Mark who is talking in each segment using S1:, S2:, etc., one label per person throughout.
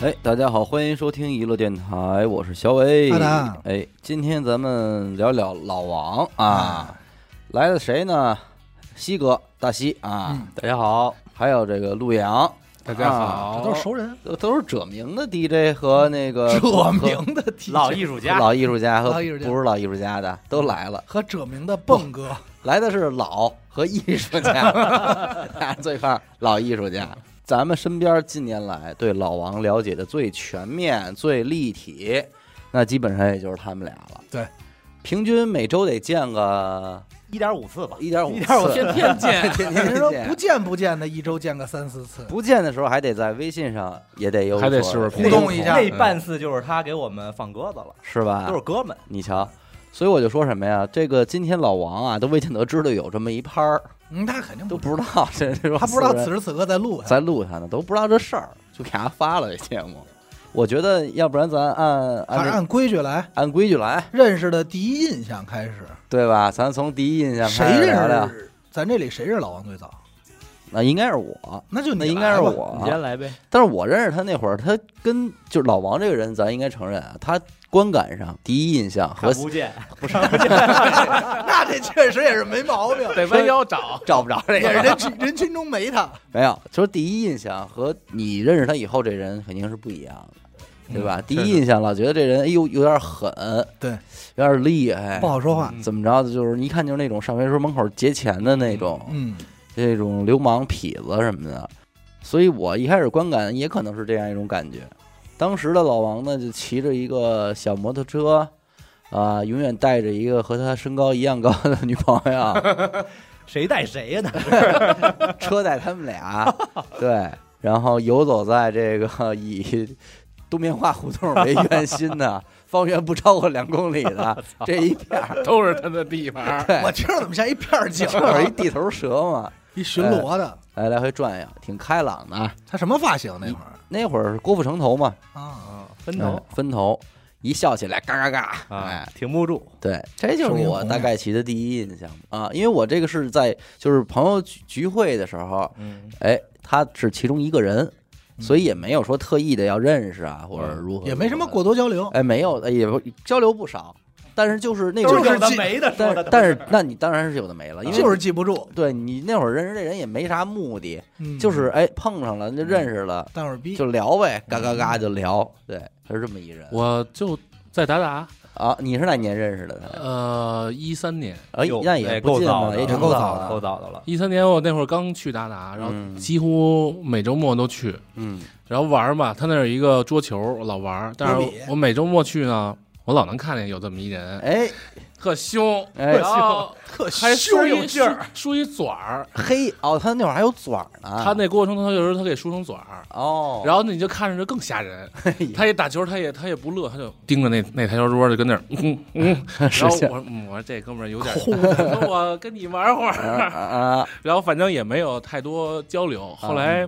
S1: 哎，大家好，欢迎收听娱乐电台，我是小伟
S2: 阿达。
S1: 哎，今天咱们聊聊老王啊，来了谁呢？西哥，大西啊，
S2: 嗯
S3: 大家好，
S1: 还有这个陆阳，
S3: 大家
S1: 啊
S3: 好，
S2: 这都是熟人，
S1: 都都是者明的 DJ 和那 个
S2: 者明的 DJ
S3: 老艺术
S1: 呃和
S3: 家，
S1: 老艺术家和
S2: 老艺术家
S1: 不是老艺术家的都来了，
S2: 和者明的蹦哥，
S1: 来的是老和艺术家，俩人 最怕老艺术家。咱们身边近年来对老王了解的最全面、最立体，那基本上也就是他们俩了。
S2: 对，
S1: 平均每周得见个
S3: 一点五次吧，
S1: 一点五，
S3: 1.5天天 见，
S1: 天
S2: 人
S1: 天
S2: 说不
S1: 见。
S2: 见不见的，一周见个三四次，
S1: 不见的时候还得在微信上也得有
S4: 还得
S1: 所
S4: 是不是
S2: 互动一下
S1: 嗯
S3: 那半次就是他给我们放鸽子了，
S1: 是吧？
S3: 都是哥们，
S1: 你瞧，所以我就说什么呀？这个今天老王啊，都未见得知道有这么一拍儿，
S2: 嗯，他肯定
S1: 都
S2: 不，
S1: 不知道这这
S2: 他不知道
S1: 四人
S2: 此时此刻在录呀，
S1: 在录他呢，都不知道这事儿，就给他发了这节目。我觉得要不然咱按
S2: 反
S1: 按
S2: 正
S1: 这
S2: 按规矩来，
S1: 按规矩来，
S2: 认识的第一印象开始，
S1: 对吧？咱从第一印象
S2: 谁
S1: 开始聊
S2: 认
S1: 聊，
S2: 识？咱这里谁认识老王最早？
S1: 那应该是我，
S2: 那就你
S1: 那应该是
S2: 来吧，
S1: 我。
S3: 来呗，
S1: 但是我认识他那会儿，他跟就是老王这个人，咱应该承认啊，他观感上第一印象和
S3: 看不见，
S2: 那这确实也是没 毛病，
S4: 得弯腰找，
S1: 找不着这
S2: 也
S1: 个
S2: 是
S1: 人
S2: 人群人群中没他，
S1: 没有，就是第一印象和你认识他以后这人肯定是不一样的，对吧？第一印象老觉得这人哎呦有点狠，
S2: 嗯对，
S1: 有点厉害，
S2: 不好说话，
S1: 怎么着的，就是一看就是那种上学时候门口劫钱的那种，
S2: 嗯，
S1: 这种流氓痞子什么的。所以我一开始观感也可能是这样一种感觉。当时的老王呢，就骑着一个小摩托车，啊、永远带着一个和他身高一样高的女朋 友，
S3: 谁带谁 呀？那是
S1: 车带他们俩，对，然后游走在这个以东棉花胡同为圆心的，方圆不超过两公里 的这一片儿，
S4: 都是他的地盘。
S1: 对，
S2: 我听着怎么像一片儿警，
S1: 就是一哎地头蛇嘛。
S2: 一巡逻的，
S1: 来来回转悠，挺开朗的啊。
S2: 他什么发型那会儿
S1: 那会儿是郭富城头嘛，
S2: 啊？
S3: 分啊
S1: 哎，分头，一笑起来嘎嘎嘎，
S2: 啊
S1: 哎，，
S3: 挺不住，
S1: 对，这就是
S2: 声音
S1: 我
S2: 洪
S1: 大
S2: 亮
S1: 概骑的第一印象啊，因为我这个是在就是朋友聚聚会的时候，
S3: 嗯，
S1: 哎，他是其中一个人，所以也没有说特意的要认识啊，或者如何，
S2: 嗯也没什么过，多交流，
S1: 哎，没有，哎也不交流不少，但是就是那种，
S2: 就是
S3: 有的
S2: 进
S3: 没的说的
S1: 但
S3: 都，
S1: 但是那你当然是有的没呃了，因为
S2: 就是记不住，
S1: 对你那会儿认识这人也没啥目的，
S2: 嗯
S1: 就是哎碰上了就认识了。
S2: 蛋会儿逼，
S1: 就聊呗，嘎嘎嘎就聊，对，他是这么一人。
S4: 我就在达达，
S1: 啊，你是哪年认识的他？
S4: 呃，一三年，
S1: 哎
S3: 哟，
S1: 那
S3: 哎
S1: 也不
S3: 够
S1: 近
S3: 早
S1: 了，
S3: 的，
S1: 也挺
S2: 够
S1: 早
S2: 早的
S3: 够早的了，
S4: 一三年我那会儿刚去达达，然
S1: 嗯
S4: 后几乎每周末都去，
S1: 嗯，
S4: 然后玩儿嘛。他那儿有一个桌球，我老玩儿，但
S2: 波比
S4: 是我每周末去呢，我老能看见有这么一人，
S1: 哎
S4: 特凶，
S1: 哎
S4: 然后
S2: 特
S4: 还梳
S2: 有
S4: 一
S2: 劲儿，
S4: 梳梳一嘴儿。
S1: 嘿，哦，他那会儿还有嘴儿呢。
S4: 他那过程中，他有时候他给梳成嘴儿，
S1: 啊哦，
S4: 然后呢你就看着就更吓人
S1: 呀。
S4: 他一打球，他也他也不乐，他就盯着那那台球桌，就跟那儿嗯嗯。
S1: 是
S4: 然后我
S1: 是
S4: 说嗯我说这哥们儿有点，我说我跟你玩会
S1: 啊
S4: 儿。
S1: 啊，
S4: 然后反正也没有太多交流。后来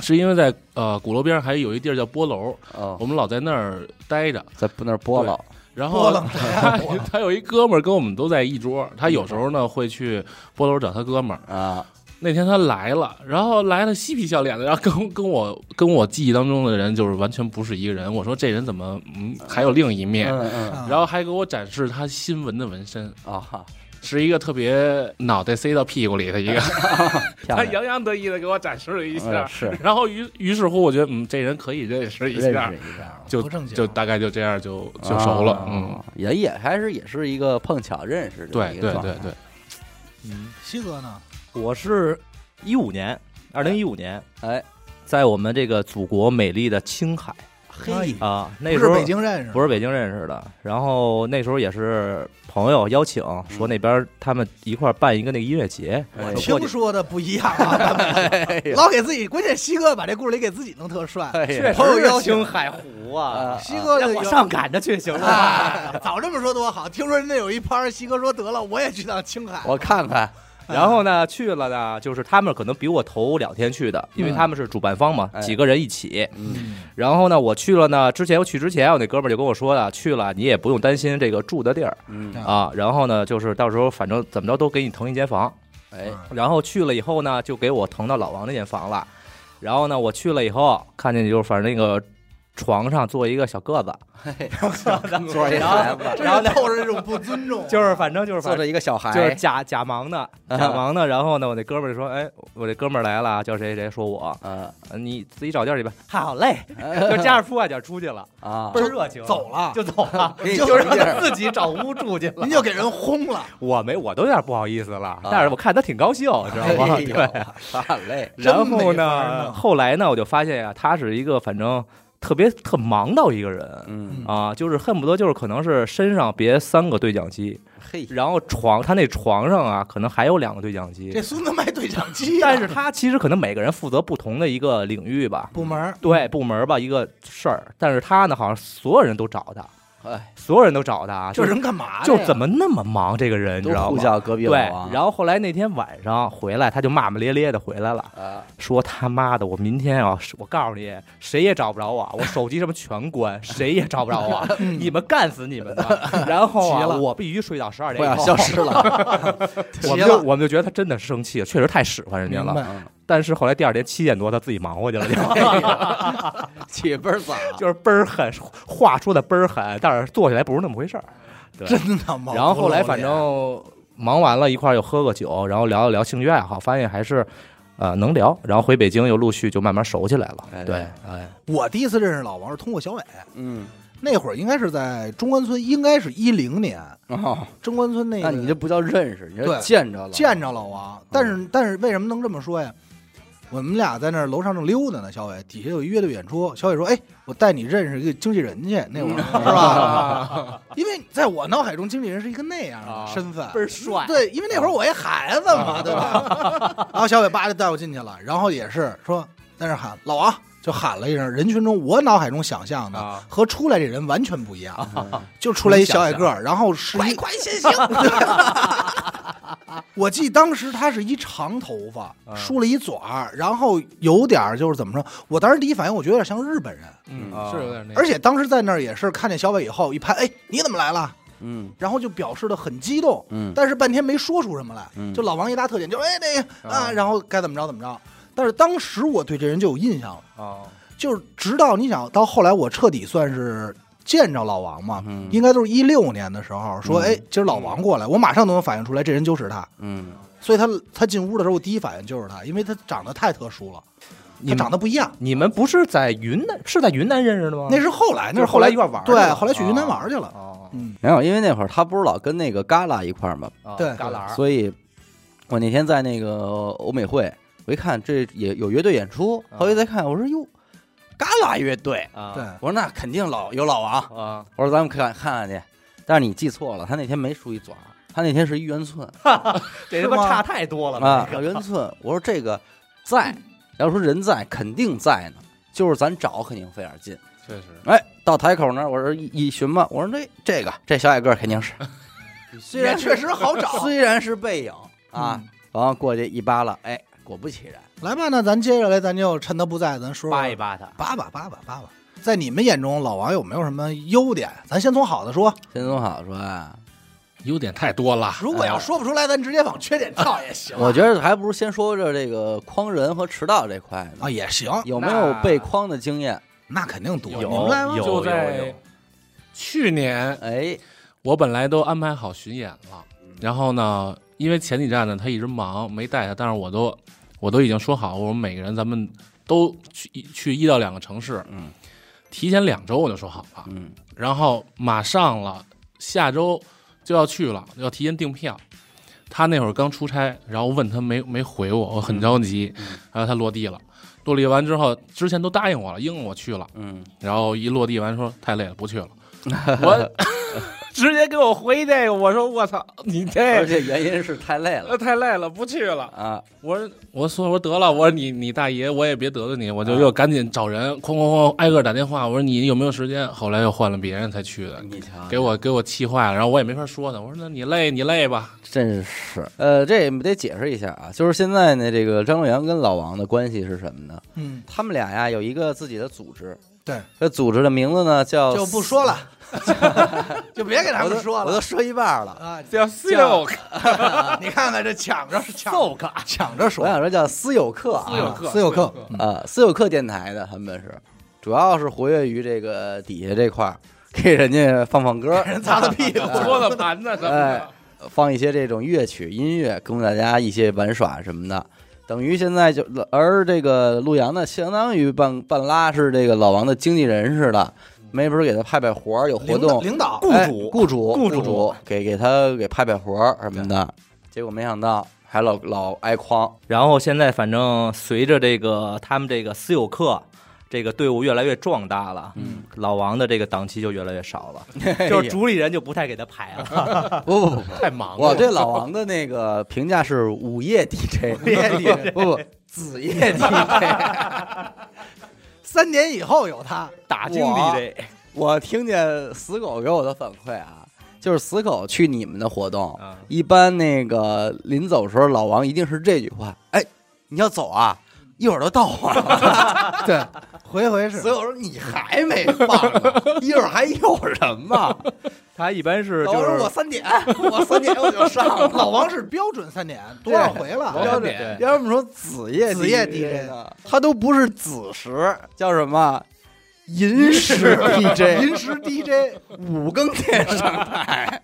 S4: 是因为在呃鼓楼边上还有一地儿叫波楼，
S1: 哦，
S4: 我们老在那儿待着。
S1: 在那儿拨了，
S4: 然
S2: 波
S4: 后
S2: 浪
S4: 他 他有一哥们儿跟我们都在一桌，他有时候呢会去波楼找他哥们儿。
S1: 啊，
S4: 那天他来了，然后来了嬉皮笑脸的，然后跟跟我跟我记忆当中的人就是完全不是一个人。我说这人怎么嗯还有另一面？
S1: 嗯嗯
S2: 啊
S4: 然后还给我展示他新纹的纹身，
S1: 啊，哈
S4: 是一个特别脑袋塞到屁股里的一个，
S1: 漂
S4: 他
S1: 亮，
S4: 洋洋得意的给我展示了一下
S1: 嗯。是
S4: 然后于于是乎，我觉得嗯这人可以认识一
S1: 认
S4: 下
S1: 识，一下，
S4: 就
S2: 不正经
S4: 就大概就这样就就熟了
S1: 啊。
S4: 嗯，，
S1: 也也还是也是一个碰巧认识的
S4: 对
S1: 一
S4: 对
S1: 个状态，
S4: 对对，
S3: 嗯，
S2: 西哥呢？
S3: 我是一五年，二零一五年，
S1: 哎，
S3: 在我们这个祖国美丽的青海
S2: 嘿，
S3: 啊，那
S2: 不
S3: 时
S2: 是
S3: 候
S2: 北京认识，
S3: 不是北京认识的，然后那时候也是朋友邀请，
S1: 嗯
S3: 说那边他们一块儿办一个那个音乐节，
S1: 哎
S3: 说过
S2: 听
S3: 去
S2: 说的不一样啊，
S1: 哎呀
S2: 老给自己，关键西哥把这故事里给自己弄特帅，
S1: 哎呀
S2: 朋友邀请
S3: 青海湖啊，
S1: 啊
S2: 西哥
S3: 让
S2: 就
S3: 我上赶着去行吗？
S2: 哎早这么说多好，听说人家有一拍，西哥说得了，我也去趟青海，
S1: 啊我看看，
S5: 嗯
S3: 然后呢，去了呢，就是他们可能比我头两天去的，
S5: 嗯
S3: 因为他们是主办方嘛，
S1: 哎
S3: 几个人一起。
S1: 嗯
S3: 然后呢，我去了呢，之前我去之前，我那哥们儿就跟我说了，去了你也不用担心这个住的地儿
S1: 嗯，
S3: 啊。然后呢，就是到时候反正怎么着都给你腾一间房。
S1: 哎，
S2: 嗯
S3: 然后去了以后呢，就给我腾到老王那间房了。然后呢，我去了以后，看见就是反正那个
S5: 床上做一个小个子，
S1: 坐着一孩子，
S2: 这是透着这种不尊重，啊
S5: 就是反正就是
S1: 坐
S5: 反
S1: 着一个小孩，
S5: 就是假假忙的，
S3: 嗯
S5: 假忙的。然后呢，我那哥们儿就说：“哎，我这哥们儿来了，啊叫谁谁说我，
S1: 嗯
S5: 呃你自己找地儿去吧。”好嘞， 就夹着铺盖卷出去了，
S1: 啊
S5: 倍，儿热情，
S2: 走了，
S5: 就走 了，
S1: 给你
S5: 就
S1: 揪
S5: 让
S1: 一地
S5: 他
S1: 儿
S5: 自己找屋住去了
S2: 您。就给人轰了。
S5: 我没，我都有点不好意思了， 啊但是我看他挺高兴，知道吗？
S1: 哎呦
S5: 对。，
S1: 好嘞，
S5: 然后
S2: 真没法
S5: 呢，
S2: 弄
S5: 后来呢，我就发现呀、啊他是一个反正特别特忙到一个人。
S1: 嗯，
S5: 啊，就是恨不得就是可能是身上别三个对讲机，
S1: 嘿，
S5: 然后床他那床上啊，可能还有两个对讲机
S2: 这，孙子卖对讲机啊，
S5: 但是他其实可能每个人负责不同的一个领域吧，
S2: 部门儿
S5: 对部门吧一个事儿，但是他呢好像所有人都找他，
S1: 哎，
S5: 所有人都找他啊，
S2: 这
S5: 就是
S2: 人干嘛的
S5: 就
S2: 呀？
S5: 怎么那么忙这个人，你
S1: 都
S5: 知道
S1: 呼
S5: 吗？
S1: 叫隔壁
S5: 对，
S1: 老王，
S5: 然后后来那天晚上回来，他就骂骂咧咧的回来了，
S1: 啊，
S5: 说他妈的，我明天啊，是我告诉你，谁也找不着我，我手机什么 全关，谁也找不着我，你们干死你们吧。然后啊，
S2: 嗯急了
S5: 我必须睡到十二
S1: 快
S5: 点
S1: 要
S5: 以后。
S1: 消 失了，
S5: 我
S2: 急
S5: 们就
S2: 了
S5: 我们就觉得他真的是生气了，确实太使唤人家
S2: 明
S5: 了。
S2: 白？
S1: 嗯
S5: 但是后来第二天七点多，他自己忙活去了，就
S1: 起倍儿早，
S2: 啊
S1: 啊
S5: 就是倍儿狠，话说的倍儿狠，但是做起来不是那么回事儿。
S2: 真的吗？
S5: 然后后来反正忙完了，一块儿又喝个酒，然后聊一聊兴趣爱好，发现还是呃能聊。然后回北京又陆续就慢慢熟起来了。
S1: 哎
S5: 对
S1: 对，
S5: 哎，
S2: 我第一次认识老王是通过小伟，
S1: 嗯，
S2: 那会儿应该是在中关村，应该是一零年，
S1: 哦，
S2: 中关村那个
S1: 那你这嗯不叫认识，你这
S2: 对
S1: 见着了，
S2: 见着老王，但是但是为什么能这么说呀？我们俩在那儿楼上正溜达呢，小伟底下有一乐队演出，小伟说：“哎，我带你认识一个经纪人去。”那
S1: 嗯
S2: 会儿、是吧？ 因为在我脑海中，经纪人是一个那样的身份，
S5: 儿帅
S2: 对，因为那会儿我一孩子嘛，
S1: 嗯
S2: 对吧？ 然后小伟叭就带我进去了，然后也是说在那儿喊老王，就喊了一声。人群中我脑海中想象的
S5: 啊，
S2: 和出来这人完全不一样，
S1: 嗯，
S2: 就出来一小矮个儿，然后是一
S1: 快现形，
S2: 我记得当时他是一长头发，
S1: 嗯
S5: 啊
S2: 梳了一卷儿，然后有点儿就是怎么说？我当时第一反应，我觉得有点像日本人，
S4: 嗯
S5: 啊，
S4: 是有点那个
S2: 而。且当时在那儿也是看见小伟以后一拍，哎，你怎么来了？
S1: 嗯
S2: 然后就表示的很激动，
S1: 嗯，
S2: 但是半天没说出什么来。
S1: 嗯
S2: 就老王一大特点就是哎那个啊，
S5: 啊
S2: 然后该怎么着怎么着。但是当时我对这人就有印象了，
S5: 啊，
S2: 就是直到你想到后来我彻底算是见着老王嘛，
S1: 嗯
S2: 应该都是一六年的时候说，
S1: 嗯
S2: 哎，今儿老王过来，我马上都能反应出来这人就是他。
S1: 嗯，
S2: 所以他他进屋的时候，我第一反应就是他，因为他长得太特殊了，
S5: 你
S2: 他
S5: 们
S2: 长得不一样。
S5: 你们不是在云南，是在云南认识的吗？
S2: 那是后来，那
S5: 嗯就是是后来
S2: 来
S5: 一块儿玩儿去
S2: 对，
S5: 了
S2: 后来去云南玩儿去了。
S5: 哦，
S2: 嗯，
S1: 没有，因为那会儿他不是老跟那个旮旯一块儿嘛，
S5: 哦
S2: 对
S5: 旮旯儿，
S1: 所以我那天在那个欧美会，我一看这也有乐队演出，
S5: 啊
S1: 后来再看，我说哟，旮旯乐队，
S5: 啊
S2: 对，
S1: 我说那肯定老有老王，
S5: 啊，
S1: 我说咱们看看看去，但是你记错了，他那天没梳一卷儿，他那天是一圆寸
S5: 这
S2: 是
S5: 他妈
S2: 吗
S5: 差太多了
S1: 啊，
S5: 这个
S1: 圆寸。我说这个在，要说人在肯定在呢，就是咱找肯定费点劲。
S4: 确实，
S1: 哎，到台口那儿，我说一一询吧，我说这这个这小矮个儿肯定是，虽
S2: 也
S1: 然
S2: 确
S1: 是
S2: 实好 找
S1: 虽然是背影啊，
S2: 嗯
S1: 然后过去一扒拉，哎，果不其然，
S2: 来吧，那咱接下来咱就趁他不在，咱说
S5: 扒一扒他。
S2: 扒吧扒吧扒吧。在你们眼中，老王有没有什么优点？咱先从好的说。
S1: 先从好说啊，
S4: 优点太多了。
S2: 如果要说不出来，咱直接往缺点跳也行。
S1: 我觉得还不如先说说这个诓人和迟到这块呢，
S2: 啊，也行，
S1: 有没有被诓的经验？
S2: 那肯定多。
S5: 有
S2: 你们来吧
S5: 有，
S4: 就
S5: 有
S4: 在
S5: 有，
S4: 去年
S1: 哎，
S4: 我本来都安排好巡演了，
S1: 嗯
S4: 然后呢，因为前几站呢他一直忙没带他，但是我都我都已经说好，我们每个人咱们都去一去一到两个城市，
S1: 嗯，
S4: 提前两周我就说好了，
S1: 嗯
S4: 然后马上了，下周就要去了，要提前订票。他那会儿刚出差，然后问他没没回我，我很着急。
S1: 嗯
S4: 然后他落地了，落地完之后，之前都答应我了，应我去了，
S1: 嗯，
S4: 然后一落地完说太累了，不去 了。我直接给我回这个，我说我操，你
S1: 而
S2: 哎
S4: 这
S1: 且原因是太累了
S4: 呃太累了，不去了。
S1: 啊，
S4: 我说我说我说得了，我说你你大爷，我也别得罪你，我就又赶紧找人，哐哐哐挨个打电话，我说你有没有时间？后来又换了别人才去的，
S1: 你瞧，
S4: 给我给我气坏了，然后我也没法说呢。我说那你累你累吧，
S1: 真是，呃，这也得解释一下啊，就是现在呢，这个张洛阳跟老王的关系是什么呢？
S2: 嗯，
S1: 他们俩呀有一个自己的组织，
S2: 对，
S1: 这组织的名字呢叫
S2: 就不说 了，就别给他
S1: 哦我都
S2: 们说
S1: 我都
S2: 了
S1: 说一半了。
S2: 啊！
S4: 叫
S2: silk 你看看这抢着 抢着抢着
S1: 我
S2: 说，
S1: 想说叫私有客啊，
S4: 私有客
S2: 私有客嗯
S4: 私有客
S1: 啊，私有客电台的他们是，主要是活跃于这个底下这块儿，给人家放放歌，
S2: 人擦擦 屁股，
S4: 搓搓盘子什么
S1: 哎
S4: 的，，
S1: 放一些这种乐曲音乐，供大家一些玩耍什么的。等于现在就，而这个陆阳呢，相当于半半拉是这个老王的经纪人似的，没准儿给他派派活儿，有活
S2: 嗯领导
S1: 动，
S2: 领导，
S1: 哎雇主、
S3: 雇
S1: 雇
S3: 主
S1: 给给他给派派活儿什么的。结果没想到还老老挨 诓，
S5: 然后现在反正随着这个他们这个私有客。这个队伍越来越壮大了，
S1: 嗯，
S5: 老王的这个档期就越来越少 了，
S1: 就
S5: 就是主理人就不太给他排了。
S1: 不不不不，
S4: 太忙了。
S1: 我对老王的那个评价是午夜 DJ，不不子夜 DJ。
S2: 三年以后有 他，
S5: 打经
S1: 我
S5: 理这
S1: 我听见死狗给我的反馈啊，就是死狗去你们的活动，
S5: 啊，
S1: 一般那个临走时候，老王一定是这句话：“哎，你要走啊，一会儿就到 啊。
S2: 对， 回回”是
S1: 死狗说：“你还没放 呢，一会儿还有人吗
S5: 他一般？”是
S1: 老
S5: 就
S1: 王说：“
S5: 是
S1: 我三点，我三点我就上 了。”
S2: 老王是标准三点，多少回
S4: 对
S2: 了？
S1: 标
S4: 标
S1: 准
S4: 准，
S1: 要不说子夜
S2: 子夜
S1: DJ
S2: DJ
S1: 呢，他都不是子时，叫什么寅时 DJ，
S2: 临时 DJ，
S1: 五更天上台。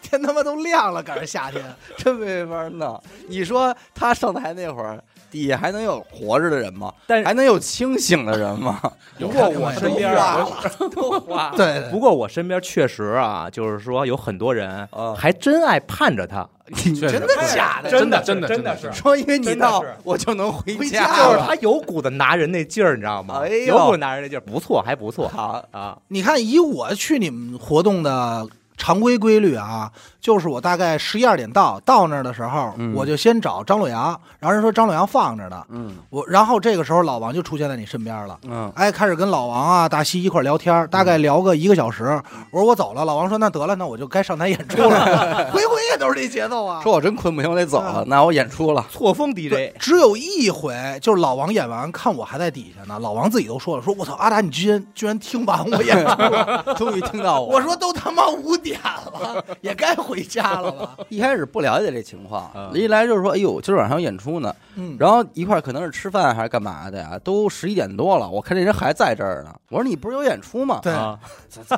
S2: 天他妈都亮了，赶上夏天，
S1: 真没法弄。你说他上台那会儿，底下还能有活着的人吗？
S5: 但是
S1: 还能有清醒的人吗？
S4: 有
S2: 不过我
S1: 都
S2: 身边
S1: 花了，啊都花了。
S2: 对
S5: 不过我身边确实啊，就是说有很多人
S1: 啊
S5: 还真爱盼着他，
S1: 你
S4: 确实
S1: 真的假的？
S4: 真的
S3: 真的
S4: 真
S3: 真
S4: 的
S3: 的是
S1: 说因为你到
S3: 真的是
S1: 我就能回
S2: 回
S1: 家
S2: 家
S5: 就是
S1: 了。
S5: 他有股子拿人那劲儿，你知道吗？
S1: 哎呦
S5: 有股拿人那劲儿，不错，还不错
S1: 好，
S5: 啊。
S2: 你看，以我去你们活动的常规规律啊，就是我大概十一二点到，到那儿的时候，
S1: 嗯
S2: 我就先找张洛阳，然后人说张洛阳放着呢，
S1: 嗯
S2: 我然后这个时候老王就出现在你身边了。
S1: 嗯，
S2: 哎，开始跟老王啊、大西一块儿聊天儿，大概聊个一个小时。我说我走了，老王说那得了，那我就该上台演出了。回回也都是这节奏啊。
S1: 说我真困不行，我得走了。那我演出了，
S5: 错峰 DJ
S2: 对，只有一回，就是老王演完，看我还在底下呢。老王自己都说了，说我操，阿达你居然居然听完 我演出了，
S1: 终于听到
S2: 我
S1: 我。
S2: 说都他妈五点了，也该回家了 吧？
S1: 一开始不了解这情况，
S5: 嗯
S1: 一来就是说，哎呦，今儿晚上有演出呢，
S2: 嗯，
S1: 然后一块儿可能是吃饭还是干嘛的呀，都十一点多了，我看这人还在这儿呢。我说你不是有演出吗？
S2: 对
S5: 啊，
S1: 早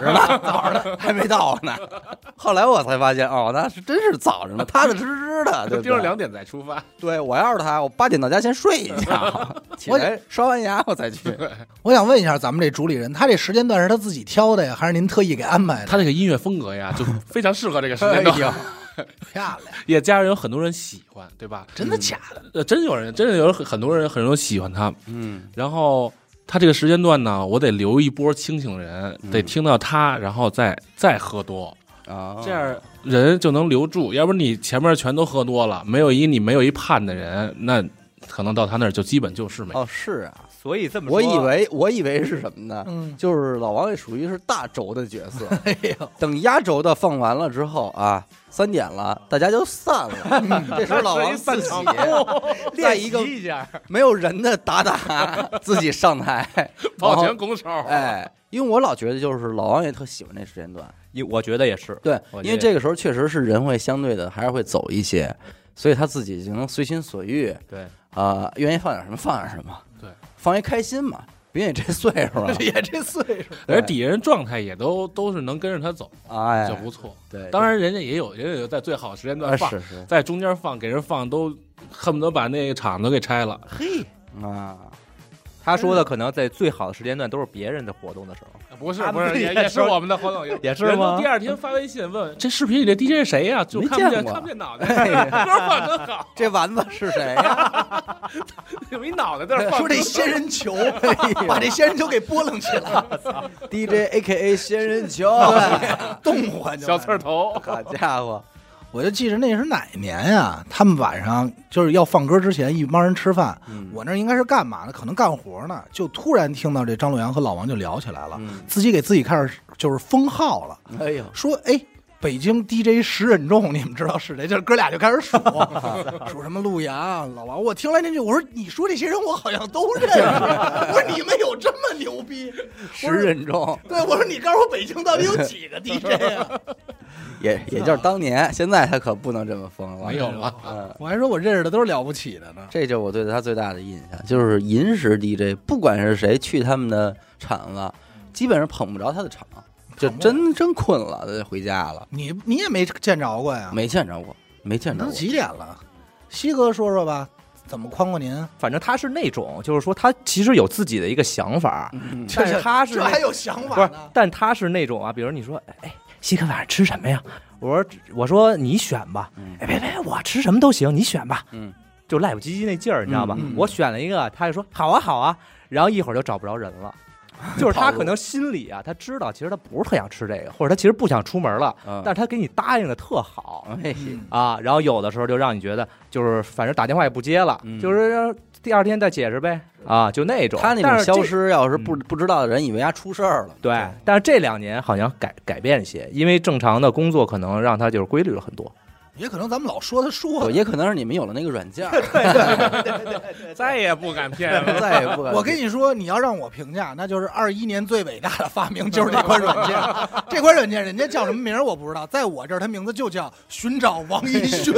S1: 着呢，早 着呢，还没到呢。后来我才发现，哦，那是真是早着呢，踏踏实实的， 对不
S4: 就盯着
S1: 对？
S4: 两点再出发，
S1: 对我要是他，我八点到家先睡一 觉，起来刷完牙我再去。
S2: 我想问一下咱们这主理人，他这时间段是他自己挑的呀，还是您特意给安排的？
S4: 他这个音乐风格呀，就非常适合这个时间
S1: 哎
S4: 段，
S2: 漂亮，
S4: 也加上有很多人喜欢，对吧？
S2: 真的假的？
S4: 呃，真有人，真的有很很多人，很多人喜欢他。
S1: 嗯，
S4: 然后他这个时间段呢，我得留一波清醒人，
S1: 嗯
S4: 得听到他，然后再再喝多，
S1: 啊，
S4: 嗯这样人就能留住。要不然你前面全都喝多了，没有一你没有一盼的人，那可能到他那儿就基本就是没。
S1: 哦是啊，
S5: 所以这么说，
S1: 我以为我以为是什么呢？
S2: 嗯，，
S1: 就是老王也属于是大轴的角色，等压轴的放完了之后啊，三点了，大家就散了。这时候老王自己在一个
S3: 练习一下，
S1: 没有人的打打， 自己上台，然
S4: 跑
S1: 后
S4: 前拱手，
S1: 哎，因为我老觉得就是老王也特喜欢这时间段，
S5: 也我觉得也是，
S1: 对
S5: 我，觉得
S1: 因为这个时候确实是人会相对的还是会走一些，所以他自己就能随心所欲
S5: 对，
S1: 啊、愿意放点什么放点什么，
S4: 对，
S1: 放一开心嘛，因为这岁数 了
S2: 也这岁数，
S4: 而底下人状态也都都是能跟着他走，
S1: 哎
S4: 就，不错。
S1: 对，
S4: 当然，人家也有，人家有在最好时间
S1: 啊
S4: 段放，
S1: 是是
S4: 在中间放，给人放都恨不得把那个场都给拆了。
S5: 嘿，
S1: 啊，
S5: 他说的可能在最好的时间段都是别人的活动的时候，
S4: 不是
S5: 他们
S4: 不是，
S5: 也
S4: 也
S5: 说
S4: 也是我们的活动，也
S5: 也是
S4: 人都
S5: 吗
S4: 第？二天发微信问这视频里这 DJ 谁呀？就
S1: 没
S4: 看不
S1: 见
S4: 见
S1: 过
S4: 看不见脑袋，
S1: 哎 呀
S4: 歌放真好，
S1: 这丸子是谁 呀？
S4: 有一脑袋在那放
S2: 说
S4: 歌。
S2: 这仙人球，把这仙人球给拨楞起来，
S1: DJ A K A 仙人 球，
S2: 动换就
S4: 小刺儿头，
S1: 好家伙，
S2: 我就记着那是哪年呀、他们晚上就是要放歌之前，一帮人吃饭，
S1: 嗯
S2: 我那儿应该是干嘛呢？可能干活呢，就突然听到这张洛阳和老王就聊起来了，
S1: 嗯，
S2: 自己给自己开始就是封号了，
S1: 哎呦，
S2: 说哎。北京 DJ 石忍仲，你们知道是谁？就是哥俩就开始数， 数什么陆阳、老王。我听来那句，我说你说这些人我好像都认 识，我说你们有这么牛逼？
S1: 十人中，
S2: 对，我说你告诉我北京到底有几个 DJ 啊？
S1: 也也就是当年，现在他可不能这么疯了。
S4: 没有了。
S1: 嗯，
S2: 我还说我认识的都是了不起的呢。
S1: 这就是我对他最大的印象，就是银石 DJ，不管是谁去他们的场子，基本上捧不着他的场，就真真困了，他就回家了。
S2: 你你也没见着过呀？
S1: 没见着过，没见着
S2: 都
S1: 过。
S2: 几点了？西哥说说吧，怎么诓过您？
S5: 反正他是那种，就是说他其实有自己的一个想法，
S1: 嗯
S5: 但是他是
S2: 这
S5: 那
S2: 还有想
S5: 不
S2: 法
S5: 是
S2: 呢，？
S5: 但他是那种啊，比如你说，哎，西哥晚上吃什么呀？我说我说你选吧，
S1: 嗯
S5: 哎别别，我吃什么都行，你选吧。
S1: 嗯，
S5: 就赖不唧唧那劲儿，你知道吧？
S2: 嗯嗯
S5: 我选了一个，他就说好啊好啊，然后一会儿就找不着人了。就是他可能心里啊，他知道其实他不是特想吃这个，或者他其实不想出门了，
S1: 嗯
S5: 但是他给你答应的特好
S1: 哎
S2: 嗯
S5: 啊。然后有的时候就让你觉得就是反正打电话也不接了，
S1: 嗯
S5: 就是让第二天再解释呗啊，就那种。
S1: 他那
S5: 但
S1: 种
S5: 是这
S1: 消失，要是不
S5: 嗯
S1: 不知道的人，以为他出事儿了。
S5: 对，但是这两年好像改改变一些，因为正常的工作可能让他就是规律了很多。
S2: 也可能咱们老说他说
S1: 对，
S2: 的。
S1: 也可能是你们有了那个软件儿，
S4: 再也不敢骗了。
S1: 再也不敢。
S2: 我跟你说，你要让我评价，那就是二一年最伟大的发明就是这 款软件。这款软件人家叫什么名儿我不知道，在我这儿它名字就叫“寻找王 一迅”。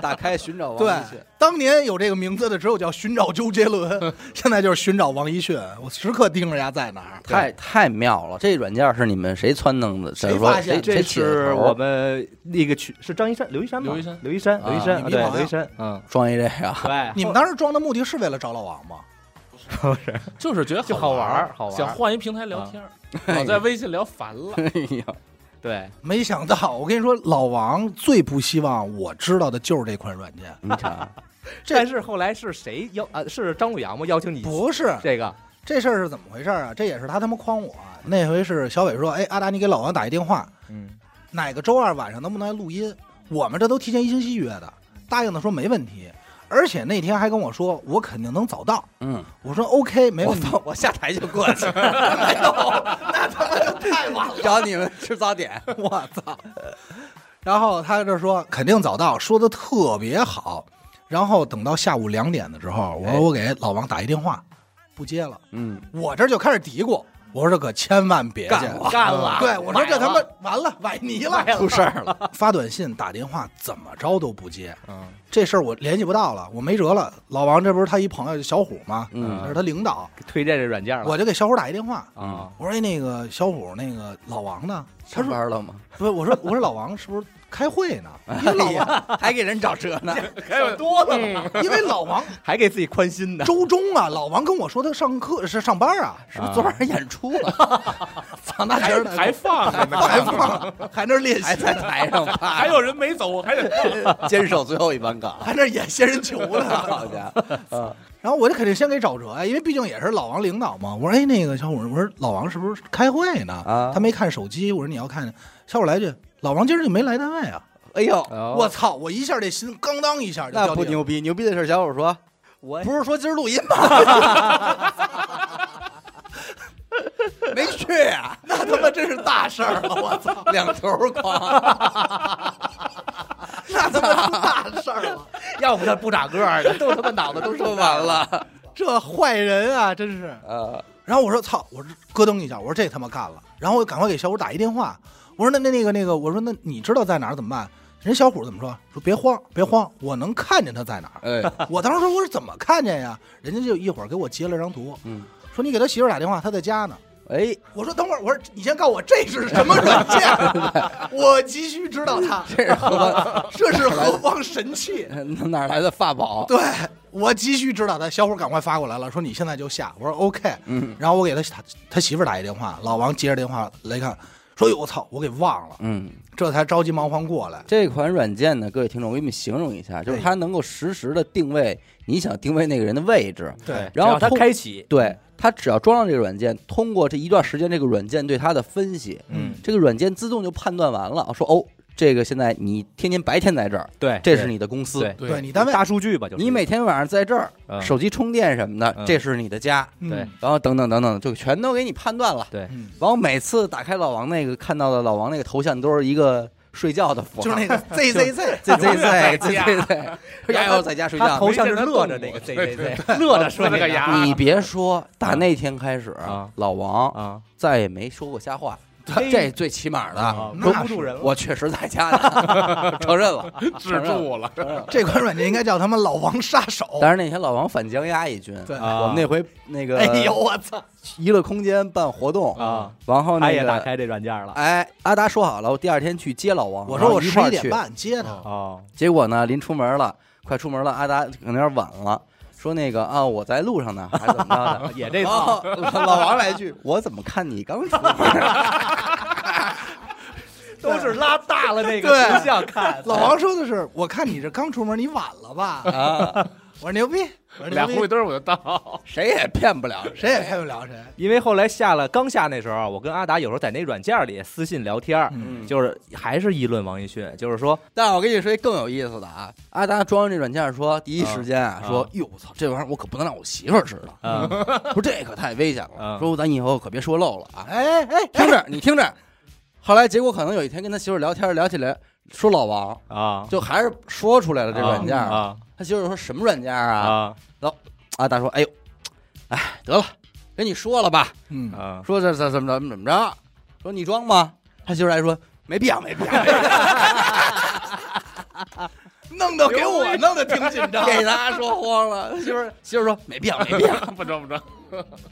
S1: 打开寻找
S2: 对
S1: 王一迅，，
S2: 当年有这个名字的只有叫“寻找周杰伦”，现在就是“寻找王一迅”。我时刻盯着人家在哪儿。
S1: 太太妙了！这软件是你们谁撺弄的？哎
S2: 谁
S1: 就是说
S2: 发现
S1: 谁
S5: 哎这
S1: 谁起的
S5: 是
S1: 头
S5: 我们那个群是张一山、刘一山吗？
S4: 刘一山
S5: 刘一山，
S1: 啊
S5: 刘一山，
S2: 你迷
S5: 对，
S2: 茫呀
S5: 刘一山，嗯，
S1: 装一这个，
S5: 对，
S2: 你们当时装的目的是为了找老王吗？
S4: 就是觉得
S5: 就好玩儿
S4: 儿，
S5: 好玩儿
S4: 想换一平台聊天儿，老在微信聊烦 了。
S1: 哎呀，
S5: 对，
S2: 没想到，我跟你说，老王最不希望我知道的就是这款软件。
S1: 你瞧，
S2: 这
S5: 但是后来是谁邀啊？是张鲁阳吗？邀请你
S2: 不是
S5: 这个
S2: 这事儿是怎么回事儿啊？这也是他他妈诓我啊。那回是小伟说：“哎，阿达，你给老王打一电话，
S5: 嗯，
S2: 哪个周二晚上能不能来录音？我们这都提前一星期约的，答应的说没问题。而且那天还跟我说，我肯定能早到。
S1: 嗯，
S2: 我说 OK，没
S1: 我
S2: 问题。
S1: 放我下台就过去，
S2: 太晚了，
S1: 找你们吃早点。
S2: 我操！然后他就说肯定早到，说的特别好。然后等到下午两点的时候，我
S1: 哎
S2: 说我给老王打一电话，不接了。
S1: 嗯，
S2: 我这就开始嘀咕，我说这可千万别去。
S5: 干了，
S2: 对，我说这他妈
S5: 买
S2: 完
S5: 了
S2: 了，崴泥了，
S1: 出事儿了，
S2: 发短信、打电话，怎么着都不接。
S5: 嗯，
S2: 这事儿我联系不到了，我没辙了。老王这不是他一朋友小虎吗？
S1: 嗯嗯
S2: 这是他领导，
S5: 推荐这软件了
S2: 我就给小虎打一电话，
S5: 啊，
S2: 我说哎那个小虎，那个老王呢？他
S1: 上
S2: 说
S1: 班了吗？
S2: 不是，我说我说老王是不是开会呢？因为老王
S1: 还给人找辙 呢，
S5: 想多了吧，
S2: 因为老王
S5: 还给自己宽心呢。
S2: 周中啊，老王跟我说他上课是上班啊，
S1: 是不是昨晚上演出了，
S2: 上大学
S4: 还
S2: 呢
S4: 还放着呢，
S2: 还放还那儿练习，
S1: 还在台上趴，
S4: 还有人没走，还得
S1: 坚守最后一班岗。
S2: 还那儿演仙人球
S1: 好
S2: 呢。
S1: 家伙，
S2: 然后我就肯定先给找辙呀，因为毕竟也是老王领导嘛。我说哎，那个小虎，我说老王是不是开会呢？
S1: 啊
S2: 他没看手机。我说你要看，小虎来一句，老王今儿就没来单位啊。
S1: 哎呦，
S2: 我操！我一下这心咣当一下就
S1: 那
S2: 掉
S1: 不
S2: 地上哎
S1: 牛逼，牛逼的是小伙 说，
S5: 我
S1: 不是说今儿录音 吗？没去啊，
S2: 那他妈真是大事儿了！我操，
S1: 两头儿狂。
S2: 那他妈是大事儿了！
S5: 要不他不长个儿的，都他妈脑子都
S1: 说完了，
S2: 这坏人啊，真是。
S1: 呃，
S2: 然后我说操，我说咯噔一下，我说这他妈干了。然后我赶快给小虎打一电话，我说那那那个那个，我说那你知道在哪儿怎么办？人小虎怎么说？说别慌别慌，我能看见他在哪儿。
S1: 哎，
S2: 我当时说我是怎么看见呀？人家就一会儿给我截了张图，
S1: 嗯，
S2: 说你给他媳妇儿打电话，他在家呢。
S1: 哎，
S2: 我说等会儿，我说你先告诉我这是什么软件，我急需知道它，
S1: 这是何 方
S2: 这是何方神器？
S1: 哪儿来的法宝？
S2: 对我急需知道它。小伙赶快发过来了，说你现在就下。我说 OK，
S1: 嗯
S2: 然后我给他他他媳妇儿打一电话，老王接着电话来看，说哎哟我操，我给忘了，
S1: 嗯，
S2: 这才着急忙慌过来。
S1: 这款软件呢，各位听众，我给你们形容一下，就是它能够实时的定位你想定位那个人的位置，
S5: 对，
S2: 哎
S1: 然后
S5: 只要他
S1: 通
S5: 开启，
S1: 对，它只要装上这个软件，通过这一段时间这个软件对它的分析，
S2: 嗯，
S1: 这个软件自动就判断完了，说哦，这个现在你天天白天在这儿，
S5: 对，
S1: 这是你的公司，
S5: 对
S2: 对你单位，
S5: 大数据吧，就是
S1: 你每天晚上在这儿，
S5: 嗯
S1: 手机充电什么的，
S5: 嗯
S1: 这是你的家，
S2: 嗯
S5: 对，
S1: 然后等等等等，就全都给你判断了。
S5: 对
S2: 嗯，
S1: 然后每次打开老王那个看到的老王那个头像都是一个睡觉的符号，
S2: 就是 那个 Z Z Z，
S1: 这这这这这这，然后在家睡
S5: 他
S1: 觉。
S5: 头像是乐着那个 Z Z Z，乐着说
S4: 那
S5: 那
S4: 个
S5: 个
S4: 牙
S1: 你别说，打那天开始
S5: 啊，
S1: 老王
S5: 啊，
S1: 再也没说过瞎话，这这最起码的，
S2: 啊那
S5: 隔不
S2: 是
S5: 住人了。
S1: 我确实在家 呢，承认了，
S4: 制住了，
S1: 承认了。
S2: 这款软件应该叫他妈老王杀手。
S1: 但是那天老王反江压一军，
S2: 对
S1: 我们那回那个
S2: 哎呦我操！
S1: 娱乐空间办活动，
S5: 啊，
S1: 然后
S5: 他
S1: 那
S5: 也打
S1: 个
S5: 开这软件了。
S1: 哎，阿达说好了，我第二天去接老王，
S2: 我说我
S1: 然
S2: 十
S1: 后
S2: 一
S1: 一块儿
S2: 点嗯
S1: 去。
S2: 半接他，
S5: 哦，
S1: 结果呢，临出门了，快出门了，阿达可能有点晚了，说那个啊，我在路上呢，还是怎么 着的？
S5: 也这
S1: 然
S5: 套
S1: 后老王来一句：“哦我怎么看你刚出门
S5: 都是拉大了那个
S2: 对
S5: 图像看，
S2: 老王说的是，我看你这刚出门，你晚了吧？
S1: 啊？
S2: 我说牛逼，我说
S4: 俩
S2: 牛
S4: 红
S2: 逼，
S4: 绿灯我就到。
S1: 谁也骗不了谁。
S2: 谁也骗不了谁。
S5: 因为后来下了刚下那时候，我跟阿达有时候在那软件里私信聊天儿，
S1: 嗯
S5: 就是还是议论王一迅，就是说
S1: 但我跟你说一更有意思的啊，阿达装上这软件说，第一时间啊
S5: 啊
S1: 说：“哟，我操，这玩意儿我可不能让我媳妇儿知道，
S5: 啊，
S1: 不是这可太危险了。
S5: 嗯
S1: 说咱以后可别说漏了啊，
S2: 哎哎，
S1: 听着，你听着。”后来结果可能有一天跟他媳妇儿聊天聊起来，说老王
S5: 啊，
S1: 就还是说出来了这
S5: 啊
S1: 软件儿。
S5: 啊
S1: 他媳妇儿说什么软件儿啊？
S5: 啊
S1: 阿达说：“哎呦，哎，得了，跟你说了吧。”
S2: 嗯，
S5: 啊，
S1: 说这这怎么怎么怎么着？说你装吗？他媳妇儿还说没必要，没必要。
S2: 弄得给我弄得挺紧 张。
S1: 给他说慌了，媳妇儿媳妇儿说没必要，没必要。
S4: 不装不装，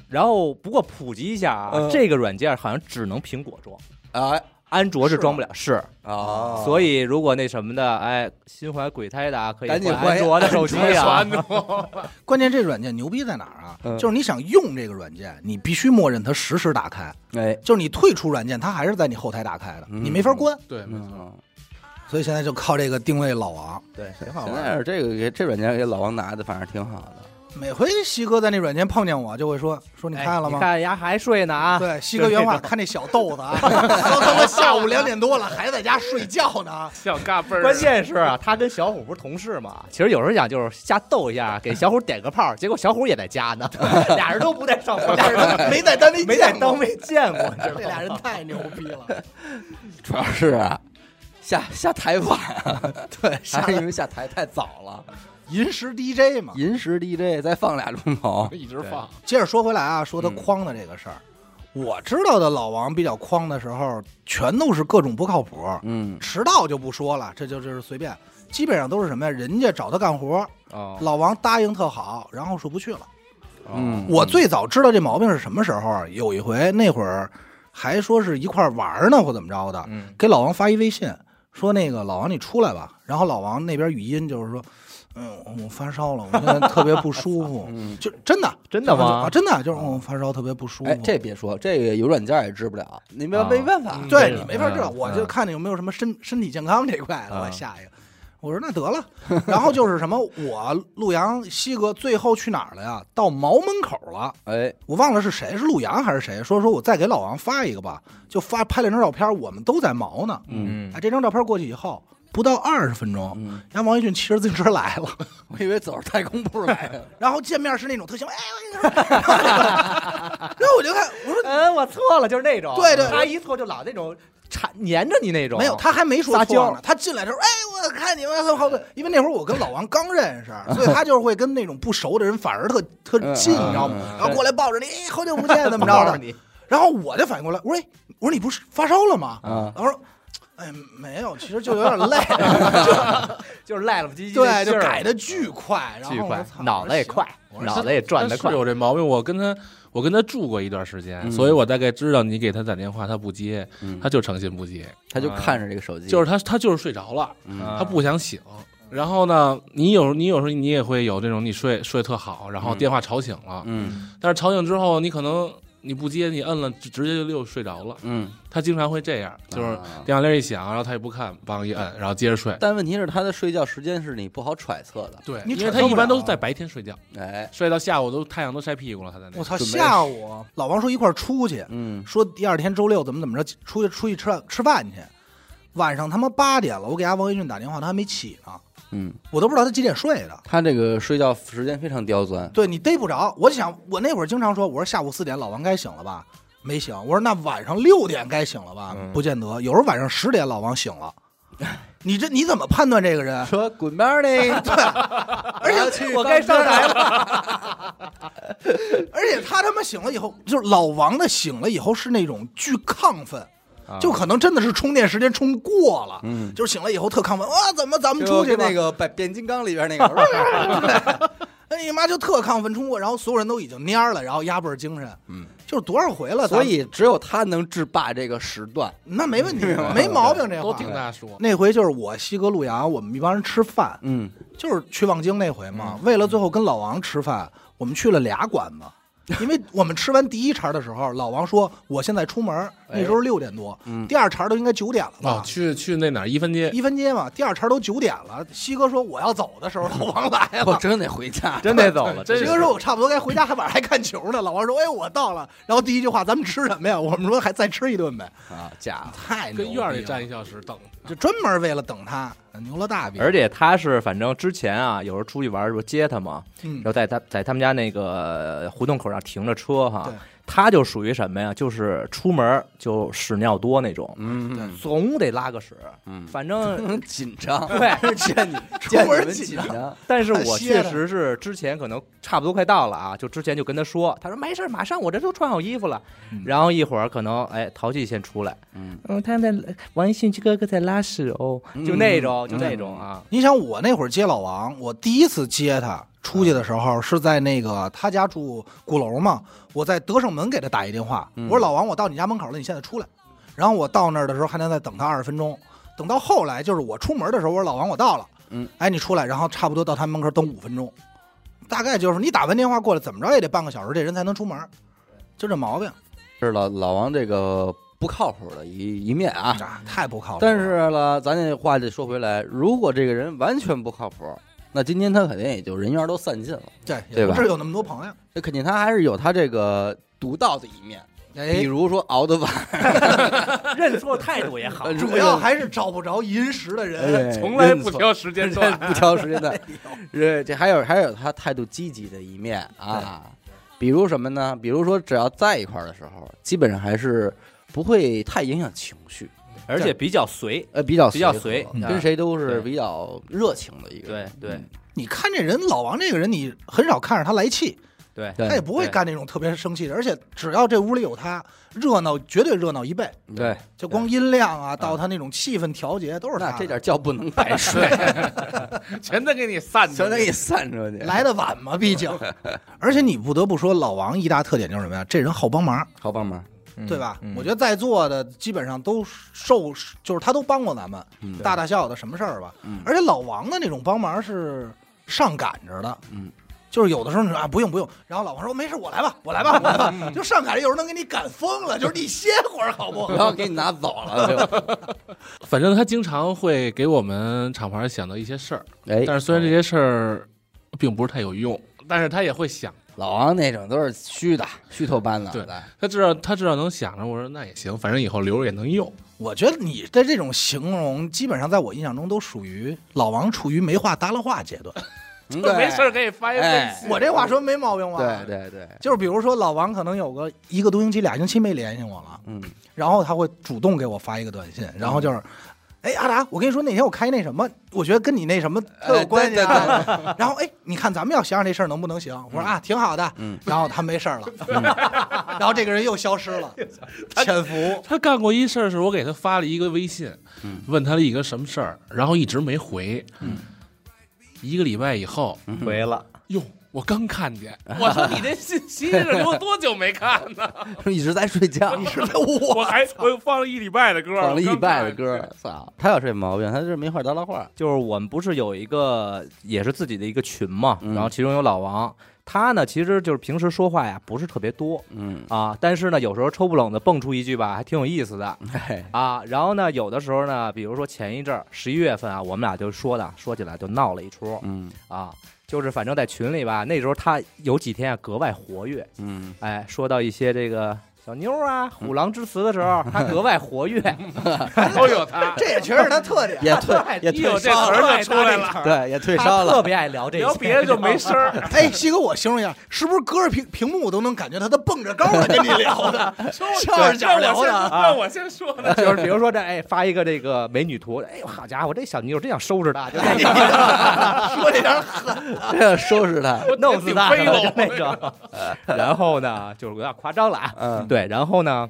S5: 然后不过普及一下啊，
S1: 嗯
S5: 这个软件好像只能苹果装，
S1: 哎
S5: 安卓是装不
S2: 啊
S5: 了，是，
S1: 哦
S5: 所以如果那什么的，哎，心怀鬼胎的啊，可以
S1: 赶紧
S5: 安
S1: 换
S5: 卓的手机啊
S4: 传，统
S2: 关键这软件牛逼在哪儿啊
S1: 嗯？
S2: 就是你想用这个软件，你必须默认它实时打开，
S1: 哎，
S2: 就是你退出软件，它还是在你后台打开的，
S1: 嗯
S2: 你没法关。
S4: 对，没错，
S1: 嗯，
S2: 所以现在就靠这个定位老王，
S1: 对，
S2: 挺好
S1: 现
S2: 玩
S1: 在是这个给这软件给老王拿的，反正挺好的。
S2: 每回西哥在那软件碰见我，就会说说你
S5: 哎
S2: 看了
S5: 你
S2: 吗？
S5: 看人家还睡呢啊，
S2: 对，西哥原话，看这小豆子啊，都他妈下午两点多了，还在家睡觉呢。啊
S4: 小嘎嘣儿。
S5: 关键是啊，他跟小虎不是同事嘛？其实有时候想就是瞎逗一下，给小虎点个炮，结果小虎也在家 呢，俩人都不在上班，俩人都
S2: 没在单位
S5: 没在
S2: 见
S5: 当
S2: 过，
S5: 没见 过，知
S2: 这
S5: 道吗
S2: 俩人太牛逼了。
S1: 主要是啊，下下台晚，
S2: 对，
S1: 还
S2: 下
S1: 是因为下台太早了。
S2: 银石 DJ 嘛。
S1: 银石 DJ 再放俩钟头，
S4: 一直放，
S2: 接着说回来啊，
S1: 嗯
S2: 说他框的这个事儿，我知道的老王比较框的时候，全都是各种不靠谱，
S1: 嗯，
S2: 迟到就不说了，这就就是随便，基本上都是什么呀？人家找他干活，
S5: 哦
S2: 老王答应特好，然后说不去了。
S1: 嗯，
S2: 我最早知道这毛病是什么时候啊？有一回那会儿还说是一块儿玩儿呢，或怎么着的，
S5: 嗯
S2: 给老王发一微信说那个老王你出来吧，然后老王那边语音就是说，嗯，我发烧了，我现在特别不舒 服
S1: 嗯，
S2: 就真的
S5: 真的吗哦
S2: 啊，真的就是我发烧特别不舒服。
S1: 哎，这别说，这个有软件也治不了，你没没办法。
S2: 对
S4: 嗯
S2: 你没法知道，
S5: 嗯
S2: 我就看你有没有什么身身体健康这一块的，
S5: 嗯
S2: 我下一个。我说那得了，然后就是什么，我陆阳西哥最后去哪儿了呀？到毛门口了，
S1: 哎，
S2: 我忘了是谁，是陆阳还是谁，说说我再给老王发一个吧，就发拍了张照片，我们都在毛呢。
S1: 嗯
S2: 哎，这张照片过去以后，不到二十分钟，
S1: 嗯，
S2: 人家王一迅骑着自行车来了，
S1: 我以为走着太空步来的。
S2: 然后见面是那种特兴奋，哎，我跟你说然后我就看，我说
S5: 嗯，我错了，就是那种，
S2: 对对
S5: 他一错就老那种缠粘着你那种，
S2: 没有，他还没说
S5: 撒
S2: 错
S5: 娇
S2: 呢。他进来的时候，哎，我看你们很好 的，因为那会儿我跟老王刚认识，所以他就是会跟那种不熟的人反而特特近，
S1: 嗯
S2: 你知道吗
S1: 嗯嗯？
S2: 然后过来抱着你，哎好久不见，怎么着
S5: 抱着
S2: 的？
S5: 你，
S2: 然后我就反应过来，我说，哎，我说你不是发烧了吗？
S5: 嗯
S1: 啊，
S2: 然后说，哎，没有，其实就有点累，
S5: 就是赖了吧唧唧，
S2: 对，就改的巨快，然
S5: 嗯巨
S2: 后我
S5: 快
S2: 操，
S5: 脑子也，快，
S2: 我说
S5: 脑子也转得
S4: 他
S5: 快
S4: 是，有这毛病。我跟他，我跟他住过一段时间，
S1: 嗯
S4: 所以我大概知道你给他打电话，他不接，
S1: 嗯
S4: 他就诚心不接，
S1: 他啊就看着这个手机，
S4: 就是他他就是睡着了，
S1: 嗯
S4: 他不想醒。然后呢，你有你有时候你也会有这种你睡睡特好，然后
S1: 嗯
S4: 电话吵醒了，
S1: 嗯
S4: 但是吵醒之后你可能你不接，你摁了直直接就又睡着了。
S1: 嗯，
S4: 他经常会这样，就是
S1: 啊
S4: 电话铃一响，然后他也不看，梆一摁，然后接着睡。
S1: 但问题是他的睡觉时间是你不好揣测的，
S4: 对，
S2: 你
S4: 因为
S2: 揣
S4: 他
S2: 测
S4: 一
S2: 不
S4: 般
S2: 了
S4: 都是在白天睡觉，
S1: 哎，
S4: 睡到下午都太阳都晒屁股了，他在那
S2: 我。操，
S1: 准备
S2: 下午老王说一块儿出去，
S1: 嗯
S2: 说第二天周六怎么怎么着，出去出去吃饭吃饭去。晚上他妈八点了，我给阿王一迅打电话，他还没起呢，
S1: 嗯，
S2: 我都不知道他几点睡的。
S1: 他这个睡觉时间非常刁钻，？
S2: 对你逮不着，我想我那会儿经常说，我说下午四点老王该醒了吧，没醒。我说那晚上六点该醒了吧，
S5: 嗯
S2: 不见得。有时候晚上十点老王醒了，你这你怎么判断这个 人
S1: 说 Good morning，
S2: 而且
S5: 我该上台了，
S2: 而且他他妈醒了以后，就是老王的醒了以后是那种巨亢奋，就可能真的是充电时间充过了，
S1: 啊嗯，
S2: 就是醒来以后特亢奋，哇，怎么咱们出
S1: 就
S2: 去
S1: 跟
S2: 吧
S1: 那？个《百变金刚》里边那 个，
S2: 哎你妈就特亢奋冲过，然后所有人都已经蔫儿了，然后压倍儿精神，
S1: 嗯，
S2: 就是多少回了，
S1: 所以只有他能制霸这时段。
S2: 咱那没 问题，没毛病这
S4: 都
S2: 话。
S4: 听他说，
S2: 那回就是我西哥路阳，我们一帮人吃饭，
S1: 嗯，
S2: 就是去望京那回
S4: 嗯
S2: 嘛。为了最后跟老王吃饭，我们去了俩馆子，因为我们吃完第一茬的时候，老王说我现在出门儿，那时候六点多，
S1: 嗯
S2: 第二茬都应该九点了吧
S4: 哎哦，？去去那哪儿一分街，
S2: 一分街嘛，第二茬都九点了。西哥说我要走的时候，老王来
S1: 我
S2: 了。
S1: 真得回家。
S5: 真得走 了，
S4: 嗯真
S2: 西哥说：“我差不多该回家，还晚上还看球呢。”老王说：“哎，我到了。”然后第一句话：“咱们吃什么呀？”我们说：“还再吃一顿呗。
S1: 啊，家伙”，
S2: 太牛
S4: 跟
S2: 逼
S4: 院儿里站
S2: 了，
S4: 一啊小时等。
S2: 就专门为了等他，牛了大逼。
S5: 而且他是反正之前啊，有时候出去玩儿，我接他嘛，
S2: 嗯
S5: 然，后在他在他们家那个呃胡同口上停着车哈
S2: 对，
S5: 他就属于什么呀？就是出门儿就屎尿多那种，
S1: 嗯
S5: 总得拉个屎，
S1: 嗯，
S5: 反正。
S1: 嗯，紧张，
S5: 对，
S1: 见你
S2: 出
S1: 见你
S2: 门
S1: 们
S2: 紧
S1: 紧
S2: 张
S1: 张，
S5: 但是
S2: 他
S5: 我
S2: 歇
S5: 确
S2: 着
S5: 实是之前可能差不多快到了啊，就之前就跟他说，他说没事儿，马上我这都穿好衣服了。然后一会儿可能哎，淘气先出来，
S1: 嗯
S5: 他在王一迅哥哥在拉屎哦，就那种就那种啊，
S2: 你想我那会儿接老王，我第一次接他出去的时候是在那个他家住鼓楼嘛，我在德胜门给他打一电话，
S1: 嗯
S2: 我说老王，我到你家门口了，你现在出来。然后我到那儿的时候还能再等他二十分钟，等到后来就是我出门的时候，我说老王我到了，
S1: 嗯，
S2: 哎你出来，然后差不多到他门口等五分钟，大概就是你打完电话过来，怎么着也得半个小时，这人才能出门，就这毛病
S1: 是老老王这个不靠谱的一一面啊。
S2: 啊，太不靠谱了。
S1: 但是呢，咱这话得说回来，如果这个人完全不靠谱，那今天他肯定也就人缘都散尽了。
S2: 对
S1: 对
S2: 也
S1: 吧
S2: 不是有那么多朋友，
S1: 这肯定他还是有他这个独到的一面，比
S2: 哎，
S1: 如说熬得 晚，
S5: 认错态度也好
S1: 呃
S2: 主要还是找不着银石的人。哎
S1: 哎
S4: 从来不挑时间段，
S1: 不挑时间段。 这这还有还有他态度积极的一面啊，比如什么呢？比如说只要在一块儿的时候，基本上还是不会太影响情绪，
S5: 而且比较随。
S1: 呃，比较
S5: 比较
S1: 和
S5: 随嗯
S1: 跟谁都是
S5: 对
S1: 比较热情的一个人。
S5: 对对
S2: 你看这人老王这个人，你很少看着他来气，
S5: 对，
S1: 哎对
S2: 他也不会干那种特别生气的。而且只要这屋里有他，热闹绝对热闹一倍。
S5: 对，
S2: 就光音量啊，到他那种气氛调节都是他
S1: 那
S2: 的。
S1: 这点觉不能白睡，
S4: 全都给你散着。
S1: 全得给散出去。
S2: 来的晚嘛，毕竟。而且你不得不说，老王一大特点就是什么呀？这人好帮忙，
S1: 好帮忙，
S2: 对吧？
S1: 嗯
S2: 我觉
S5: 得
S2: 得在座的基本上都受，就是他都帮过咱们
S1: 嗯
S2: 大大小小的什么事儿吧
S1: 嗯。
S2: 而且老王的那种帮忙是上赶着的，
S1: 嗯。
S2: 就是有的时候你说啊不用不用，然后老王说没事我 来吧我来吧我来吧， 就上赶着有时候能给你赶疯了，就是你歇会儿好不 好？
S1: 然后给你拿走了就。
S4: 反正他经常会给我们厂牌想到一些事儿，
S1: 哎，
S4: 但是虽然这些事儿并不是太有用，但是他也会想。
S1: 老王那种都是虚的，虚头巴脑的。
S4: 他知道他知道能想着，我说那也行，反正以后留着也能用。
S1: 嗯
S2: 我觉得你的这种形容，基本上在我印象中都属于老王处于没话搭了话阶 段。
S1: 嗯
S4: 没事儿，可以翻一
S1: 哎
S4: 分析。
S2: 我这话说没毛病吧？
S1: 对，对对，
S2: 就是比如说老王可能有个一个多星期、俩星期没联系我了，
S1: 嗯，
S2: 然后他会主动给我发一个短信，然后就是。哎，阿达，我跟你说，那天我开那什么，我觉得跟你那什么特有关系
S1: 哎对
S2: 啊。 然后，哎，你看咱们要想想这事儿能不能行？我说啊，挺好的。
S1: 嗯
S2: 然后他没事儿了， 然后这个人又消失了，潜伏。
S4: 他干过一事儿，是我给他发了一个微信，
S1: 嗯
S4: 问他了一个什么事儿，然后一直没回。
S1: 嗯
S4: 一个礼拜以后，
S5: 回了，
S4: 哟，我刚看 见，我说你这信息是留多久没看呢？
S1: 一直在睡觉，
S4: 我还我放了一礼拜的歌，
S1: 放了一
S4: 我刚看
S1: 拜的歌，操，他有这毛病，他就是没话搭拉话。
S5: 就是我们不是有一个也是自己的一个群嘛，
S1: 嗯
S5: 然后其中有老王，他呢其实就是平时说话呀不是特别多
S1: 嗯，
S5: 啊，但是呢有时候抽不冷的蹦出一句吧，还挺有意思的
S4: 嗯
S1: 哎，
S5: 啊。然后呢有的时候呢，比如说前一阵儿十一月份啊，我们俩就说的说起来就闹了一出
S1: 嗯
S5: 啊，就是反正在群里吧，那时候他有几天啊格外活跃，
S1: 嗯，
S5: 哎，说到一些这个。小妞啊，
S4: 嗯
S5: 虎狼之词的时候，他格外 活跃，
S4: 都有他。
S2: 这也全是他特点。
S1: 也退 也
S4: 一
S1: 退
S4: 有这词
S1: 烧
S4: 儿
S1: 了，
S4: 就出来了，
S1: 对，也退
S5: 他
S1: 烧
S5: 特
S1: 了。
S5: 别爱聊这些，
S4: 聊别的就没声 儿。
S2: 哎，西哥，我形容一下，是不是隔着屏屏幕我都能感觉他他蹦着高的跟你聊的， 翘着脚聊的？
S1: 啊
S4: 那我先说 呢，
S5: 就是比如说这哎发一个这个美女图，哎呦好家伙，这小妞真想收拾她，就那个
S2: 说这点儿
S1: 要收拾他，
S5: 弄死她，
S4: 顶飞
S5: 就
S4: 了
S5: 那个。然后呢，就是有点夸张了啊。
S1: 嗯，
S5: 对，然后呢，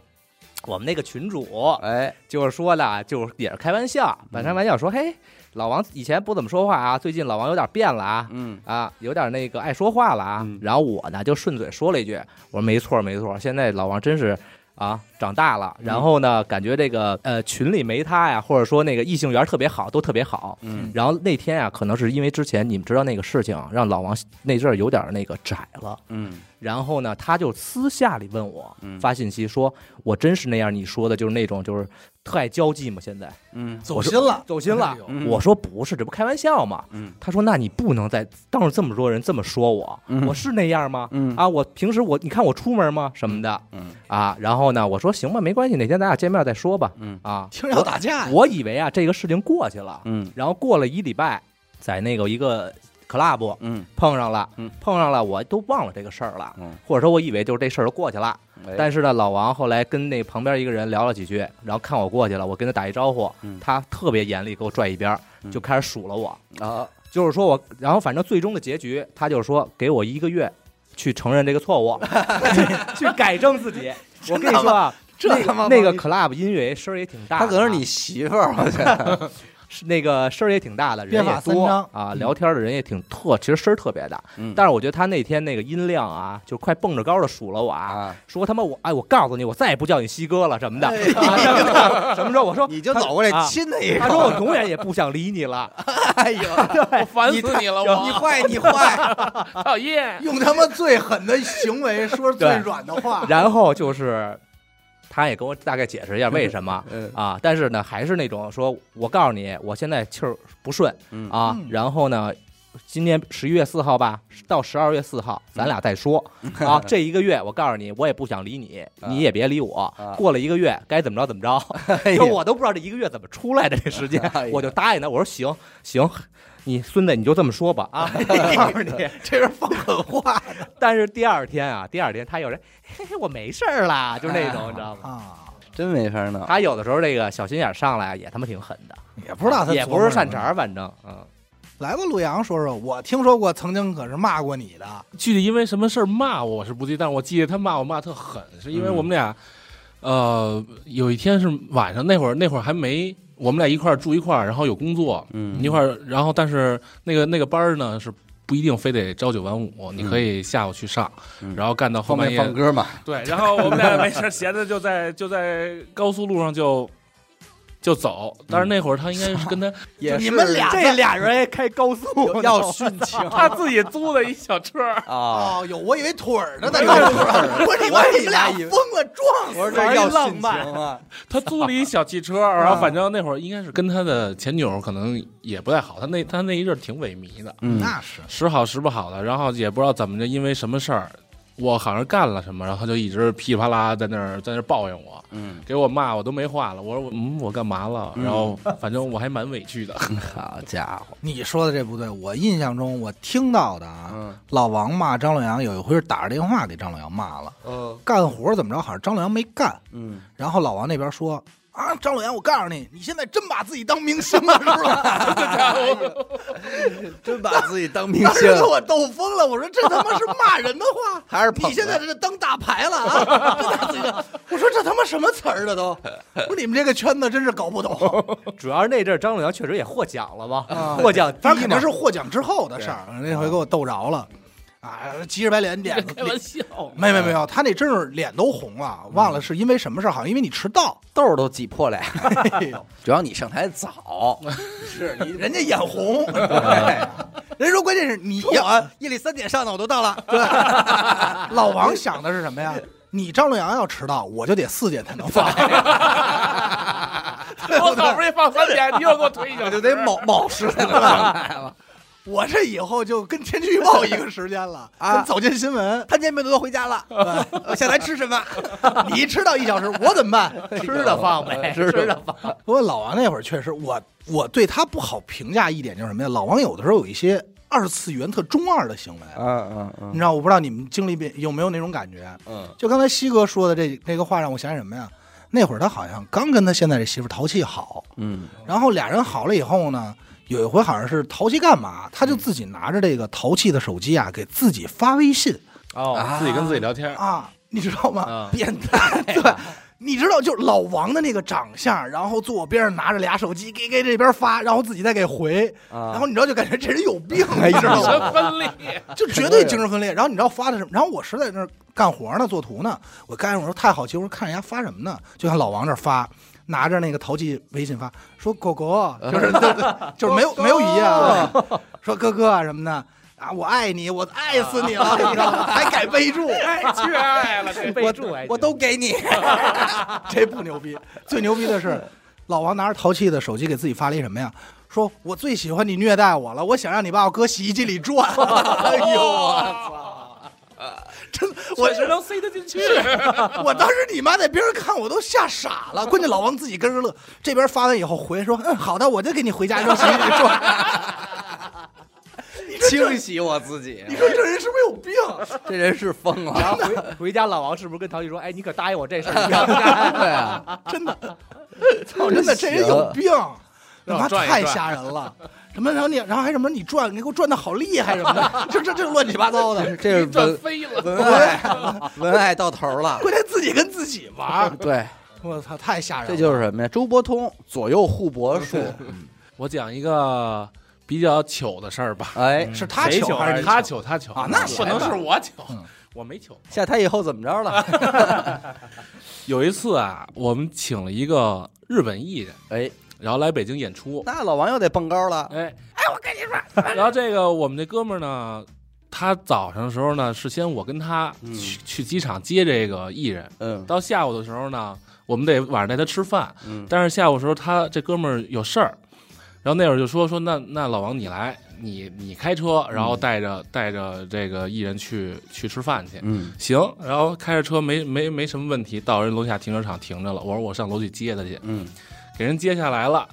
S5: 我们那个群主
S1: 哎，
S5: 就是说呢，就是也是开玩笑，半开玩笑说，嘿，老王以前不怎么说话啊，最近老王有点变了啊，
S1: 嗯，
S5: 啊，有点那个爱说话了啊。
S4: 嗯
S5: 然后我呢就顺嘴说了一句，我说没错没错，现在老王真是啊长大了。然后呢，感觉这个呃群里没他呀，或者说那个异性缘特别好，都特别好。
S1: 嗯，
S5: 然后那天啊，可能是因为之前你们知道那个事情，让老王那阵儿有点那个窄了。
S1: 嗯，
S5: 然后呢，他就私下里问我
S1: 嗯
S5: 发信息说，我真是那样你说的，就是那种就是特爱交际嘛，现在。
S1: 嗯，
S2: 走心了，
S5: 走心了
S2: 哎呦
S1: 嗯
S5: 我说不是，这不开玩笑吗？
S1: 嗯，
S5: 他说那你不能再当着这么多人这么说我，
S1: 嗯
S5: 我是那样吗？
S1: 嗯
S5: 啊，我平时我你看我出门吗？什么的
S1: 嗯，
S5: 啊，然后呢，我说行吧，没关系，哪天咱俩见面再说吧。
S1: 嗯
S5: 啊，
S2: 听着要打架呀，
S5: 我以为啊这个事情过去了，
S1: 嗯，
S5: 然后过了一礼拜，在那个一个 club
S1: 嗯，
S5: 碰上了，
S1: 嗯
S5: 碰上了，我都忘了这个事儿了，
S1: 嗯
S5: 或者说我以为就是这事儿就过去了，
S1: 哎
S5: 但是呢，老王后来跟那旁边一个人聊了几句，然后看我过去了，我跟他打一招呼，
S1: 嗯
S5: 他特别严厉给我拽一边儿，
S1: 嗯
S5: 就开始数了我，
S1: 啊，
S5: 就是说我，然后反正最终的结局，他就是说给我一个月去承认这个错 误，去去改正自己。我跟你说啊，那
S1: 他妈
S5: 那个 club 因为声儿也挺大的
S1: 他
S5: 啊，
S1: 可能是你媳妇儿，我觉得，
S5: 是那个声儿也挺大的，人
S2: 变
S5: 也
S2: 法三
S5: 多
S2: 章嗯
S5: 啊，聊天的人也挺特，其实声儿特别大。
S1: 嗯
S5: 但是我觉得他那天那个音量啊，就快蹦着高的数了我啊，
S1: 啊，
S5: 说他妈我哎，我告诉你，我再也不叫你西哥了什么的，
S2: 哎
S5: 啊什么的什么时候我说
S1: 你就走过来
S5: 啊
S1: 亲他一
S5: 他
S1: 口，
S5: 说我永远也不想理你了，
S1: 哎呦，
S4: 我烦死你了，
S1: 你
S4: 我
S1: 坏你坏，
S4: 讨厌。
S2: 用他妈最狠的行为说最
S5: 对
S2: 软的话，
S5: 然后就是他也跟我大概解释一下为什么
S1: 嗯
S5: 啊，但是呢，还是那种说我告诉你，我现在气儿不顺
S1: 嗯
S5: 啊
S2: 嗯，
S5: 然后呢。今年十一月四号吧，到十二月四号，咱俩再说、啊。这一个月，我告诉你，我也不想理你，你也别理我。
S1: 啊
S5: 过了一个月，该怎么着怎么着。
S1: 哎
S5: 说
S1: 呦
S5: 我都不知道这一个月怎么出来的这时间，
S1: 哎呀
S5: 我就答应他，我说行行，你孙子你就这么说吧啊，告诉你。
S2: 这是放狠话
S5: 但是第二天啊，第二天他有人，嘿嘿，我没事儿啦，就是那种你知道吗？
S2: 啊，
S1: 真没法弄，
S5: 他有的时候这个小心眼儿上来也他妈挺狠的，
S2: 也不知道他
S5: 啊也
S2: 琢磨
S5: 不是善
S2: 什么
S5: 茬，儿，反正嗯，
S2: 来吧，陆阳说说，我听说过曾经可是骂过你的，
S4: 具体因为什么事儿骂我，我是不记得，但是我记得他骂我骂特狠，是
S1: 嗯
S4: 因为我们俩，呃，有一天是晚上那会儿，那会儿还没我们俩一块儿住一块儿，然后有工作
S1: 嗯
S4: 一块儿，然后但是那个那个班儿呢是不一定非得朝九晚五，你可以下午去上，
S1: 嗯
S4: 然后干到后
S1: 方
S4: 半
S1: 便
S4: 夜
S1: 放歌嘛，
S4: 对，然后我们俩没事儿闲着就在就在高速路上就就走，但是那会儿他应该是跟他
S1: 也
S2: 你们俩
S5: 这俩人还开高速呢
S2: 要殉 情
S4: 嗯他自己租的一小车儿，
S1: 啊，
S2: 哦，有我以为腿儿呢，在那儿我说你妈
S1: 我
S2: 你
S1: 以
S2: 们俩
S1: 为
S2: 疯了，撞死
S1: 我说这
S2: 了
S1: 要
S5: 浪
S1: 殉情
S5: 漫
S1: 啊，
S4: 他租了一小汽车，然后反正那会儿应该是跟他的前女友可能也不太好，他那他那一阵儿挺萎靡的，
S1: 嗯
S2: 那是
S4: 时好时不好的，然后也不知道怎么着，因为什么事儿，我好像干了什么，然后他就一直噼里啪啦在那儿在那儿抱怨我，
S1: 嗯，
S4: 给我骂我都没话了，我说我嗯我干嘛了，
S1: 嗯
S4: 然后反正我还蛮委屈的，
S1: 好家伙，
S2: 你说的这不对，我印象中我听到的啊，
S1: 嗯
S2: 老王骂张洛阳有一回是打着电话给张洛阳骂了，
S5: 嗯，
S2: 干活怎么着，好像张洛阳没干，
S1: 嗯，
S2: 然后老王那边说。啊，张洛阳，我告诉你，你现在真把自己当明星了，是吧？
S1: 真把自己当明
S2: 当时
S1: 星
S2: 给，我逗疯了，我说这他妈是骂人的 话，
S1: 还是捧
S2: 你现在
S1: 的
S2: 这当大牌了啊！真打自己的我说这他妈什么词儿了都？ 我说你们这个圈子真是搞不 懂，
S5: 主要是那阵儿张洛阳确实也获奖了嘛，
S2: 啊
S5: 获奖第
S2: 反正
S5: 一
S2: 肯定
S5: 嘛
S2: 是，获奖之后的事儿。那回给我逗着了，啊，急着白脸脸子
S4: 开，玩笑，
S2: 没没没有，他那真是脸都红了，忘了是因为什么事儿，好像因为你迟到，
S1: 豆儿都挤破脸，
S2: 哎呦
S1: 主要你上台早，
S2: 是 你人家眼红， 对人说关键是你
S1: 我夜里三点上的我都到了，
S2: 老王想的是什么呀？你张洛阳要迟到，我就得四点才能 放。
S4: 我早不容易放三点，你又给我推一
S1: 我
S4: 脚，
S1: 就得卯卯时才能上台了。
S2: 我这以后就跟天气预报一个时间了，
S1: 啊
S2: 跟早间 新闻。
S1: 看见面都回家 了，我下台吃什么？
S2: 你一迟到一小时，我怎么 办？
S5: 吃的放呗，吃的放，
S2: 不过老王那会儿确实，我我对他不好评价一点就是什么呀？老王有的时候有一些二次元特中二的行为，
S1: 嗯
S2: 你
S1: 嗯
S2: 知道？我不知道你们经历没有没有那种感觉？
S1: 嗯
S2: 就刚才西哥说的这这个话，让我想起什么呀？那会儿他好像刚跟他现在这媳妇淘气好，
S1: 嗯
S2: 然后俩人好了以后呢，有一回好像是淘气干嘛，他就自己拿着这个淘气的手机啊，给自己发微信
S5: 哦
S1: 啊
S4: 自己跟自己聊天儿，
S2: 啊，你知道吗？
S5: 嗯
S1: 变态，
S2: 对，你知道，就是老王的那个长相，然后坐我边上拿着俩手机给给这边发，然后自己再给回，
S5: 啊，
S2: 然后你知道就感觉这人有病，你知道吗？
S4: 分裂，
S2: 就绝对精神分裂。然后你知道发的什么？然后我是在那儿干活呢，做图呢。我干我说太好奇，我说看人家发什么呢？就像老王这儿发，拿着那个淘气微信发，说狗狗，就是 就是没有没有语音啊，说哥哥啊什么的。啊，我爱你，我爱死你了，你知道吗？还改备注，
S4: 太缺爱了，这
S3: 备注还
S2: 我都给你，这不牛逼。最牛逼的是，老王拿着淘气的手机给自己发了一什么呀？说我最喜欢你虐待我了，我想让你把我搁洗衣机里转。 哎呦我操！真的，我
S4: 只能塞得进去。
S2: 我当时你妈在边上看，我都吓傻了。关键老王自己跟着乐，这边发完以后回说：“嗯，好的，我就给你回家扔洗衣机里转。
S1: 清洗我自己”，
S2: 你说这人是不是有病？
S1: 这人是疯了。
S3: 然后回回家，老王是不是跟淘气说：“哎，你可答应我这事儿
S1: 对啊，
S2: 真的，操，真的，这人有病，他妈
S4: 转一
S2: 太
S4: 转
S2: 吓人了。什么？然后你，然后还什么？你转，你给我转的好厉害什么的，就这这乱七八糟的。
S1: 这是
S4: 转
S1: 文
S4: 飞了，
S1: 文爱，文爱到头了。
S2: 关键自己跟自己玩，
S1: 对，
S2: 我操，太吓人了。
S1: 这就是什么呀？周伯通左右互搏术。
S4: 我讲一个比较糗的事儿吧。
S1: 哎，
S2: 是他
S3: 谁
S2: 糗
S3: 糗
S2: 还是你
S4: 他？糗，他糗
S2: 啊那
S4: 不能
S2: 行
S4: 是我糗
S2: 嗯，
S4: 我没糗。
S1: 下台以后怎么着了？
S4: 有一次啊，我们请了一个日本艺人，
S1: 哎，
S4: 然后来北京演出。
S1: 那老王又得蹦高了。
S4: 哎哎，我跟 你说，然后这个我们这哥们儿呢，他早上的时候呢，是先我跟他
S1: 嗯
S4: 去去机场接这个艺人，
S1: 嗯
S4: 到下午的时候呢，我们得晚上带他吃饭，
S1: 嗯，
S4: 但是下午的时候他这哥们儿有事儿，然后那会儿就说说那那老王你来，你你开车，然
S1: 嗯
S4: 后带着、带着这个艺人去去吃饭去。
S1: 嗯
S4: 行，然后开着车没没没什么问题，到人楼下停车场停着了。我说我上楼去接他去，
S1: 嗯
S4: 给人接下来了。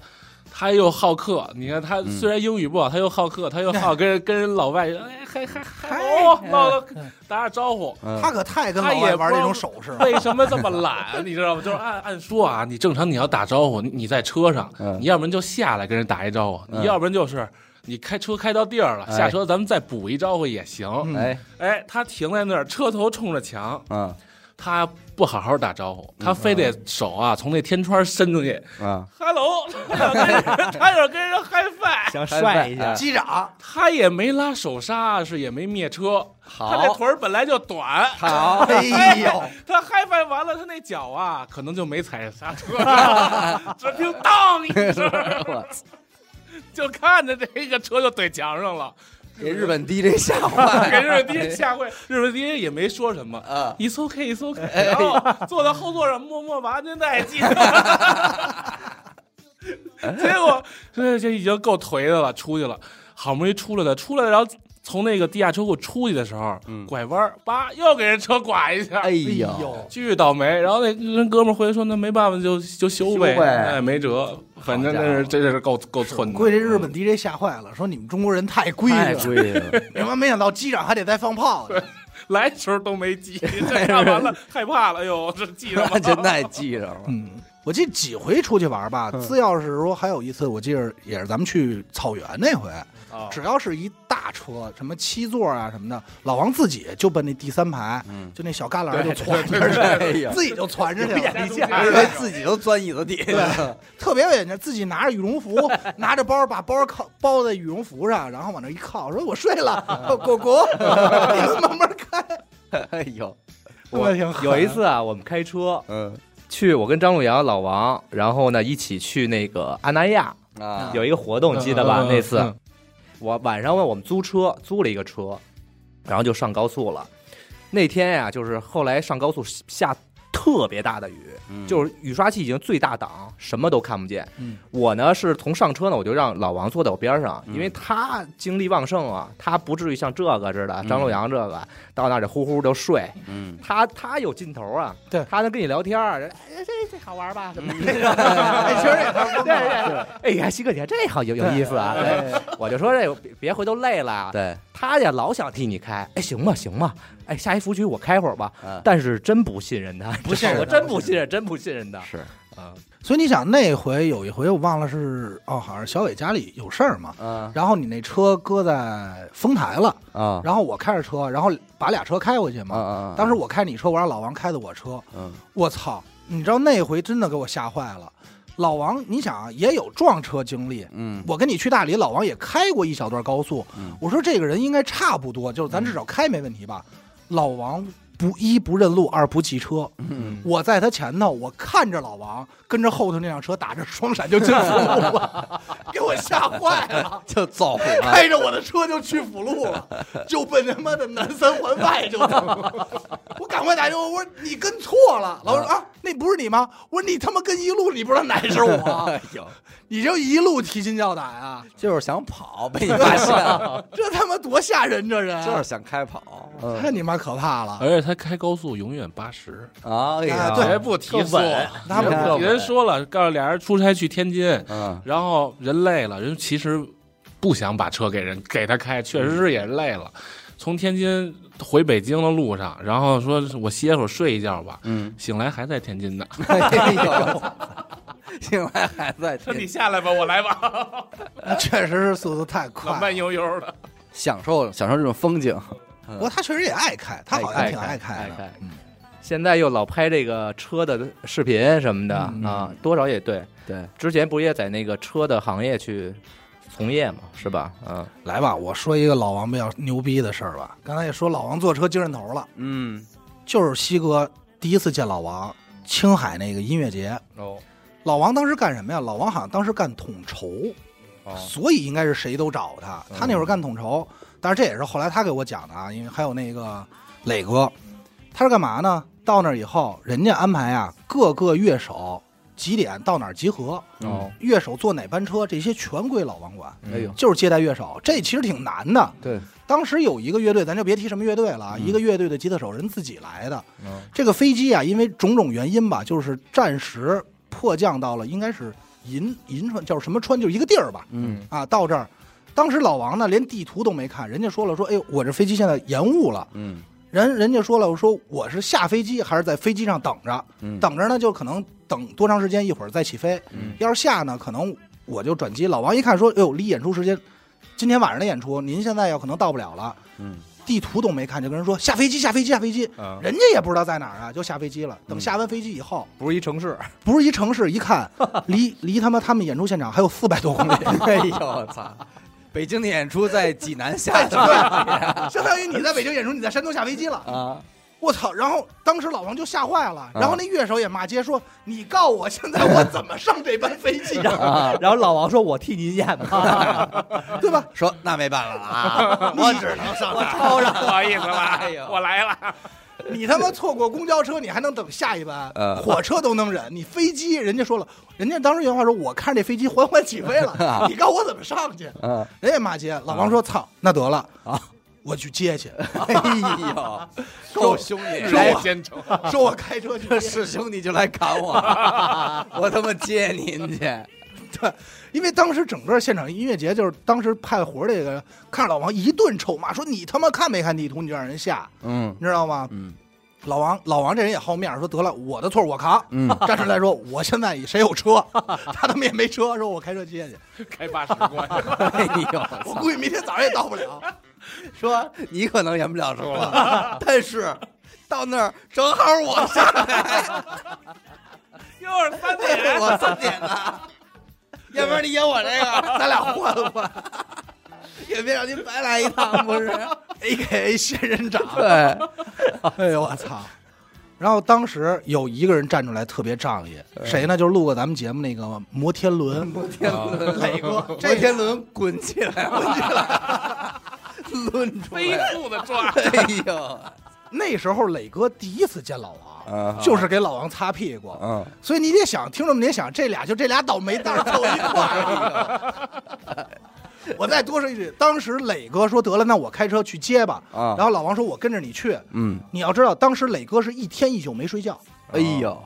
S4: 他又好客，你看他
S1: 嗯
S4: 虽然英语不好，他又好客，他又 好跟人跟人老外，哎，还还还哦，老老打打招呼，
S1: 嗯，
S2: 他可太跟老外玩这种手势了。
S4: 为什么这么懒？你知道吗？ 就是按按说啊，你正常你要打招呼，你你在车上，
S1: 嗯
S4: 你要不然就下来跟人打一招呼，
S1: 嗯
S4: 你要不然就是你开车开到地儿了，
S1: 哎
S4: 下车咱们再补一招呼也行。
S2: 嗯
S1: 哎
S4: 哎，他停在那儿，车头冲着墙，
S1: 嗯
S4: 他不好好打招呼，他非得手啊从那天窗伸出去
S1: 啊，
S4: ，hello，他 想跟人他想跟人 high five，
S5: 想帅一下，
S2: 机长，
S4: 他也没拉手刹，是也没灭车，他那
S1: 好
S4: 腿儿本来就短，
S1: 好，
S2: 哎呦，
S4: 他嗨翻完了，他那脚啊，可能就没踩刹 车，只听当一声，
S1: 我操
S4: 就看着这个车就怼墙上了，
S1: 给日本 DJ 吓坏
S4: 给日本 DJ 吓坏。日本 DJ 也没说什么
S1: 哎啊！哎
S4: ，It's OK, It's OK，然后坐到后座上，默默把安全带 系上。结果这这已经够颓的了，出去了，好不容易出来了，出来然后从那个地下车库出去的时候，
S1: 嗯
S4: 拐弯儿，叭又给人车剐一下，
S1: 哎
S2: 哎
S1: 呦，
S2: 呦，
S4: 巨倒霉。然后那人哥们儿回来说：“那没办法，就就修呗，
S1: 修呗
S4: 哎，没辙，反正那
S1: 好家伙
S4: 是真是够够寸的。
S2: 估计这日本 DJ 吓坏了，说你们中国人太规
S1: 太
S2: 矩了，
S1: 贵 了，
S2: 他妈没想到机长还得带放炮的。
S4: 来的时候都没记，这看完了害怕了，哎呦，这记上
S1: 那
S4: 了。
S1: 真太记上 了。
S2: 嗯，我记得几回出去玩吧，
S1: 嗯
S2: 只要是说还有一次，我记着也是咱们去草原那回，
S5: 哦
S2: 只要是一大车，什么七座啊什么的，老王自己就奔那第三排，
S1: 嗯，
S2: 就那小旮旯就攒着
S1: 哎
S2: 去，
S1: 呀，
S2: 自己就攒着去了，哎
S1: 因为哎自己都钻椅子底下了。
S2: 特别有眼镜，自己拿着羽绒服，拿着包，把包靠包在羽绒服上，然后往那一靠，说我睡
S5: 嗯
S2: 了，果 果，你们慢慢开，
S1: 哎呦，
S2: 我挺狠
S5: 有一次啊，我们开车
S1: 嗯
S5: 去，我跟张璐阳、老王，然后呢一起去那个阿那亚，
S1: 啊，
S5: 有一个活动，记得吧？
S4: 嗯嗯嗯
S5: 那次、
S4: 嗯
S5: 我晚上我们租车，租了一个车，然后就上高速了。那天呀、就是后来上高速下特别大的雨，
S1: 是
S5: 就是雨刷器已经最大档，什么都看不见。
S2: 嗯
S5: 我呢是从上车呢，我就让老王坐在我边上，
S1: 嗯
S5: 因为他精力旺盛啊，他不至于像这个似的，
S1: 嗯
S5: 张洛阳这个到那儿就呼呼就睡，
S1: 嗯，
S5: 他他有劲头啊，
S2: 对
S5: 他能跟你聊天儿，哎这这好玩吧？什么的？
S2: 哎，其 实也他
S5: 对对对，哎呀，西哥，你看这好有有意思啊！对我就说这别别回头累了，啊
S1: 对，
S5: 他也老想替你开，哎，行吧行吧，哎，下一服务区我开会儿吧，
S1: 嗯
S5: 但是真不信任他，
S2: 不信任
S5: 我真不信任，真不信任他
S1: 是，
S5: 啊！
S2: 所以你想那回有一回我忘了是哦，好像是小伟家里有事儿嘛，
S1: 嗯
S2: 然后你那车搁在丰台了，
S1: 啊
S2: 然后我开着车，然后把俩车开回去
S1: 啊
S2: 嘛。
S1: 啊！
S2: 当时我开你车，我让老王开的我车，
S1: 嗯
S2: 我操，你知道那回真的给我吓坏了。老王，你想啊也有撞车经历，
S1: 嗯
S2: 我跟你去大理，老王也开过一小段高速。
S1: 嗯
S2: 我说这个人应该差不多，就是咱至少开没问题吧。老王不一不认路，二不骑车。
S1: 嗯，
S2: 我在他前头，我看着老王跟着后头那辆车打着双闪就进辅路了， 给我吓坏了。
S1: 就走了。
S2: 开着我的车就去辅路了，就奔他妈的南三环外就走了。我赶快打电话，我说你跟错了。老王
S1: 嗯
S2: 说啊，那不是你吗？我说你他妈跟一路，你不知道哪是我，
S1: 哎呦，
S2: 你就一路提心吊胆啊！
S1: 就是想跑，被你发现了，
S2: 这他妈多吓人，这人
S1: 就是想开跑。
S5: 嗯
S2: 太你妈可怕了。
S4: 而且他开高速永远八十，
S1: 啊，哎
S2: 啊
S1: 呀，
S2: 对
S4: 绝不提速。
S2: 他们
S1: 特
S4: 人说了，告诉俩人出差去天津，
S1: 嗯，
S4: 然后人累了，人其实不想把车给人给他开，确实是也累了。从天津回北京的路上，然后说我歇会儿睡一觉吧，
S1: 嗯，
S4: 醒来还在天津呢。
S5: 嗯
S1: 哎呦，醒来还在
S4: 说 你
S1: 听，
S4: 下来吧，我来 吧，
S2: 那确实是速度太快
S4: 慢慢
S2: 了。
S4: 悠悠的。
S1: 享受享受这种风景。
S2: 不过他确实也爱开，他好像挺爱
S5: 爱
S2: 的。
S5: 开
S2: 嗯，
S5: 现在又老拍这个车的视频什么的
S2: 嗯
S5: 啊，多少也对。
S1: 对，
S5: 之前不也在那个车的行业去从业嘛，是吧？嗯，
S2: 来吧，我说一个老王比较牛逼的事儿吧。刚才也说老王坐车精神头了。
S1: 嗯，
S2: 就是西哥第一次见老王，青海那个音乐节。
S5: 哦，
S2: 老王当时干什么呀？老王好像当时干统筹，
S5: 哦
S2: 所以应该是谁都找他。他那会儿干统筹，但是这也是后来他给我讲的啊，因为还有那个磊哥，他是干嘛呢？到那儿以后，人家安排啊，各个乐手几点到哪儿集合，
S1: 哦，
S2: 乐手坐哪班车，这些全归老王管。
S5: 嗯哎呦，
S2: 就是接待乐手，这其实挺难的。
S5: 对，
S2: 当时有一个乐队，咱就别提什么乐队了啊，一个乐队的吉他手人自己来的。这个飞机啊，因为种种原因吧，就是暂时迫降到了，应该是银银川，叫什么川，就是一个地儿吧。
S1: 嗯，
S2: 啊，到这儿，当时老王呢连地图都没看，人家说了说，哎呦，我这飞机现在延误了。
S1: 嗯，
S2: 人人家说了，我说我是下飞机还是在飞机上等着？
S1: 嗯
S2: 等着呢，就可能等多长时间，一会儿再起飞。
S1: 嗯
S2: 要是下呢，可能我就转机。老王一看说，哎呦，离演出时间，今天晚上的演出，您现在要可能到不了了。
S1: 嗯，啊
S2: 地图都没看，就跟人说下飞机，下飞机，下飞机。
S5: 嗯
S2: 人家也不知道在哪儿啊，就下飞机了。
S1: 嗯
S2: 等下完飞机以后，
S5: 不是一城市，
S2: 不是一城市，一看离离他妈他们演出现场还有四百多公里，
S1: 哎呦，我操！北京的演出在济南下 去
S2: 哎相当于你在北京演出，你在山东下飞机了。
S1: 啊，
S2: 我操！然后当时老王就吓坏了，然后那乐手也骂街说：“你告我，现在我怎么上这班飞机 啊？
S5: 然后老王说：“我替您演吧。
S2: 对吧？
S1: 说那没办法了啊， 我只能上我超上，不好意思了，哎呦，我来，
S2: 你他妈错过公交车，你还能等下一班
S1: 嗯？
S2: 火车都能忍，你飞机人家说了，人家当时原话说：‘我看这飞机缓缓起飞
S1: 啊
S2: 了，你告我怎么上去？’
S1: 嗯，
S2: 人也骂街。老
S1: 啊
S2: 王说：‘操，那得了啊，我去接去。’
S1: 哎 呦，够兄
S4: 哎
S1: 弟，
S2: 来
S4: 先成。
S2: 说我开车 去接
S1: 这是兄弟就来砍 我，我他妈接您去。
S2: 对，因为当时整个现场音乐节就是当时派活儿这个，看着老王一顿臭骂，说你他妈看没看地图，你就让人下，
S1: 嗯
S2: 你知道吗？
S1: 嗯
S2: 老王，老王这人也好面儿，说得了，我的错我 扛。
S1: 嗯，
S2: 站出来说，我现在谁有车， 他他妈也没车，说我开车接去，
S4: 开八十关，
S1: 哎呦，
S2: 我估计明天早上也到不 了。
S1: 说你可能演不了什么 了，但是到那儿正好我上 来，
S4: 又是三 点。
S1: 我三点了， 要不然你演我这个， 咱俩换换， 也别让您白来一趟，不是
S2: A K A 哎仙人掌，
S1: 对，
S2: 哎呦我操！然后当时有一个人站出来特别仗义，谁呢？就是录过咱们节目那个摩天轮，
S1: 天伦磊哥，啊摩天轮滚起来，滚起来，抡出
S4: 飞
S1: 来，
S4: 速的抓，
S1: 哎呦，
S2: 那时候磊哥第一次见老王，
S1: 嗯
S2: 就是给老王擦屁股，
S1: 嗯，
S2: 所以你得想，听众们得想，这俩就这俩倒霉蛋儿凑一块儿。 我再多说一句，当时磊哥说得了，那我开车去接吧。
S1: 啊
S2: 然后老王说，我跟着你去。
S1: 嗯，
S2: 你要知道，当时磊哥是一天一宿没睡觉，
S1: 哎呦，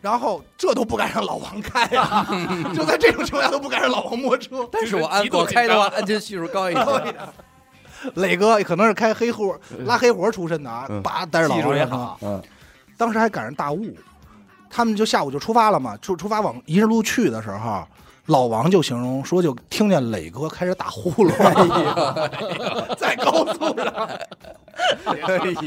S2: 然后这都不敢让老王开啊，就在这种情况下都不敢让老王摸车。
S1: 但是我按我开的话，安全系数高一些。
S2: 磊哥可能是开黑活、拉黑活出身的啊
S1: 嗯，
S2: 叭、但是老王也啊好，
S1: 嗯
S2: 当时还赶上大雾，他们就下午就出发了嘛，就出发往一日路去的时候，老王就形容说，就听见磊哥开始打呼
S1: 哎
S2: 噜，在高速上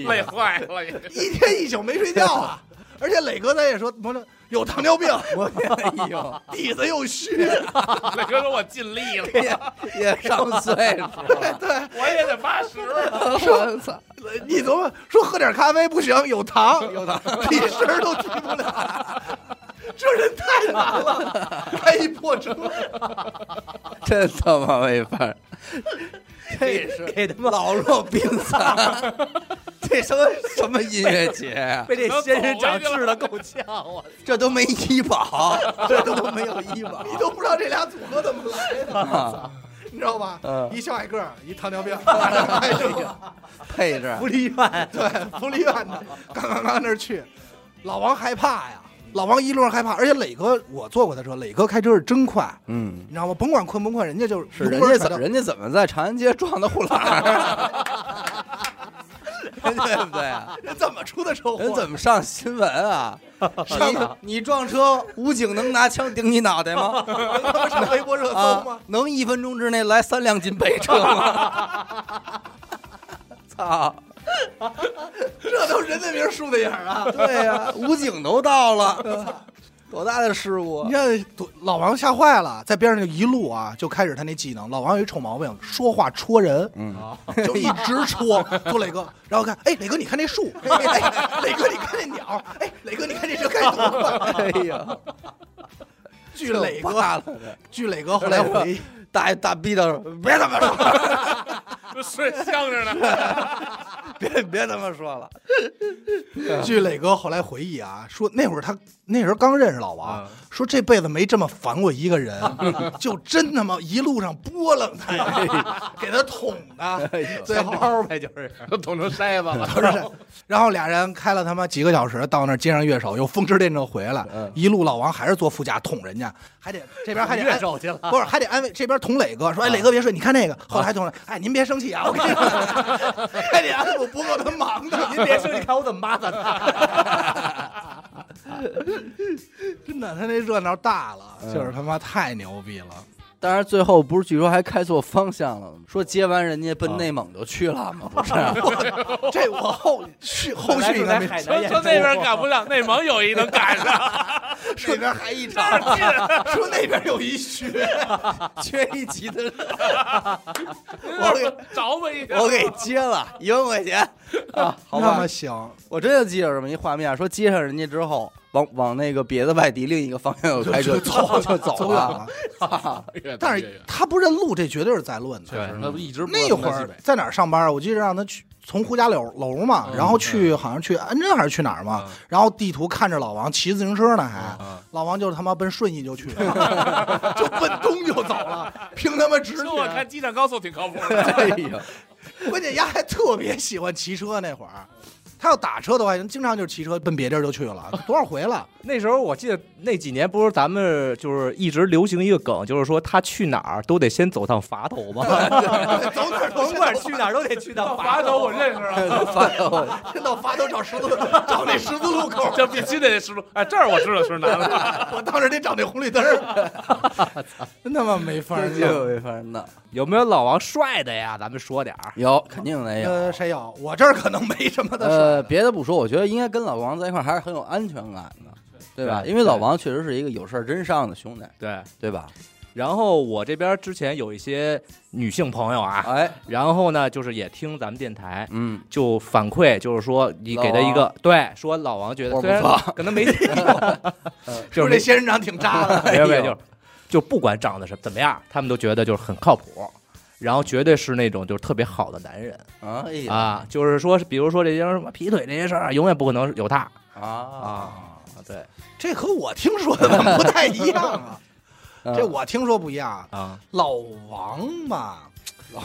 S4: 累坏了。
S1: 哎
S2: 一天一宿没睡觉啊。而且磊哥咱也说，不是有糖尿病，
S1: 哎呦，
S2: 底子又虚，
S4: 磊哥说我尽力了，
S1: 也也上岁数了，
S4: 我也得八十了。
S1: 我操！
S2: 你琢磨说喝点咖啡不行，有
S1: 哎
S2: 糖，有糖， 屁声儿都提不了， 这人太难了，开一破车，
S1: 真他妈没法 儿，
S5: 这是给他妈
S1: 老弱病 残，这什么什么音乐节啊？
S5: 被这仙人掌治的够呛，我
S1: 这都没医保， 这都没有医保。
S2: 哎你都不知道这俩组合怎么来的，
S1: 啊，
S2: 你知道吧？
S1: 嗯
S2: 一小矮个儿，一糖 尿病，哎马上开车
S1: 配置啊
S5: 福利院
S2: 对，福利院 的，刚刚刚那儿去，老王害怕呀，老王一路上害怕，而且磊哥，我坐过他车，磊哥开车是真快，
S1: 嗯，
S2: 你知道吗？甭管困不困，人家就是
S1: 是
S2: 油
S1: 人
S2: 门
S1: 家
S2: 儿踩到
S1: 怎人家怎么在长安街撞的护栏儿？啊 对不对啊？
S2: 人怎么出的车祸？
S1: 人怎么上新闻 啊？上你撞车，武警能拿枪顶你脑袋 吗？
S2: 能他妈上微博 热搜吗
S1: 啊？，能一分钟之内来三辆警备车吗？ 操！
S2: 这都人家名输的眼儿啊！
S1: 对呀、武警都到 了，多大的事故
S2: 你
S1: 啊！
S2: 看多老王吓坏了，在边上就一路啊，就开始他那技能。老王有一臭毛病，说话戳人，
S1: 嗯，
S2: 就一直戳，戳磊哥。然后看，哎，磊哥你看那树，哎，磊哥你看那鸟，哎，磊哥你看这车开多快。
S1: 哎呀，
S2: 据磊哥，
S1: 怕了，
S2: 据磊哥后来回 忆，
S1: 大大逼到说别他妈说，
S4: 这睡相声呢，
S1: 别别他妈说了，
S2: 据磊哥后来回忆啊，说那会儿他那时候刚认识老王，说这辈子没这么烦过一个 人，就真他妈一路上拨楞 他呀，给他捅的，最后
S5: 包呗，就是
S4: 都 捅成筛子了。
S2: 不是，然后俩人开了他妈几个小时，到那儿接上乐手，又风驰电掣回来，
S1: 嗯
S2: 一路老王还是坐副驾捅人家，还得这边还得安
S5: 手去了。嗯
S2: 不是还得安慰这边捅磊哥说，哎，磊哥别睡，你看那个，后来还捅了，哎，您别生气啊，我跟你说，还得安抚不够他忙的，
S5: 您别生气，看我怎么骂他的。
S2: 真的，他那热闹大了，
S5: 嗯
S2: 就是他妈太牛 逼了，
S1: 但是最后不是据说还开错方向了吗？说接完人家奔内蒙就去了吗？不是，啊
S2: 这我后续后续应该
S5: 在
S2: 没
S5: 海南
S4: 说
S5: 演
S4: 说
S5: 出
S4: 那边赶不上，内蒙有一能赶上，
S2: 那边还一场， 说那边有一 学，
S1: 缺一级的，
S4: 我 给找我一个。
S1: 我给接了一万块钱啊，好
S2: 那
S1: 吧
S2: 么，行，
S1: 我真的记着这么一画面，说接上人家之后，往往那个别的外地另一个方向又开车 走哎就走
S2: 走远
S1: 了
S2: 了，，
S4: 越
S2: 但
S4: 打越
S2: 是
S4: 远
S2: 他不认路，这绝对是在论的，
S4: 确实他一直不知
S2: 那
S4: 道
S2: 会
S4: 东南
S2: 儿
S4: 西北
S2: 在哪儿上班啊？我记得让他去从胡家楼楼嘛，
S1: 嗯
S2: 然后去好像去安贞还是去哪儿嘛，然后地图看着老王骑自行车呢，
S1: 嗯
S2: 还老王就是他妈奔顺义 就去 了，就奔东就走了，凭他妈直
S4: 说
S1: 啊
S4: 我看
S2: 觉。
S4: 机场高速挺靠谱的，
S1: 哎呀，
S2: 关键丫还特别喜欢骑车那会儿。他要打车的话，经常就是骑车奔别地儿就去了，多少回 了？
S5: 那时候我记得那几年不是咱们就是一直流行一个梗，就是说他去哪儿都得先走趟垡头吗？
S2: 走哪儿
S5: 甭管去哪儿都得去趟
S4: 华
S5: 垡
S4: 头
S5: 头。
S4: 我认识
S5: 啊
S4: 了。
S2: 先 到发头找十字路，找那十字路口，
S4: 这必须得是路，哎，这儿我知道是哪了。
S2: 我当时得找那红绿灯儿， 真他妈没法
S1: 这
S2: 弄。
S1: 就没法弄。
S5: 有没有老王帅的呀？咱们说点儿。
S1: 有肯定得有。
S2: 呃，谁有？我这儿可能没什么的事儿。
S1: 哎呃，别的不说，我觉得应该跟老王在一块儿还是很有安全感的，对吧？
S5: 对
S1: 因为老王确实是一个有事儿真上的兄弟，
S5: 对，
S1: 对吧？
S5: 然后我这边之前有一些女性朋友啊，
S1: 哎，
S5: 然后呢，就是也听咱们电台，
S1: 嗯，
S5: 就反馈，就是说你给他一个对，说老王觉得
S1: 我不
S5: 虽然
S1: 错
S5: 可能没听过， 就
S2: 说
S5: 嗯是
S2: 这仙人掌挺渣 的，
S5: 没有没有，就是就不管长得什么怎么样，他们都觉得就是很靠谱，然后绝对是那种就是特别好的男人
S1: 哎呀
S5: 啊，就是说比如说这些什么劈腿这些事儿，永远不可能有他
S1: 啊，
S5: 啊，对
S2: 这和我听说的怎么不太一样啊？这
S1: 嗯
S2: 我听说不一样啊，
S5: 啊，
S2: 老王吧，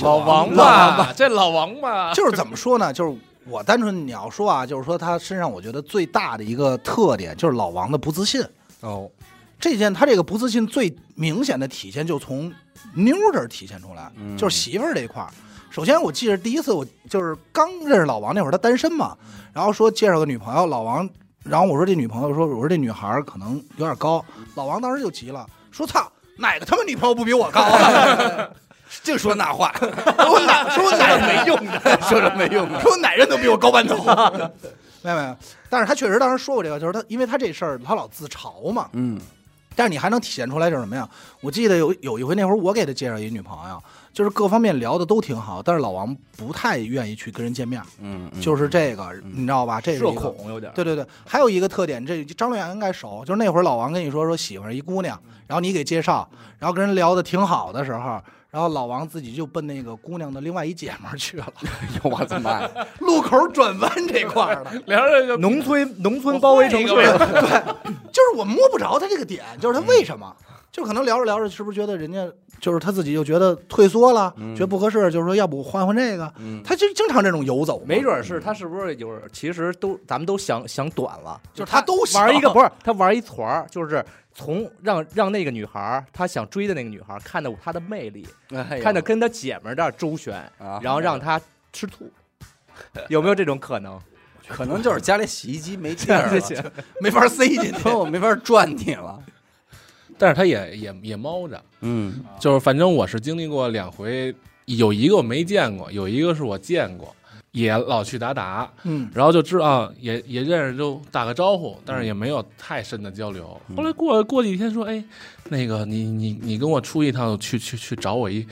S4: 老王
S5: 老
S4: 吧，这老王吧，
S2: 就是怎么说呢？就是我单纯你要说啊，就是说他身上我觉得最大的一个特点就是老王的不自信。
S5: 哦，
S2: 这件他这个不自信最明显的体现就从妞儿这儿体现出来，
S1: 嗯
S2: 就是媳妇儿这一块儿。首先，我记得第一次我就是刚认识老王那会儿，他单身嘛，然后说介绍个女朋友，老王，然后我说这女朋友说，我说这女孩儿可能有点高，老王当时就急了，说操，哪个他妈女朋友不比我高 啊？净说那话，说我哪说我哪没用的，
S1: 说着没用的，
S2: 说我哪人都比我高半头。 没有没有，但是他确实当时说过这个，就是他，因为他这事儿他老自嘲嘛，
S1: 嗯
S2: 但是你还能体现出来就是什么呀？我记得有有一回那会儿我给他介绍一女朋友，就是各方面聊的都挺好，但是老王不太愿意去跟人见面，
S1: 嗯，嗯
S2: 就是这个，你知道吧？这是
S5: 社
S2: 一个。
S5: 恐有点儿，
S2: 对对对，还有一个特点，这张洛阳应该熟，就是那会儿老王跟你说说喜欢一姑娘，然后你给介绍，然后跟人聊的挺好的时候，然后老王自己就奔那个姑娘的另外一姐们儿去了，
S1: 我的妈呀！
S2: 路口转弯这块儿的，
S4: 聊着就
S5: 农村农村包围城市，
S2: 就是我摸不着他这个点，就是他为什么，就是可能聊着聊着，是不是觉得人家就是他自己就觉得退缩了，
S1: 嗯
S2: 觉得不合适，就是说要不我换换这个，
S1: 嗯，
S2: 他就经常这种游走嘛，
S5: 没准儿是他是不是有？其实都咱们都想想短了，
S2: 就是他都想
S5: 玩一个不是他玩一团儿，就是从让让那个女孩儿他想追的那个女孩儿看到她的魅力，
S1: 哎呦
S5: 看到跟他姐们儿这儿周旋，
S1: 啊
S5: 然后让她吃醋， 有没有这种可 能？
S1: 可能就是家里洗衣机没劲儿
S5: 这
S1: 了，
S5: 些
S2: 没法塞进去，
S1: 说我没法转你了。
S4: 但是他也也也猫着，
S1: 嗯
S4: 就是反正我是经历过两回，有一个我没见过，有一个是我见过，也老去打打，
S2: 嗯，
S4: 然后就知道啊也也认识，就打个招呼，但是也没有太深的交流。后来过过几天说，哎，那个你你你跟我出一趟，去去去找我一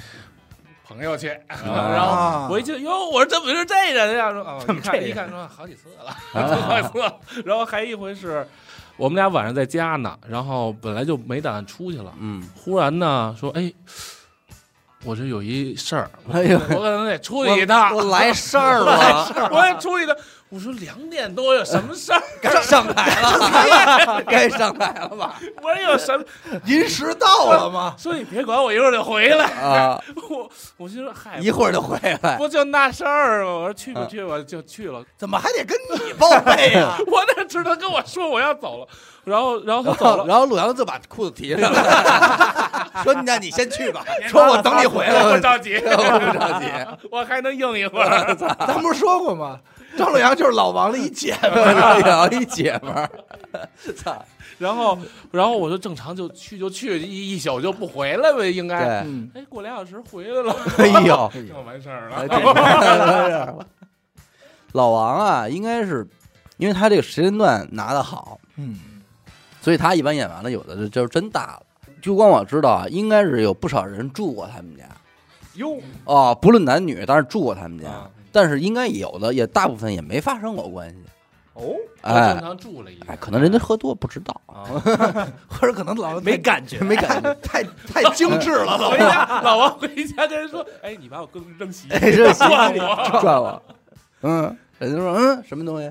S4: 朋友去， 然
S2: 啊
S4: 后我一听哟，我说怎么是这人呀？说啊，
S5: 怎么
S4: 一看
S5: 这
S4: 一
S5: 样
S4: 看说好几次了，
S1: 啊嗯
S4: 好几次了。然后还一回是我们俩晚上在家呢，然后本来就没打算出去了。
S1: 嗯，
S4: 忽然呢说，哎，我这有一事儿，我
S1: 哎呦，
S4: 我可能得出去一趟，
S1: 我来事儿了，
S4: 我也出去一趟。我说两点多有什么事儿？
S1: 该上台了，该上台了吧？
S4: 我有什么？
S2: 临时到了吗？
S4: 说你别管我，一会儿就回来。
S1: 啊，
S4: 我我就说嗨，
S1: 一会儿就回来。
S4: 不就那事儿吗？我说去吧
S1: 嗯哎
S4: 去吧，就去了。
S2: 怎么还得跟 你报备啊？
S4: 我哪知道跟我说我要走了，然后然后
S1: 然
S4: 他走
S1: 后，
S4: 了，
S1: 然后鲁阳就把裤子提上来， 说：“那你先去吧，
S2: 说我等你回 来，
S4: 我 不着急，
S1: 我不着急。
S4: 我还能硬一会儿。
S2: 咱不是说过吗？张洛阳就是老王的一姐们儿，
S1: 鲁阳一姐们儿，操，
S4: 然后然后我就正常就去就去一一宿就不回来呗，应该。
S1: 对，
S2: 嗯，
S4: 哎，过俩小时回 来了，
S1: 哎呦，
S4: 就完事儿
S1: 哎
S4: 了。
S1: 这这这 老王啊，应该是因为他这个时间段拿的好，
S2: 嗯，
S1: 所以他一般演完了，有的就就是真大了。就光我知道啊，应该是有不少人住过他们家
S5: 哟，
S1: 哦，不论男女，但是住过他们家，
S4: 啊
S1: 但是应该有的也大部分也没发生过关系。
S5: 哦，
S4: 我正
S1: 哎
S4: 常住了一夜
S1: 哎，可能人家喝多不知道，
S2: 或者可能老
S5: 没感觉，
S1: 没感觉。
S2: 太太精致了，老
S4: 回家，老王回家跟人说：“哎，你把我更扔洗衣
S1: 哎，
S4: 机，
S1: 这行
S4: 换 我。
S1: 转我，嗯，人家说嗯什么东西，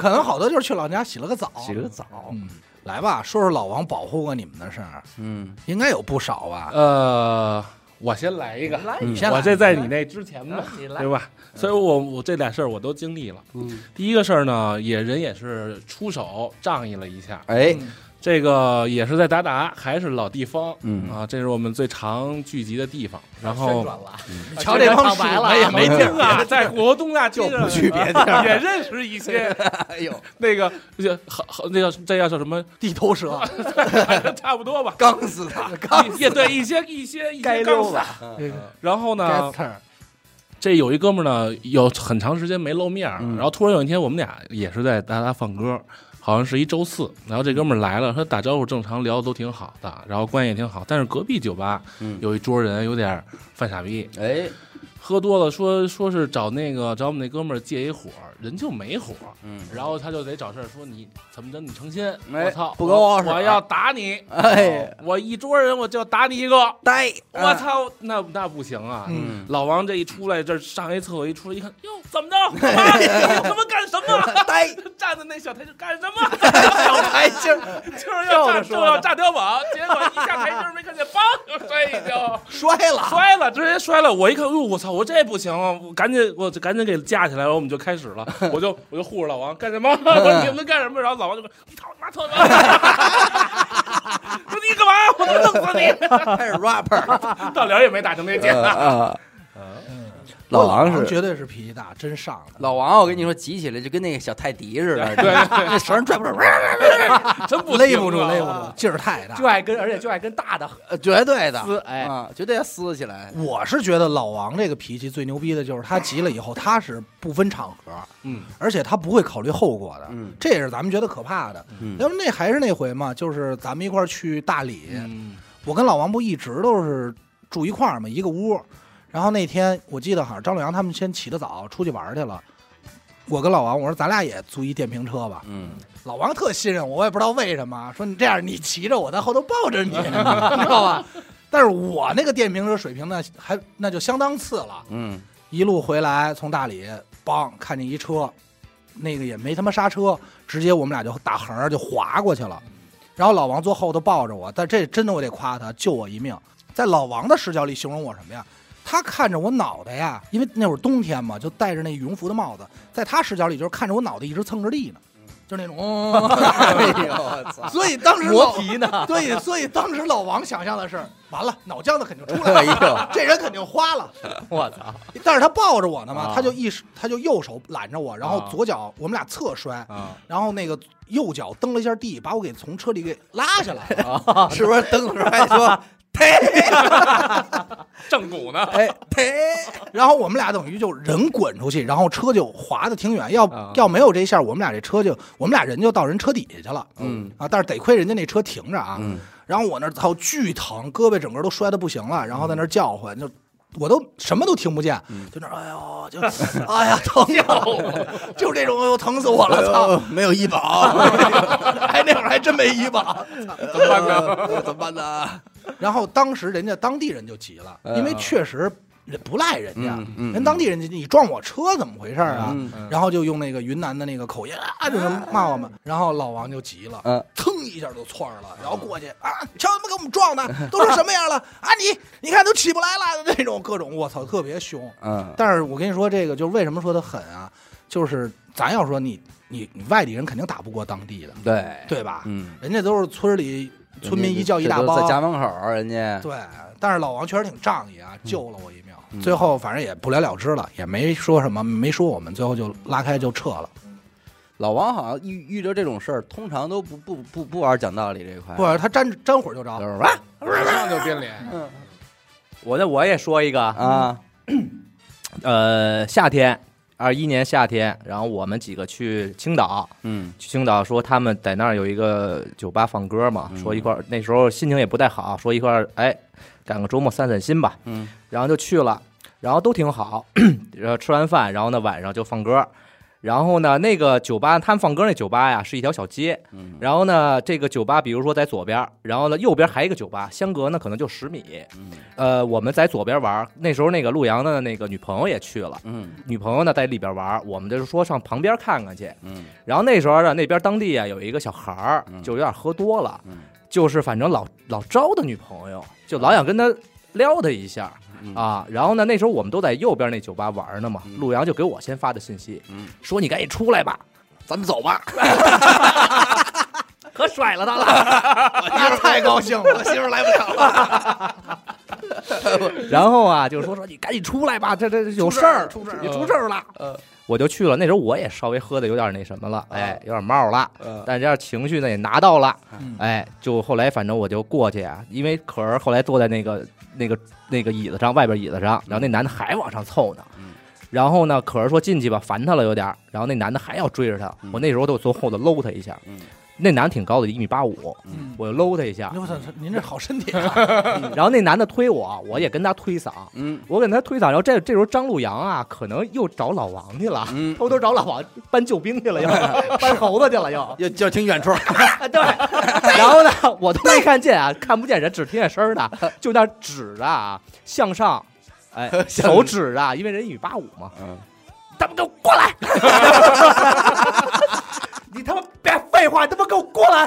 S2: 可能好多就是去老人家洗了个澡，
S1: 洗了个澡，
S2: 嗯，来吧，说说老王保护过你们的事儿，
S1: 嗯
S2: 应该有不少”吧？
S4: 呃，我先来一个，
S5: 来
S1: 嗯
S2: 你先来，
S4: 我这在你那之前吧，
S5: 你来
S4: 对吧？所以我我这俩事儿我都经历了。
S1: 嗯，
S4: 第一个事儿呢，也人也是出手仗义了一下，
S1: 哎，
S4: 这个也是在达达，还是老地方，
S1: 嗯
S4: 啊，这是我们最常聚集的地方。然
S5: 旋
S4: 后
S5: 转了，
S2: 你瞧这帮
S5: 唱
S2: 鼠
S5: 白了
S2: 辈也没劲
S4: 听
S2: 儿，
S4: 啊，在国东大
S1: 就
S4: 街上
S1: 不去别地儿
S4: 也认识一些
S1: 哎呦，
S4: 那个就好好那叫这叫叫什么，
S2: 地头蛇，
S4: 反正差不多吧。
S1: 刚死他，
S4: 也对一些一些一些刚子。然后呢，
S2: Gaster
S4: 这有一哥们儿呢，有很长时间没露面儿，
S1: 嗯
S4: 然后突然有一天，我们俩也是在达达放歌，好像是一周四，然后这哥们儿来了，他打招呼正常聊的都挺好的，然后关系也挺好，但是隔壁酒吧
S1: 嗯，
S4: 有一桌人有点儿犯傻逼，
S1: 哎，
S4: 喝多了说说是找那个找我们那哥们儿借一火，人就没火，
S1: 嗯，
S4: 然后他就得找事儿说你怎么着你成心，
S1: 哎
S4: 我操，
S1: 不跟我
S4: 我
S1: 使
S4: 我要打你，
S1: 哎，
S4: 我一桌人我就打你一个，
S1: 呆，
S4: 我，操，那那不行啊！
S1: 嗯
S4: 老王这一出来，这上一厕所一出来一看，哟，怎 么着？妈你他妈干什么？
S1: 呆，
S4: 站在那小台阶干什么？小台阶就是要炸，就要炸碉堡，结果一下台阶没看见，梆就摔一跤，
S2: 摔了，
S4: 摔了，直接摔了。我一看，哟，我操，我这不行啊！我赶紧，我赶紧给架起来，然后我们就开始 了。我就我就护着老王干什 么？我说你们干什么？然后老王就说：“你操你妈操 你妈！”说你干嘛？我
S1: 嗯
S4: 他妈弄死你！
S1: 开始 rapper
S4: 呃
S1: 嗯
S4: 到脸也没打成那架。
S1: 啊，老王
S2: 王
S1: 是
S2: 绝对是脾气大，真上的。
S1: 老王，我跟你说，急起来就跟那个小泰迪似的，
S4: 对
S1: 那绳儿拽不住，
S4: 真不
S2: 勒
S4: 行
S2: 不住，
S4: 啊
S2: 勒不住，劲儿太大
S5: 就。爱跟，而且就爱跟大的
S1: 呃绝对的，
S5: 撕，哎，
S1: 啊，绝对要撕起来。
S2: 我是觉得老王这个脾气最牛逼的就是他急了以后，他是不分场合，
S4: 嗯，
S2: 而且他不会考虑后果的，
S1: 嗯
S2: 这也是咱们觉得可怕的。
S1: 嗯
S2: 要不那还是那回嘛，就是咱们一块儿去大理，
S4: 嗯
S2: 我跟老王不一直都是住一块儿嘛，一个屋。然后那天我记得好像张洛阳他们先起得早出去玩儿去了，我跟老王我说咱俩也租一电瓶车吧。
S1: 嗯，
S2: 老王特信任我，我也不知道为什么，啊说你这样你骑着我在后头抱着你， 你知道吧？但是我那个电瓶车水平呢，还那就相当次了。
S1: 嗯，
S2: 一路回来从大理，梆看见一车，那个也没他妈刹车，直接我们俩就打横儿就划过去了。然后老王坐后头抱着我，但这真的我得夸他，救我一命。在老王的视角里形容我什么呀？他看着我脑袋呀，因为那会儿冬天嘛，就戴着那羽绒服的帽子，在他视角里就是看着我脑袋一直蹭着地呢，就是那种。哦
S1: 哎呦我 操！
S2: 所以当时
S5: 磨
S2: 老
S5: 皮呢，
S2: 对， 所以当时老王想象的是，完了脑浆子肯定出来
S1: 哎
S2: 了，
S1: 呦，
S2: 这人肯定花了。
S5: 我操，
S2: 但是他抱着我呢嘛
S5: 啊，
S2: 他就一他就右手揽着我，然后
S5: 啊
S2: 左脚我们俩侧摔，
S5: 啊
S2: 然后那个右脚蹬了一下地，把我给从车里给拉下来了。
S1: 是不是蹬的时候还 说
S4: 正骨呢？
S2: 哎呸！然后我们俩等于就人滚出去，然后车就滑的挺远。要、
S5: 啊
S2: 要没有这一下，我们俩这车就我们俩人就到人车底下去了。
S1: 嗯
S2: 啊，但是得亏人家那车停着啊。
S1: 嗯
S2: 然后我那操巨疼，胳膊整个都摔的不行了，然后在
S1: 嗯
S2: 那儿叫唤，就我都什么都听不见，就那儿哎呦就哎呀疼呀，就这种哎呦疼死我了，操！
S1: 没有医保，
S2: 哎那会 儿还真没医保。呃啊
S1: 怎么办呢？怎么办呢？
S2: 然后当时人家当地人就急了，因为确实人不赖人家，
S1: 嗯嗯
S2: 人当地人家你撞我车怎么回事儿啊？
S1: 嗯
S2: 然后就用那个云南的那个口音啊，就是骂我们。然后老王就急了，
S1: 嗯
S2: 噌一下就窜了，然后过去啊，瞧他妈给我们撞 的，都成什么样了啊！你你看都起不来了那种各种，我操，特别凶。
S1: 嗯，
S2: 但是我跟你说，这个就是为什么说他狠啊，就是咱要说你你你外地人肯定打不过当地的，
S1: 对，
S2: 对吧？
S1: 嗯，
S2: 人家都是村里村民一叫一大
S1: 这都在家
S2: 帮，
S1: 门口儿，人家
S2: 对。但是老王确实挺仗义啊，救了我一命。
S1: 嗯
S2: 最后反正也不了了之了，也没说什么，没说我们，最后就拉开就撤了。
S1: 老王好像遇遇着这种事儿，通常都不不不不玩讲道理这一块，
S2: 不，
S1: 就是
S2: 他沾沾火就 着。
S1: 是啊
S4: 马上就变脸，
S5: 我那我也说一个，
S1: 啊，
S5: 呃，夏天，二一年夏天，然后我们几个去青岛，
S1: 嗯
S5: 去青岛说他们在那儿有一个酒吧放歌嘛，
S1: 嗯
S5: 说一块儿那时候心情也不太好，说一块儿哎赶个周末散散心吧，
S1: 嗯
S5: 然后就去了，然后都挺好， 然后吃完饭，然后呢晚上就放歌，然后呢那个酒吧他们放歌那酒吧呀是一条小街，
S1: 嗯
S5: 然后呢这个酒吧比如说在左边，然后呢右边还有一个酒吧，相隔呢可能就十米，
S1: 嗯
S5: 呃我们在左边玩，那时候那个陆阳的那个女朋友也去了。
S1: 嗯
S5: 女朋友呢在里边玩，我们就是说上旁边看看去。
S1: 嗯
S5: 然后那时候呢，那边当地啊有一个小孩儿
S1: 嗯，
S5: 就有点喝多了，
S1: 嗯
S5: 就是反正老老招的女朋友，就老想跟他撩他一下、
S1: 嗯
S5: 啊。然后呢，那时候我们都在右边那酒吧玩呢嘛，
S1: 嗯
S5: 陆阳就给我先发的信息，
S1: 嗯
S5: 说你赶紧出来吧，
S1: 咱们走吧，
S5: 可甩了他了。
S2: 他太高兴了，我媳妇儿来不了了。
S5: 然后啊，就说说你赶紧出来吧，这这这有事儿，
S2: 出事
S5: 你出事儿了。我就去了，那时候我也稍微喝的有点那什么
S1: 啊
S5: 了，哎，有点冒了，
S1: 嗯
S5: 但这样情绪呢也拿到了，哎，就后来反正我就过去啊，因为可儿后来坐在那个那个那个椅子上，外边椅子上，然后那男的还往上凑呢
S1: 嗯，
S5: 然后呢，可儿说进去吧，烦他了有点儿，然后那男的还要追着他
S1: 嗯，
S5: 我那时候都从后头搂他一下
S1: 嗯，
S5: 那男的挺高的，一米八五，
S1: 嗯
S5: 我就搂他一下，
S2: 我操，您这好身体啊！
S5: 然后那男的推我，我也跟他推搡，
S1: 嗯
S5: 我给他推搡，然后这这时候张路阳啊，可能又找老王去了。
S1: 嗯，
S5: 偷偷找老王搬救兵去了，又 搬猴子去了，又
S1: 就就挺远处，
S5: 啊对。 然后呢，我都没看见啊，看不见人，只听见声儿的，就那指着啊，向上， 哎，手指着啊，因为人一米八五嘛，
S1: 嗯
S5: 他们给我过来！ 你他妈别废话，你他妈给我过来！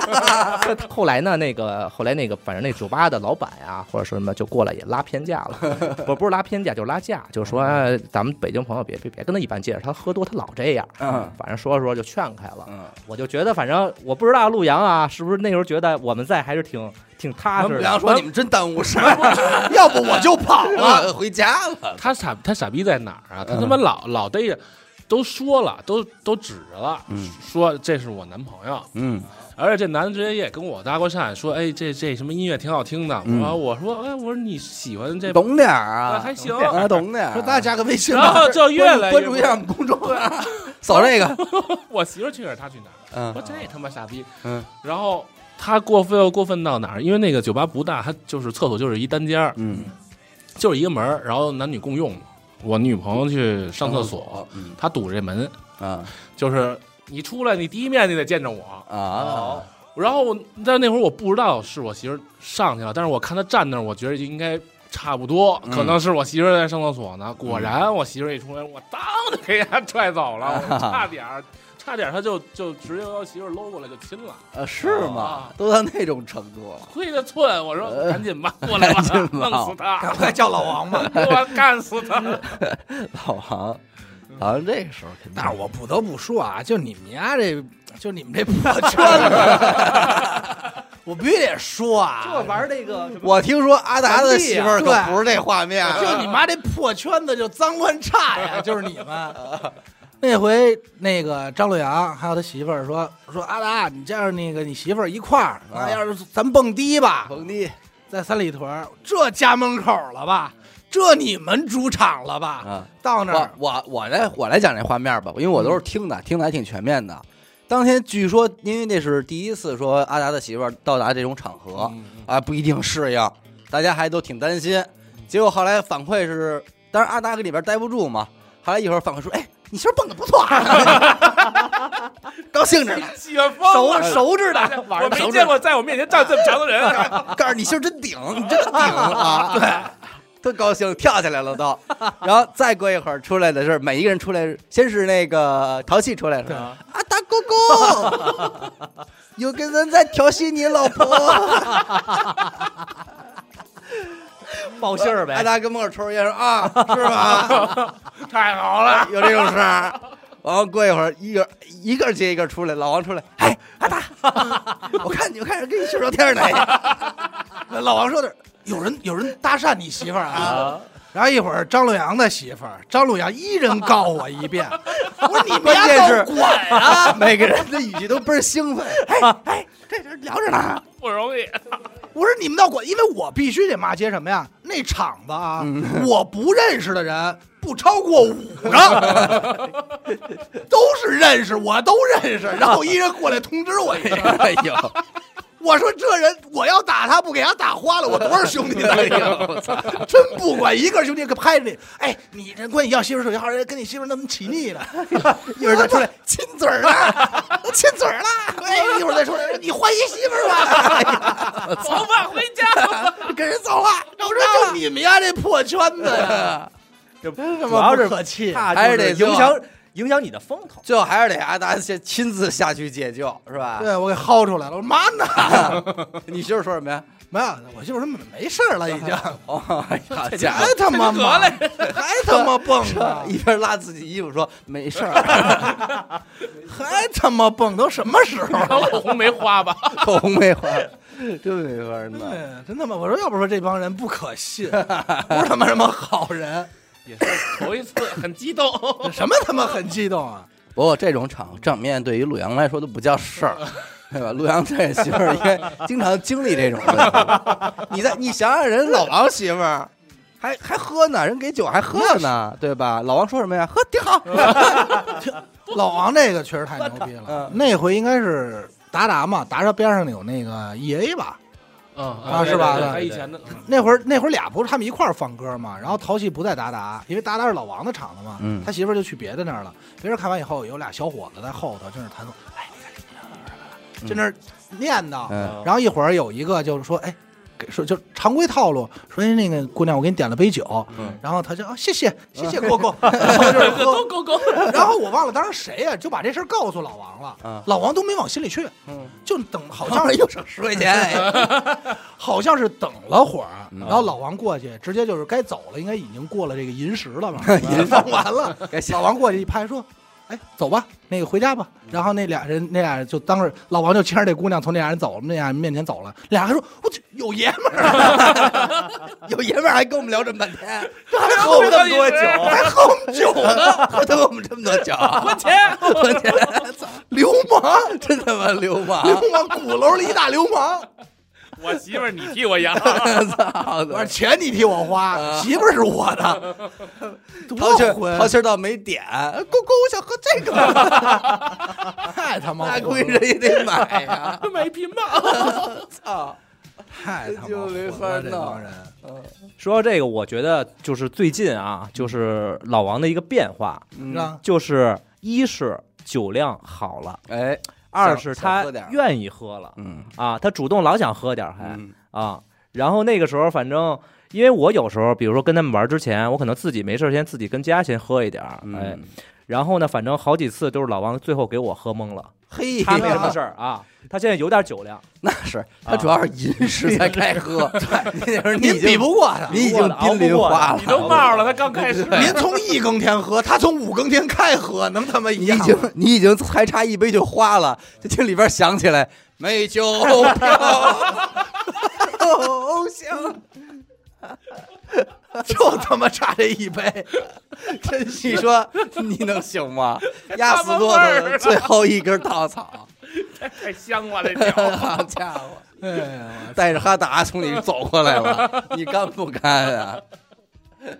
S5: 后来呢， 那个后来那个，反正那酒吧的老板啊，或者说什么，就过来也拉偏架 了，不不是拉偏架，就是拉架，就说、哎咱们北京朋友别别别跟他一般见识，他喝多他老这样。
S1: 嗯
S5: 反正说着说着就劝开了，
S1: 嗯
S5: 我就觉得，反正我不知道陆阳啊，是不是那时候觉得我们在还是挺挺踏实
S1: 梁
S5: 的。
S1: 说：“你们真耽误事儿，
S2: 要不我就跑
S1: 嗯
S2: 了。
S1: 我啊回家了。
S4: 他傻他傻逼在哪儿啊？他他妈老老逮着，都说了，都都指着了，
S1: 嗯
S4: 说这是我男朋友，”
S1: 嗯，
S4: 而且这男的直接也跟我搭过讪，说哎这这什么音乐挺好听的，
S1: 嗯
S4: 我我说哎我说你喜欢这
S1: 懂点儿
S4: 啊
S1: 啊
S4: 还， 行，
S1: 啊，懂点儿。
S2: 说大家加个微信
S4: 然
S2: 吧，
S4: 后就越来越
S1: 关注一下我们公众
S4: 啊
S1: 号， 扫这个。
S4: 我媳妇儿去哪儿他去哪儿，我
S1: 嗯
S4: 说这他妈傻逼，
S1: 嗯，
S4: 然后。他过分又过分到哪儿？因为那个酒吧不大，他就是厕所就是一单间儿，
S1: 嗯，
S4: 就是一个门儿，然后男女共用。我女朋友去上厕所，
S1: 嗯
S4: 她堵着这门，
S1: 啊
S4: 就是你出来，你第一面你得见着我。
S1: 啊，
S4: 然后我但那会儿我不知道是我媳妇儿上去了，但是我看她站那儿，我觉得就应该差不多，
S1: 嗯
S4: 可能是我媳妇儿在上厕所呢。果然，我媳妇儿一出来，我当就给她拽走 了，我差点儿，差点儿她就就直接把我媳妇儿搂过来就亲了，
S1: 呃，是吗
S4: 啊？
S1: 都到那种程度了，
S4: 亏的寸，我说
S1: 呃
S4: 赶紧吧，过来吧
S1: 赶，紧吧
S4: 弄死她，
S2: 快叫老王 吧。
S4: 我干死她。
S1: 老王，老王这个时候肯定。
S2: 但是我不得不说啊，就你们家这，就你们这 朋友圈子，我必须得说啊，
S5: 玩那个
S1: 我听说阿达的媳妇儿
S2: 对
S1: 可不是这画面啊，
S2: 就你妈这破圈子就脏乱差呀，就是你 们。那回那个张洛阳还有他媳妇儿说说阿达，你这样那个你媳妇儿一块儿，
S1: 啊
S2: 那要是咱蹦迪吧，
S1: 甭地
S2: 在三里屯儿，这家门口了吧，这你们主场了吧？
S1: 啊。
S2: 到那
S1: 我
S2: 儿
S1: 我我来我来讲这画面吧，因为我都是听的，听的还挺全面的。当天据说，因为那是第一次说阿达的媳妇儿到达这种场合、啊，不一定适应，大家还都挺担心。结果后来反馈是，当然阿达搁里边待不住嘛，后来一会儿反馈说，哎，你媳妇儿蹦的不错、啊， 高兴着呢，
S4: 喜欢疯了，
S1: 熟着呢，
S4: 我没见过在我面前站这么长的人。啊
S1: 告诉你媳妇儿真顶，你真顶啊！ 对，特高兴，跳起来了都。然后再过一会儿出来的是每一个人出来，先是那个淘气出来了，啊大公公，有个人在调戏你老 婆。
S5: 报信儿
S1: 阿
S5: 呗，
S1: 达跟门口抽着烟说啊，是吧？
S4: 太好了，
S1: 有这种事儿。然后过一会儿，一个一个接一个出来，老王出来，哎，阿达，我看你，我看着跟你媳妇聊天呢。
S2: 老王说的，有人有人搭讪你媳妇儿啊。然后一会儿张洛阳的媳妇儿，张洛阳一人告我 一遍，我说你们
S1: 关
S2: 家
S1: 键
S2: 都
S1: 是
S2: 管啊！
S1: 啊，每个人的语气都倍儿兴奋，哎哎，这人聊着呢。
S4: 不 容易。
S2: 我说你们要管，因为我必须得骂街什么呀？那场子啊， 我不认识的人不超过五个， 都是认识，我都认识。然后一人过来通知我一声，
S1: 哎呦，
S2: 我说这人我要打他，不给他打花了，我多少兄弟在里 头，真不管一个兄弟可拍着你，哎，你这关系要媳妇手机号，人跟你媳妇那么起腻 了，一会儿再出来亲嘴儿了，亲嘴儿了，哎，一会儿再出来你换一媳妇儿吧，
S4: 走吧，回家。
S2: 跟人 造化，我说就你们家这破圈子呀，真他妈不可气，
S5: 怕
S1: 还是
S5: 就
S1: 得
S5: 影
S1: 做
S5: 响影响你的风头。
S1: 最后还是得阿达先亲自下去解救，是吧？
S2: 对我给薅出来了，我说妈呢？
S1: 你媳妇说什么呀？
S2: 没有，我媳妇说没事儿了已经，
S1: 哦，好家
S2: 还
S1: 伙！
S2: 他妈忙， 还 他妈蹦啊
S1: 这一边拉自己衣服说没事儿，
S2: 还他妈蹦，都什么时候 了？
S4: 口红没花吧？
S1: 口红没花，真没法弄。
S2: 对，真他妈！我说，要不说这帮人不可信，不是他妈什么好人，
S4: 也是头一次，很 激动。
S2: 什么他妈很激动啊！
S1: 不过这种场场面对于陆阳来说都不叫事儿，对吧？陆阳这媳妇儿应该经常经历这种问题。 你在你想想人老王媳妇儿。还还喝呢，人给酒还喝呢，对吧？老王说什么呀？喝挺好，
S2: 老王这个确实太牛逼了，
S1: 嗯
S2: 那回应该是达达嘛，达达边上有那个 E A 吧，
S4: 嗯
S2: 啊是吧
S4: 他以前的
S2: 那会儿那会儿俩不是他们一块儿放歌嘛，然后淘气不在达达，因为达达是老王的场子嘛，
S1: 嗯
S2: 他媳妇儿就去别的那儿了。别人看完以后，有俩小伙子在后头就那弹奏，哎，你看这，就那儿念叨。
S1: 嗯
S2: 然后一会儿有一个就是说，哎，给说就常规套路，说哎那个姑娘，我给你点了杯酒，
S1: 嗯
S2: 然后他就啊谢谢谢谢 郭郭，然后就是喝
S4: 勾勾勾，
S2: 然后我忘了当时谁啊呀、就把这事儿告诉老王了，
S1: 嗯
S2: 老王都没往心里去，
S1: 嗯
S2: 就等好像是又省十
S1: 块钱 哎
S2: 好像是等了会儿，
S1: 嗯
S2: 然后老王过去，直接就是该走了，应 该已经过了这个寅时了嘛，放完了。
S1: 该下
S2: 老王过去一拍说：“哎，走吧。”那个回家吧。然后那俩人，那俩人就当时老王就牵着那姑娘从那俩人走，那俩人面前走了，俩还说我去有爷们 儿啊， 有爷们儿还跟我们聊这么半 天，这还 喝我们这么多酒，还喝我们酒 呢，还得我们这么多 酒，
S3: 关 钱，
S1: 我天，
S2: 流氓，
S1: 真他妈流氓！
S2: 流氓，鼓楼里一大流氓。
S3: 我媳妇儿你替我 养，
S1: 操
S2: 我
S1: 的
S2: 说！钱你替我花，媳妇儿是我 的，
S1: 淘
S2: 多
S1: 气儿
S2: 混，
S1: 淘气儿倒没点，
S2: 公公，我想喝 这个，太他妈
S1: 那
S2: 混
S1: 估
S2: 了
S1: 计人也得买啊呀！
S3: 没品吧？
S1: 操，
S2: 太他妈
S1: 就没
S2: 混
S1: 法
S2: 了，这
S1: 弄
S2: 帮人。
S5: 说到这个，我觉得就是最近啊，就是老王的一个变化，
S1: 嗯
S2: 是吧？
S5: 就是一是酒量好了，
S1: 哎，
S5: 二是
S1: 想
S5: 他
S1: 喝点儿
S5: 愿意喝了
S1: 嗯，
S5: 啊，他主动老想喝点儿
S2: 哎
S5: 还
S1: 嗯
S5: 啊。然后那个时候，反正因为我有时候，比如说跟他们玩之前，我可能自己没事儿先自己跟家先喝一点儿，哎，
S1: 嗯，
S5: 然后呢，反正好几次都是老王最后给我喝懵了，
S1: 嘿，
S5: 他没什么事儿啊，他现在有点酒量，
S1: 那
S2: 啊
S1: 是他主要是饮食才开喝，对，那时候你已经
S2: 比不过他，
S1: 你已经濒临花了，
S3: 你都冒 了，他刚开始，
S2: 您从一更天喝，他从五更天开喝，能他妈一
S1: 你
S2: 样
S1: 已
S2: 吗？
S1: 经你已经还差一杯就花了，就听里边响起来美 酒飘，哦香，
S2: 就他妈差这一杯，
S1: 真你说你能行吗？压死骆驼的最后一根稻草，
S3: 太香了，这酒。
S1: 好家伙！
S2: 哎呀！
S1: 带着哈达从里走过来 了，你干不干啊？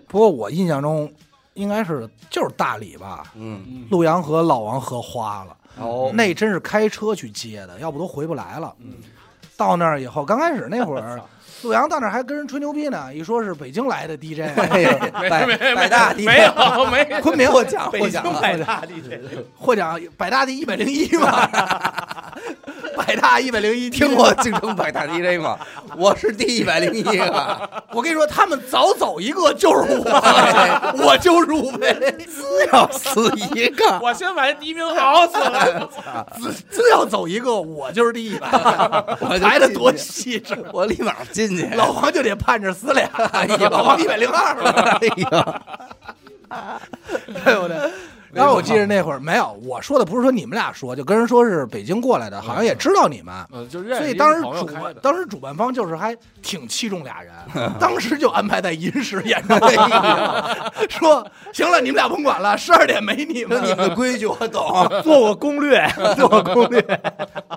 S2: 不过我印象中应该是就是大理吧，
S1: 嗯，
S2: 陆阳和老王喝花了，
S1: 哦，嗯
S2: 那真是开车去接的，要不都回不来了。到那儿以后，刚开始那 会儿，陆阳到那儿还跟人吹牛逼呢，一说是北京来的 DJ，
S1: 哎呦，百百 大地
S3: 没有没
S2: 昆明
S1: 获奖获奖了，
S3: 太大力气，
S2: 获奖百大第一百零一 嘛，百大一百零一，
S1: 听过京城百大 DJ 吗？ 我是第一百零一个，
S2: 我跟你说，他们早走一个就是 我，我就入围，
S1: 只哎 要死一个，
S3: 我先把这第一名熬死了。
S2: 只只要走一个，我就是第一百，
S1: 我
S2: 排的多细致。
S1: 我立马进去。
S2: 老王就得盼着 死俩，
S4: 哎
S2: 老王一百零二了，
S1: 哎呀，
S2: 对不对？然后我记得那会儿没有，我说的不是说你们俩说，就跟人说是北京过
S4: 嗯
S2: 来的，好像也知道你们，
S3: 呃
S4: 嗯，就认识
S2: 所以
S4: 一
S2: 当时
S4: 朋友
S2: 主
S4: 开
S2: 办
S4: 的，
S2: 当时主办方就是还挺器重俩 人，当时就安排在银石演唱会上， 说行了，你们俩甭管了，十二点没你们，
S1: 你们的规矩我 懂，
S5: 做我攻略， 做我攻略，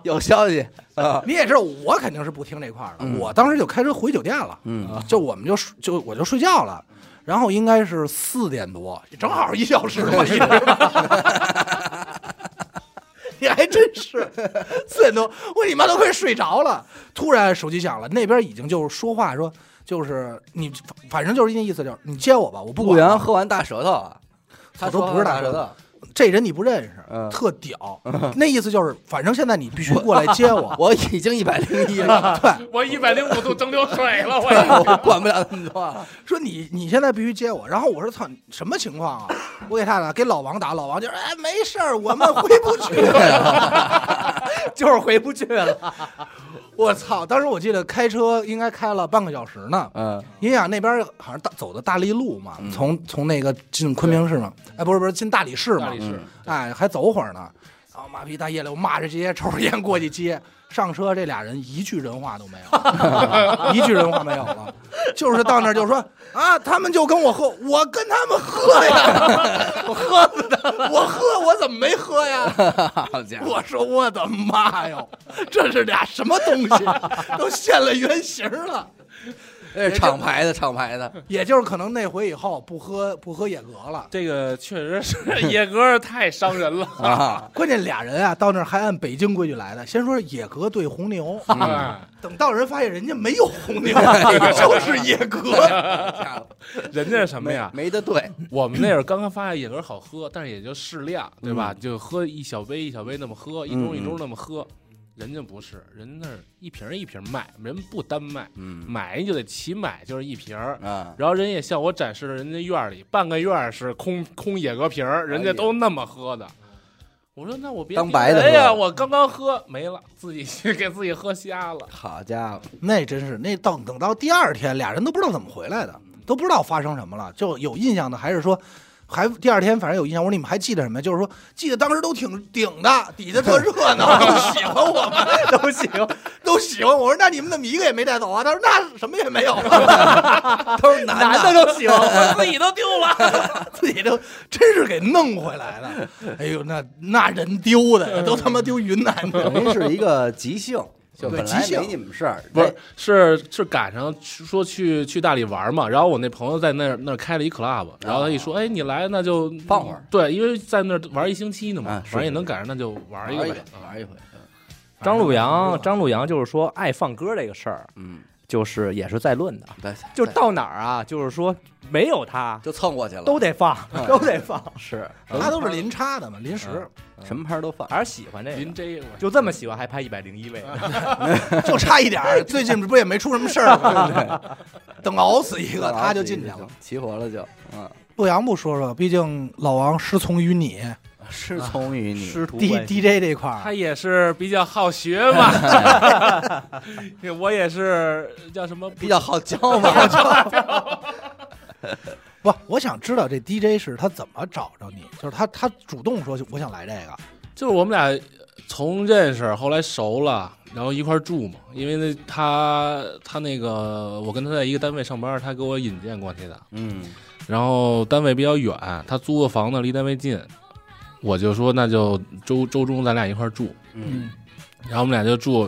S1: 有消息啊，
S2: 你也知道，我肯定是不听这块儿
S1: 嗯
S2: 的。我当时就开车回酒店了，啊
S1: 嗯，
S2: 就我们就睡就我就睡觉了，然后应该是四点多，正好一小时嘛，一直。 你还真是四点多，我你妈都快睡着了。突然手机响了，那边已经就是说话说，就是你反正就是那意思，就是你接我吧，我不
S1: 陆
S2: 管
S1: 阳
S2: 了。
S1: 喝完大舌头啊，他
S2: 我都
S1: 说
S2: 不是
S1: 大
S2: 大舌
S1: 头，
S2: 这人你不认识，
S1: 嗯
S2: 特屌。那意思就是，反正现在你必须过来接我。
S1: 我已经一百零一 了，
S2: 对，
S3: 我一百零五度蒸馏水了，我
S1: 我管不了那么多了，
S2: 说你你现在必须接我，然后我说操，你什么情况啊？我给他俩给老王打，老王就说哎没事儿，我们回不去 了。
S5: 就是回不去了。
S2: 我操！当时我记得开车应该开了半个小时呢，
S1: 嗯，
S2: 因为啊那边好像大走的大利路嘛，
S4: 嗯
S2: 从从那个进昆明市嘛，哎不是不是进大理市嘛
S4: 大，理是
S2: 哎还走会儿呢。然后马屁大夜里我骂着街，抽着烟过去接，上车这俩人一句人话都没有， 一句人话没有了，就是到那儿就说啊，他们就跟我喝，我跟他们喝呀，我喝死他，我喝我怎么没喝呀？
S1: 好家伙，
S2: 我说我的妈哟，这是俩什么东西， 都现了原形了。
S1: 这是哎厂牌的厂牌的，
S2: 也就是可能那回以后不喝不喝野格了。
S4: 这个确实是
S3: 野哥太伤人了。
S1: 啊，
S2: 关键俩人啊，到那儿还按北京规矩来的。先说野格对红牛，等到人发现人家没有红牛，就是野 格。
S4: 人家是什么呀？
S1: 没得对，
S4: 我们那会儿刚刚发现野格好喝，但是也就适量，对吧？
S1: 嗯
S4: 就喝一小杯一小杯那么喝，一盅一盅那么喝。人家不是，人那儿一瓶儿一瓶儿卖，人不单卖，
S1: 嗯
S4: 买你就得起买，就是一瓶儿。
S1: 啊，
S4: 然后人也向我展示了人家院儿里半个院儿是空空野格瓶儿，人家都那么喝的。我说那我别
S1: 哎当白的
S4: 哎呀，
S1: 喝
S4: 我刚刚喝没了，自己去给自己喝瞎了。
S1: 好家伙，
S2: 那真是，那到等到第二天，俩人都不知道怎么回来的，都不知道发生什么了。就有印象的还是说，还第二天反正有印象，我说你们还记得什么呀？就是说记得当时都挺顶的，底下特热闹，都喜欢我们，都喜欢，都喜欢。我说那你们怎么一个也没带走啊？他说那什么也没有啊，都是男的，
S5: 男的都喜欢，我自己都丢了。
S2: 自己都真是给弄回来了。哎呦，那那人丢的呀，都他妈丢云南 去了。
S1: 等于是一个即兴，就
S2: 对
S1: 本
S2: 即
S1: 来
S2: 兴
S1: 没你们事儿，
S4: 不
S1: 哎
S4: 是，是是赶上去说去去大理玩嘛，然后我那朋友在那儿那儿开了一 club，然后他一说，哎，你来那就
S1: 哦放会儿，
S4: 对，因为在那儿玩一星期呢嘛
S1: 啊，是
S4: 反正也能赶上，那就玩
S1: 玩
S4: 一
S1: 一
S4: 个
S1: 回
S4: 呗。，哎
S1: 玩一回，
S5: 张陆阳，张陆阳就是说爱放歌这个事儿，
S1: 嗯，
S5: 就是也是在论的，
S1: 对，
S5: 就
S1: 对
S5: 到哪儿啊，就是说没有他
S1: 就蹭过去了，
S5: 都得放， 都得放，
S1: 是嗯
S2: 他都是临插的嘛，临时
S1: 什么牌儿都放，
S5: 还是喜欢这
S4: 林
S5: 个，
S4: 这个
S5: 就这么喜欢还拍一百零一位，
S2: 就差一点儿。最近不也没出什么事儿吗？等熬死一个，
S1: 然后
S2: 他就
S1: 自己
S2: 进去了。，
S1: 齐活了就，嗯，
S2: 洛阳不说说，毕竟老王师从于你
S1: 师从于你，
S5: 师徒
S2: D
S5: 关系
S2: D J 这块
S4: 他
S2: 儿，
S4: 也是比较好学嘛，我也是叫什么
S1: 比较好教嘛，
S2: 不，我想知道这 D J 是他怎么找着你，就是他他主动说我想来这个，
S4: 就是我们俩从认识，后来熟了，然后一块儿住嘛。因为那他他那个我跟他在一个单位上班，他给我引荐过去的。
S1: 嗯，
S4: 然后单位比较远，他租个房子离单位近，我就说那就周周中咱俩一块儿住。
S1: 嗯，
S4: 然后我们俩就住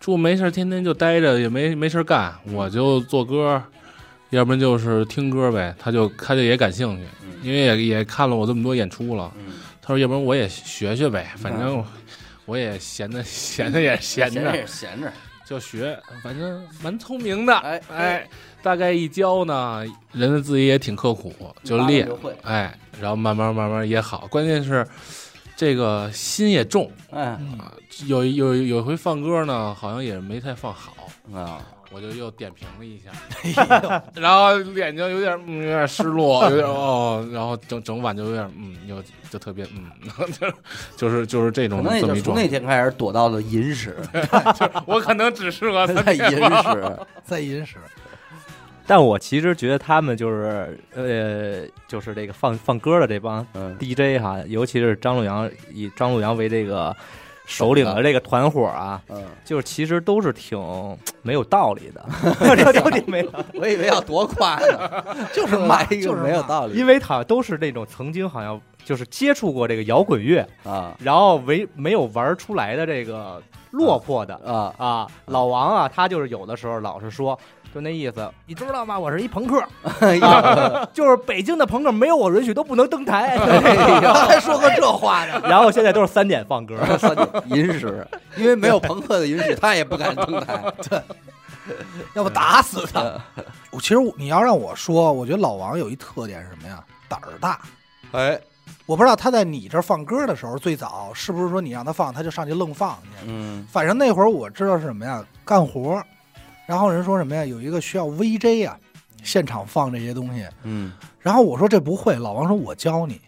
S4: 住没事儿，天天就待着，也没没事儿干，我就做歌，要不然就是听歌呗。他就他就也感兴趣，因为也也看了我这么多演出了。
S1: 嗯
S4: 他说：“要不然我也学学呗，反正我也闲着 闲着也 闲
S1: 闲着
S4: 着，
S1: 也闲着，
S4: 就学，反正蛮聪明的。
S1: 哎
S4: 哎，大概一教呢，人家自己也挺刻苦，就
S1: 拉了
S4: 练
S1: 就会，
S4: 哎，然后慢慢慢慢也好。关键是这个心也重
S1: 哎
S4: 啊。有有有回放歌呢，好像也没太放好，
S1: 啊，
S4: 我就又点评了一下，然后脸就有点嗯有点失落，有点哦，然后整整晚就有点嗯，有就特别嗯， 就是就是这
S1: 可
S4: 种
S1: 能也
S4: 这
S1: 就
S4: 么一
S1: 从
S4: 状
S1: 那
S4: 态。
S1: 天开始躲到了银 石，
S4: 我可能只适合 三
S1: 在
S4: 天
S1: 银
S4: 吧。
S1: 石，
S2: 在银石，
S5: 但我其实觉得他们就是呃，就是这个放放歌的这帮
S1: 嗯，
S5: DJ 哈，尤其是张陆阳以张陆阳为这个首领的这个团伙啊，
S1: 嗯，
S5: 就是其实都是挺没有道理的，这有点没有，
S1: 我以为要多夸呢，
S2: 就是
S1: 来
S2: 骂，
S1: 一
S2: 就
S1: 个
S2: 是
S1: 没有
S2: 骂
S1: 道理
S5: 因为好像都是那种曾经好像就是接触过这个摇滚乐，
S1: 啊
S5: 然后为没有玩出来的这个落魄的
S1: 啊，
S5: 啊，老王啊，他就是有的时候老是说。就那意思，你知道吗？我是一朋克，
S1: 哎啊
S5: 就是北京的朋克，没有我允许都不能登 台。
S1: 哎
S2: 还说过这话呢。
S5: 然后现在都是三点放歌，
S1: 三银石，因为没有朋克的允许，他也不敢登台，
S2: 要不打死他。我其实我你要让我说，我觉得老王有一特点是什么呀？胆儿大。
S1: 哎，
S2: 我不知道他在你这儿放歌的时候，最早是不是说你让他放，他就上去愣放去？
S1: 嗯
S2: 反正那会儿我知道是什么呀，干活儿。然后人说什么呀？有一个需要 VJ 啊，现场放这些东西。
S1: 嗯，
S2: 然后我说这不会，老王说我教你，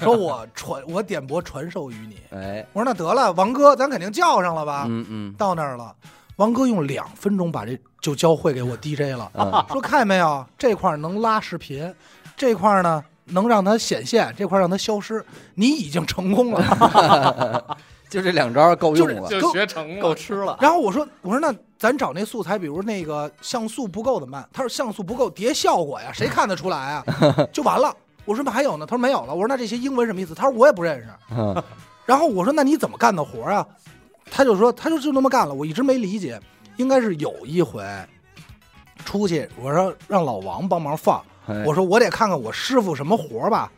S2: 说我传我点拨传授于你。
S1: 哎，
S2: 我说那得了，王哥，咱肯定叫上了吧？
S1: 嗯嗯
S2: 到那儿了，王哥用两分钟把这就教会给我 DJ 了，
S1: 啊，
S2: 说看见没有，这块儿能拉视频，这块儿呢能让它显现，这块儿让它消失，你已经成功了。
S1: 就这两招够用了，
S4: 就学成了，
S5: 吃 了。
S2: 然后我说，我说那咱找那素材，比如那个像素不够怎么办？他说像素不够叠效 果呀，谁看得出来啊？就完了。我说那还有呢？他说没有了。我说那这些英文什么意思？他说我也不认识。
S1: 嗯
S2: 然后我说那你怎么干的活啊？他就说他就就那么干了，我一直没理解，应该是有一回出去，我说让老王帮忙放，
S1: 哎
S2: 我说我得看看我师傅什么活儿吧。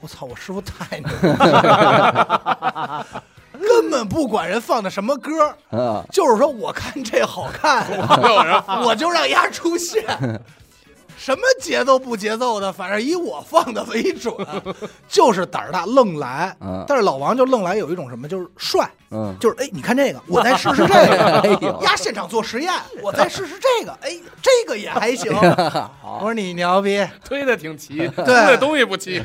S2: 我操，我师傅太牛了， 根本不管人放的什么歌儿，
S1: 啊，
S2: 就是说我看这好 看，啊我就让丫出现。什么节奏不节奏的，反正以我放的 为准，就是胆儿大愣来
S1: 嗯。
S2: 但是老王就愣来有一种什么，就是 帅，
S1: 嗯，
S2: 就是哎，你看这个，我再试试这 个
S1: 哎，呦
S2: 丫现场做实验，我再试试这个，哎，这个也还 行。我说你牛逼，
S4: 推的挺 齐，推
S2: 对
S4: 的东西不 齐。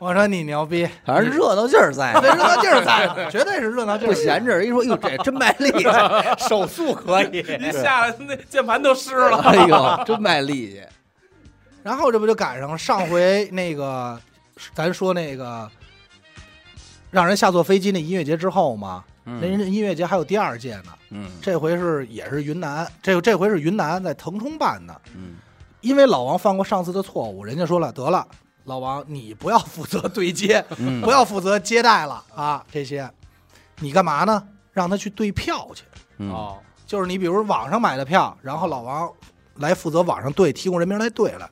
S2: 我说你 牛逼，
S1: 反正热闹劲儿在，
S2: 这热闹劲儿在了，绝对是热闹劲
S1: 不
S2: 儿在。
S1: 闲着，一说哟，这真卖 力，
S5: 手速可以，
S4: 一下来那键盘都湿了，
S1: 哎呦，真卖力气，
S2: 然后这不就赶上上回那个咱说那个让人下坐飞机那音乐节之后嘛，那人
S1: 嗯
S2: 家音乐节还有第二届呢，
S1: 嗯
S2: 这回是也是云南，这这回是云南在腾冲办的，
S1: 嗯
S2: 因为老王犯过上次的错误，人家说了得了，老王你不要负责对接，
S1: 嗯，
S2: 不要负责接待了啊这些，你干嘛呢？让他去兑票去，
S1: 嗯
S3: 哦，
S2: 就是你比如网上买的票，然后老王来负责网上兑，提供人名来兑了。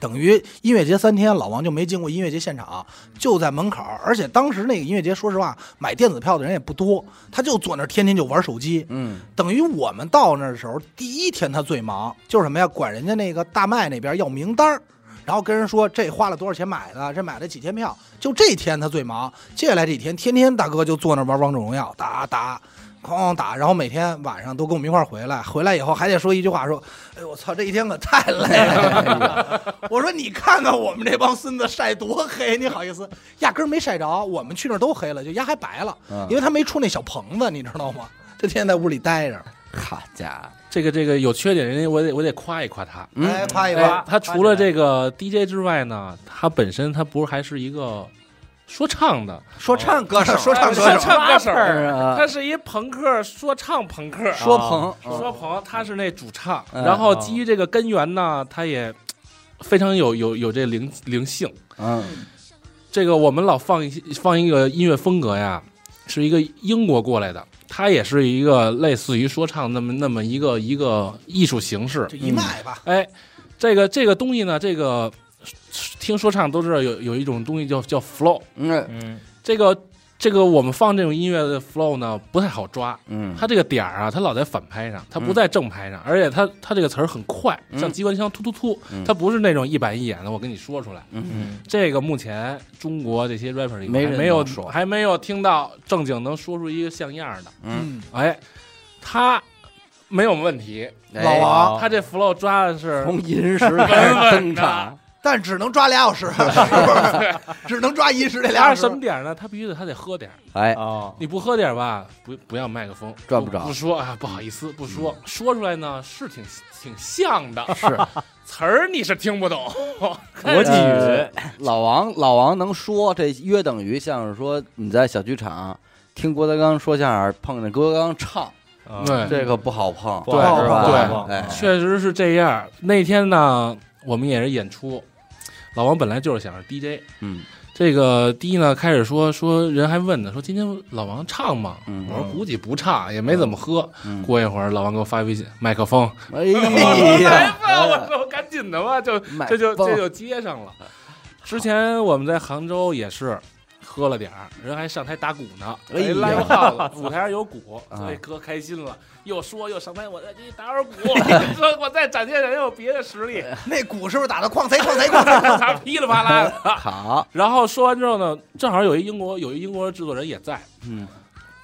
S2: 等于音乐节三天，老王就没进过音乐节现场，就在门口。而且当时那个音乐节，说实话，买电子票的人也不多，他就坐那儿天天就玩手机。
S1: 嗯
S2: 等于我们到那儿的时候，第一天他最忙，就是什么呀？管人家那个大麦那边要名单儿，然后跟人说这花了多少钱买的，这买了几天票，就这天他最忙。接下来这几天，天天大哥就坐那儿玩王者荣耀，打打。哐哐打，然后每天晚上都跟我们一块儿回来，回来以后还得说一句话，说：“哎呦我操，这一天可太累了。”我说：“你看看我们这帮孙子晒多黑，你好意思？压根儿没晒着，我们去那儿都黑了，就压还白了，
S1: 嗯
S2: 因，为他没出那小棚子，你知道吗？就天天在屋里待着。”
S1: 好家伙，
S4: 这个这个有缺点，人家我得我得夸一夸他。
S1: 嗯
S2: 哎，夸一
S4: 哎
S2: 夸，，
S4: 他除了这个 DJ 之外呢，他本身他不是还是一个说唱的
S2: 说唱歌手，啊说唱
S4: 说
S2: 歌手，
S4: 唱歌手，
S1: 他
S4: 他是一朋克说唱朋克，
S1: 说鹏，
S4: 说鹏他是那主唱，
S1: 嗯
S4: 然后基于这个根源呢，他也非常有有有这灵灵性。
S1: 嗯
S4: 这个我们老放一些放一个音乐风格呀，是一个英国过来的，他也是一个类似于说唱那么那么一个一个艺术形式
S2: 就。一卖吧，
S4: 哎，这个这个东西呢，这个听说唱都知道有有一种东西叫叫 flow，
S1: 嗯
S5: 嗯，
S4: 这个这个我们放这种音乐的 flow 呢不太好抓，
S1: 嗯，
S4: 它这个点儿啊，它老在反拍上，它不在正拍上，而且它它这个词儿很快，
S1: 嗯
S4: 像机关枪突突突
S1: 嗯，
S4: 它不是那种一板一眼的，我跟你说出来。
S1: 嗯
S4: 这个目前中国这些 rapper 里
S1: 没人
S4: 面还没有
S1: 能说
S4: 还没有听到正经能说出一个像样的。
S1: 嗯，
S4: 哎，他没有问题，
S2: 老王，
S5: 哦
S4: 他这 flow 抓的是
S1: 哦从银石开始登场，
S2: 但只能抓俩小时，是不是？ 只能抓一时 这俩
S4: 他
S2: 小
S4: 是什
S2: 时
S4: 么。点儿呢？他必须得他得喝点儿，
S1: 哎，
S5: 哦，
S4: 你不喝点儿吧，不不要麦克风，
S1: 赚不着
S4: 不说啊，不好意思，不说，说出来呢是挺挺像的，
S1: 是
S4: 词儿你是听不 懂，
S5: 国际
S1: 呃
S5: 语，
S1: 老王，老王能说这约等于像是说你在小剧场听郭德纲说相声，碰见郭德纲唱，
S5: 啊
S4: 对
S1: 这个不好碰，
S5: 不好
S1: 是
S5: 是
S1: 吧？
S5: 吧？
S1: 对哎
S4: 确实是这样。那天呢，我们也是演出，老王本来就是想是 DJ，
S1: 嗯
S4: 这个第一呢开始说说人还问呢，说今天老王唱吗？
S1: 嗯
S4: 我说估计不唱，也没怎么喝。
S1: 嗯，
S4: 过一会儿老王给我发微信，麦克风，
S5: 嗯
S1: 哎
S4: 我来
S1: 呀，
S4: 吧，哎我说赶紧的吧，就
S1: 麦
S4: 这就
S1: 棒
S4: 这就接上了。之前我们在杭州也是。喝了点儿，人还上台打鼓呢，
S1: 哎呀
S4: live house 了舞台上有鼓，
S1: 啊
S4: 所以哥开心了，又说又上台，我再给你打会儿鼓， 说我再展现展现我别的实力，
S2: 那鼓是不是打的哐贼哐贼哐贼？
S4: 他噼里啪啦的。
S1: 好，
S4: 然后说完之后呢，正好有一英国有一英国制作人也在，
S1: 嗯，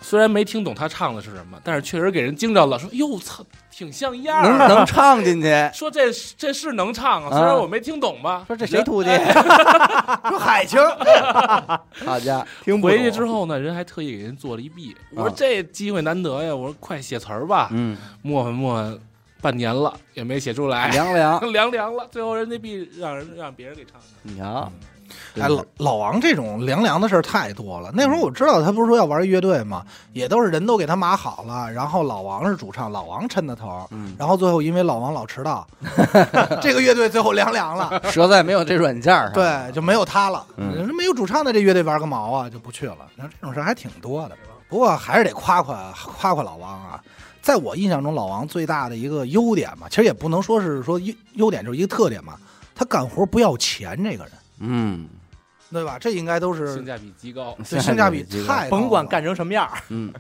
S4: 虽然没听懂他唱的是什么，但是确实给人惊着了，说哟操，挺像样
S1: 能
S4: 儿啊。
S1: 能唱进去，
S4: 说这是这是能唱啊，虽然我没听懂吧。
S1: 说这谁徒弟？
S2: 说海清，
S1: 好家伙，听不
S4: 回去
S1: 懂
S4: 之，后呢，人还特意给人做了一币。我说
S1: 啊
S4: 这机会难得呀，我说快写词儿吧，
S1: 嗯，
S4: 磨磨磨磨，半年了也没写出来，
S1: 凉凉，
S4: 凉凉了。最后人家币让人让别人给唱的。
S1: 你瞧，
S2: 哎，老老王这种凉凉的事儿太多了。那会儿我知道他不是说要玩乐队吗？也都是人都给他码好了，然后老王是主唱，老王抻的头。
S1: 嗯，
S2: 然后最后因为老王老迟到， 这个乐队最后凉凉了，
S1: 蛇在没有这软件上，，
S2: 对，就没有他了。
S1: 嗯
S2: 人家没有主唱的这乐队玩个毛啊，就不去了。那这种事儿还挺多的。不过还是得夸夸夸夸老王啊，在我印象中，老王最大的一个优点嘛，其实也不能说是说优优点，就是一个特点嘛。他干活不要钱，这个人，
S1: 嗯，
S2: 对吧？这应该都是
S4: 性价比极高，
S2: 对性价比
S1: 这个
S2: 太高了
S5: 甭管，干成什么样儿，
S1: 嗯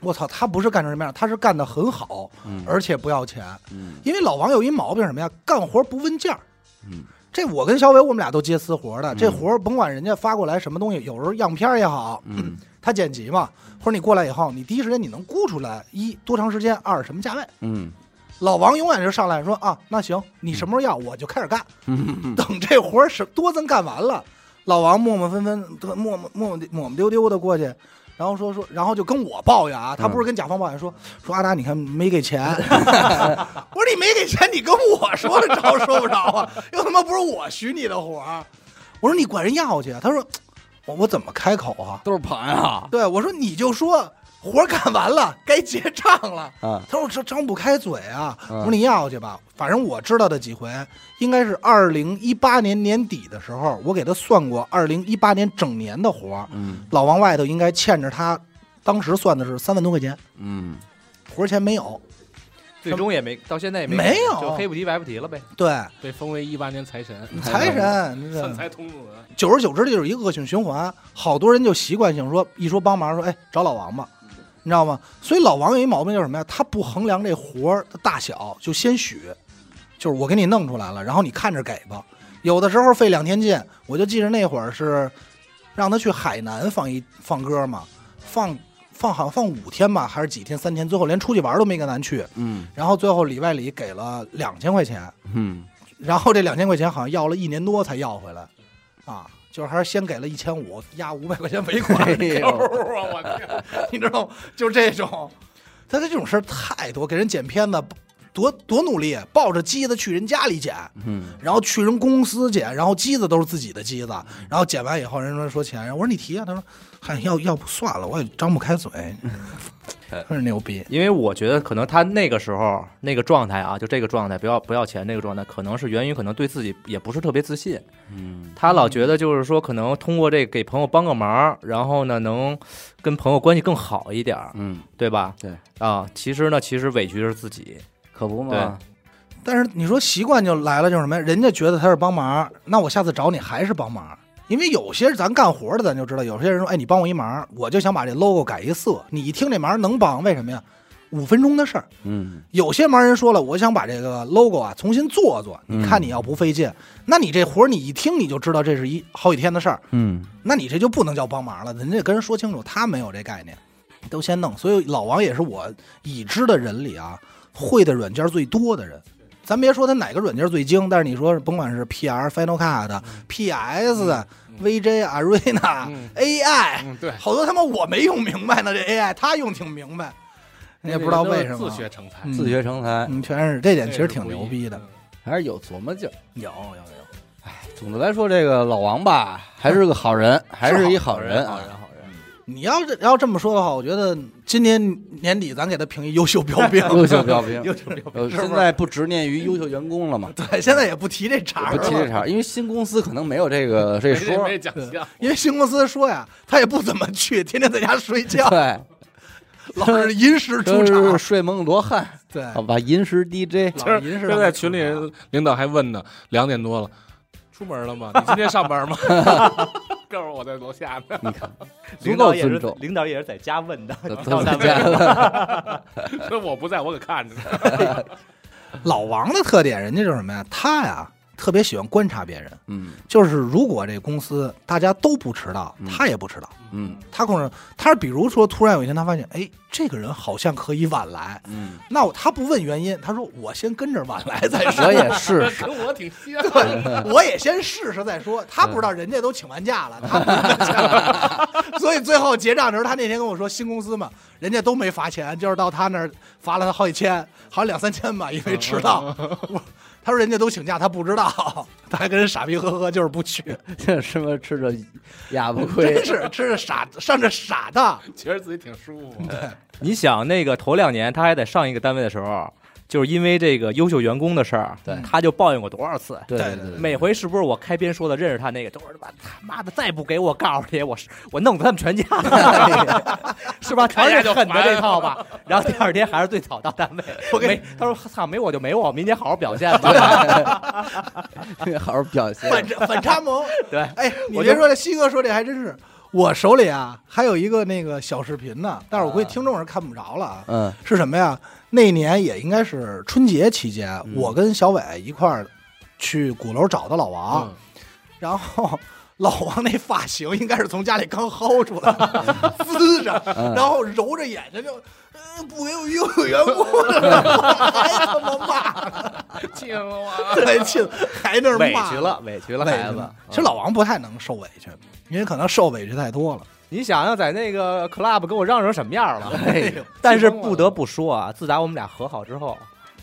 S2: 我操，他不是干成什么样，他是干得很好，
S1: 嗯，
S2: 而且不要钱。
S1: 嗯
S2: 因为老王有一毛病什么呀？干活不问价儿。
S1: 嗯
S2: 这我跟小伟我们俩都接私活的，这
S1: 嗯
S2: 活儿甭管人家发过来什么东西，有时候样片儿也好，
S1: 嗯
S2: 他剪辑嘛，或者你过来以后，你第一时间你能估出来一多长时间，二什么价位。
S1: 嗯
S2: 老王永远就上来说啊，那行，你什么时候要我就开始干，
S1: 嗯，
S2: 等这活儿是多咱干完了，老王磨磨纷纷，得磨磨磨磨磨丢丢的过去，然后说说，然后就跟我抱怨啊，他不是跟甲方抱怨说说阿达，你看没给钱，我说你没给钱，你跟我说了着说不着啊，又他妈不是我许你的活儿。我说你管人要去啊？他说我我怎么开口啊？
S1: 都是朋友
S2: 对我说你就说活儿干完了，该结账了。
S1: 啊，
S2: 他说我张张不开嘴啊，
S1: 嗯
S2: 我说你要去吧，反正我知道的几回，应该是二零一八年年底的时候，我给他算过二零一八年整年的活儿，
S1: 嗯
S2: 老王外头应该欠着他，当时算的是三万多块钱，
S1: 嗯，
S2: 活儿钱没有，
S5: 最终也没到现在也
S2: 没
S5: 没
S2: 有
S5: 就黑不提白不提了呗。
S2: 对，
S4: 被封为一八年财神，
S2: 财 神，
S4: 算财童子。
S2: 久而久之这就是一个恶性循环，好多人就习惯性说一说帮忙说哎找老王吧，你知道吗？所以老王有一毛病就是什么呀？他不衡量这活儿的大小就先许，就是我给你弄出来了，然后你看着给吧。有的时候费两天劲，我就记着那会儿是让他去海南放一放歌嘛，放放好像放五天吧，还是几天三天，最后连出去玩都没跟咱去，
S1: 嗯
S2: 然后最后里外里给了两千块钱，
S1: 嗯，
S2: 然后这两千块钱好像要了一年多才要回来，啊，就是还是先给了一千五，压五百块钱尾款，抠啊，我天，你知道吗？就这种，他的这种事儿太多，给人剪片子，多多努力，啊抱着机子去人家里剪，
S1: 嗯，
S2: 然后去人公司剪，然后机子都是自己的机子，然后剪完以后，人说说钱，我说你提啊，他说，嗨，要要不算了，我也张不开嘴，真是牛逼，
S5: 因为我觉得可能他那个时候那个状态啊，就这个状态，不要不要钱那个状态，可能是源于可能对自己也不是特别自信。
S1: 嗯，
S5: 他老觉得就是说，可能通过这个给朋友帮个忙，然后呢能跟朋友关系更好一点儿，
S1: 嗯，
S5: 对吧？
S1: 对
S5: 啊，其实呢，其实委屈的是自己。
S1: 可不嘛，
S2: 但是你说习惯就来了，就是什么呀？人家觉得他是帮忙，那我下次找你还是帮忙，因为有些咱干活的咱就知道，有些人说，哎，你帮我一忙，我就想把这 logo 改一色，你一听这忙能帮，为什么呀？五分钟的事儿。
S1: 嗯
S2: 有些忙人说了，我想把这个 logo 啊重新做做，你看你要不费劲，那你这活儿你一听你就知道这是一好几天的事儿，
S1: 嗯
S2: 那你这就不能叫帮忙了，人家跟人说清楚，他没有这概念，都先弄。所以老王也是我已知的人里啊，会的软件最多的人。咱别说他哪个软件最精，但是你说甭管是 PR、Final Cut、PS、VJ、Arena、
S4: 嗯
S2: AI，
S4: 嗯，对，
S2: 好多他妈我没用明白呢，这 AI 他用挺明白，你也不知道为什么
S4: 自。学成才，
S2: 嗯
S1: 自学成才，
S2: 嗯，全是这点
S4: 这
S2: 其实
S4: 是
S2: 挺
S4: 不嗯
S2: 牛
S4: 易
S2: 逼的。。
S1: 还是有琢磨劲儿。
S2: 有有有，
S1: 总的来说，这个老王 吧，还是个好人，还是一好人
S4: 好人
S1: 啊。，
S4: 好人，
S2: 嗯你要这要这么说的话，我觉得今年年底咱给他评一优秀标兵
S1: 优 秀标兵，
S2: 优秀标
S1: 呃，
S2: 兵。是不
S1: 现
S2: 是
S1: 在不执念于优秀员工 了嘛？
S2: 对，现在也不提这茬儿
S1: 不提这
S2: 了，
S1: 茬儿，因为新公司可能没有这个这说。
S4: 没奖项，
S2: 因为新公司说呀，他也不怎么去，天天在家睡 觉，
S1: 对，
S2: 老是临时出
S1: 真 是
S2: 场。
S1: 睡梦罗汉，
S2: 对，
S1: 好吧，银石 DJ，
S2: 老
S4: 今
S2: 临时
S4: 儿在群里，领导还问呢，两点多了，出门了吗？你今天上 班吗？告诉我在楼下呢。
S1: 你看，足
S5: 领导
S1: 够
S5: 也是
S1: 尊重，
S5: 领导也是呃在家问的，
S1: 都
S5: 到
S1: 都
S5: 单
S1: 在
S5: 位
S1: 家了，
S4: 那我不在，我可看着呢。
S2: 老王的特点，人家就是什么呀？他呀特别喜欢观察别人，
S1: 嗯
S2: 就是如果这公司大家都不迟到
S1: 嗯，
S2: 他也不迟到，
S1: 嗯
S2: 他控制。他比如说，突然有一天他发现，哎，这个人好像可以晚来，
S1: 嗯，
S2: 那我他不问原因，他说我先跟着晚来再说，
S1: 我也是，
S4: 跟我挺像。
S2: 我也先试试再说。他不知道人家都请完假 了，他不知道请完假 所以最后结账的时候，他那天跟我说新公司嘛，人家都没罚钱，就是到他那儿罚了他好几千，好像两三千吧，因为迟到。 我他说人家都请假，他不知道，他还跟人傻逼呵呵，就是不去，
S1: 这什么吃着哑巴亏
S2: 真，是真是傻上这傻的。
S4: 觉得自己挺舒服。
S5: 你想那个头两年他还在上一个单位的时候，就是因为这个优秀员工的事儿，
S1: 对
S5: 他就抱怨过多少次。
S1: 对
S2: 对
S1: 对，
S5: 每回是不是我开篇说的认识他那个，都是他妈他妈的再不给我告诉你，我是我弄死他们全家， 是吧？全是狠的这套吧。然后第二天还是最早到单位， 我没他说操没我就没我，明天好好表现吧。
S1: 对， 好好表现，
S2: 反差反差萌。
S5: 对
S2: 哎，你
S5: 我
S2: 别
S5: 就
S2: 说这西哥说这还真是，我手里啊还有一个那个小视频呢，但是我估计
S1: 啊
S2: 听众是看不着了啊。
S1: 嗯
S2: 是什么呀？那年也应该是春节期间，
S5: 嗯
S2: 我跟小伟一块儿去鼓楼找的老
S5: 嗯
S2: 王，然后。老王那发型应该是从家里刚薅出来的，
S5: 嗯
S2: 滋着，
S1: 嗯
S2: 然后揉着眼睛就，呃不给我用员工了，还他妈骂，
S4: 进了我。
S2: 对，气还那儿
S5: 委
S2: 骂，
S5: 屈了，委屈了
S2: 委屈
S5: 孩子
S2: 了。其实老王不太能受委屈，因为可能受委屈太多了。
S5: 你想想在那个 club 给我让成什么样了？ 但是不得不说啊，自打我们俩和好之后，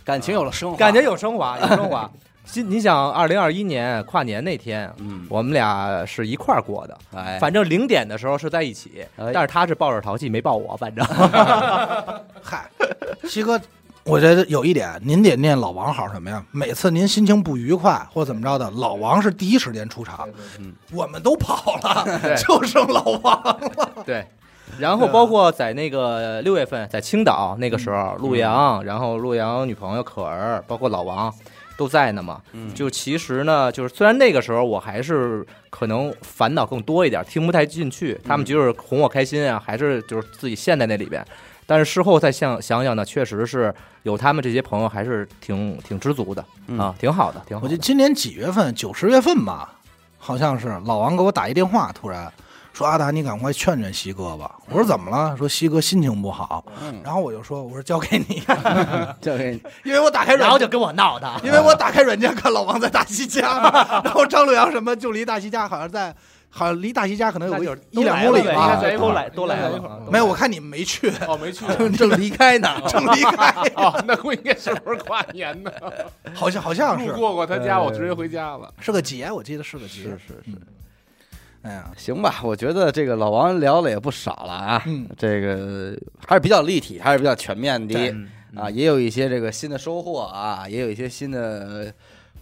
S1: 感情有了升华，
S5: 感觉有升华，有升华。今你想，二零二一年跨年那天，
S1: 嗯，
S5: 我们俩是一块儿过的，
S1: 哎，
S5: 反正零点的时候是在一起，
S1: 哎
S5: 但是他是抱着淘气没抱我， 反正
S6: 嗨，
S2: 西哥，我觉得有一点，您得念老王好什么呀？每次您心情不愉快或怎么着的，老王是第一时间出场，
S1: 嗯
S2: 我们都跑
S5: 对
S2: 了，就剩老王。
S5: 对。然后包括在那个六月份，在青岛那个时候，陆阳，然后陆阳女朋友可儿，包括老王都在呢嘛。
S1: 嗯
S5: 就其实呢，就是虽然那个时候我还是可能烦恼更多一点，听不太进去，他们就是哄我开心啊，还是就是自己陷在那里边。但是事后再想想想呢，确实是有他们这些朋友，还是挺挺知足的、
S1: 嗯
S5: 啊，挺好的，挺 好
S2: 我
S5: 的
S2: 记得。今年几月份？九十月份吧，好像是老王给我打一电话，突然说：“阿达，你赶快劝劝西哥吧。”我说：“怎么了？”说：“西哥心情不好。”
S1: 嗯，
S2: 然后我就说：“我说交给你，
S1: 这给
S2: 因为我打开软
S5: 然后
S2: 件，
S5: 就跟我闹的，
S2: 因为我打开软件看老王在大西家嘛， 然后张洛阳什么就离大西家好像在，好像离大西家可能有
S5: 那
S2: 个
S5: 就是
S2: 一两
S5: 都
S2: 公里
S5: 来了呗应该
S2: 吧
S5: 在。一块儿都
S4: 都
S5: 来
S4: 来
S5: 了
S4: 一块儿
S5: 啊
S2: 没有，我看你们没去，
S4: 哦，没去，
S1: 正 离开呢，
S2: 正离开，
S4: 哦，那不应该是不是跨年呢？
S2: 好像好像
S4: 路
S2: 是
S4: 过过他家，我直接回家了。
S2: 是个节，我记得是个节。嗯
S1: 是是是，
S2: 哎呀，
S1: 行吧，我觉得这个老王聊的也不少了啊，
S2: 嗯
S1: 这个还是比较立体，还是比较全面的啊，也有一些这个新的收获啊，也有一些新的呃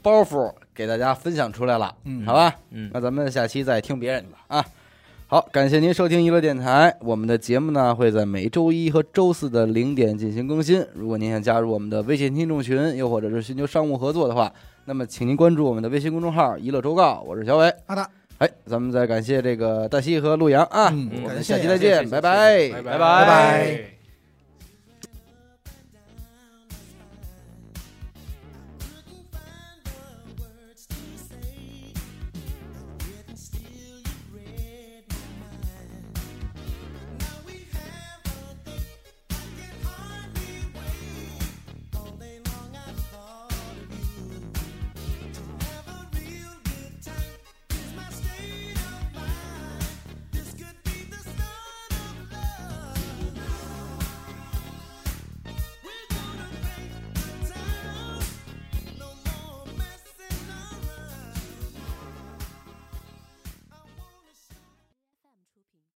S1: 包袱给大家分享出来了，
S2: 嗯
S1: 好吧，
S5: 嗯
S1: 那咱们下期再听别人的啊。好，感谢您收听娱乐电台。我们的节目呢会在每周一和周四的零点进行更新。如果您想加入我们的微信听众群，又或者是寻求商务合作的话，那么请您关注我们的微信公众号“娱乐周告”，我是小伟。
S2: 好的，
S1: 哎，咱们再感谢这个大西和陆阳啊，
S2: 嗯
S1: 我们
S2: 感
S1: 下
S2: 谢
S1: 期再见，拜拜，
S4: 拜
S5: 拜
S2: 拜。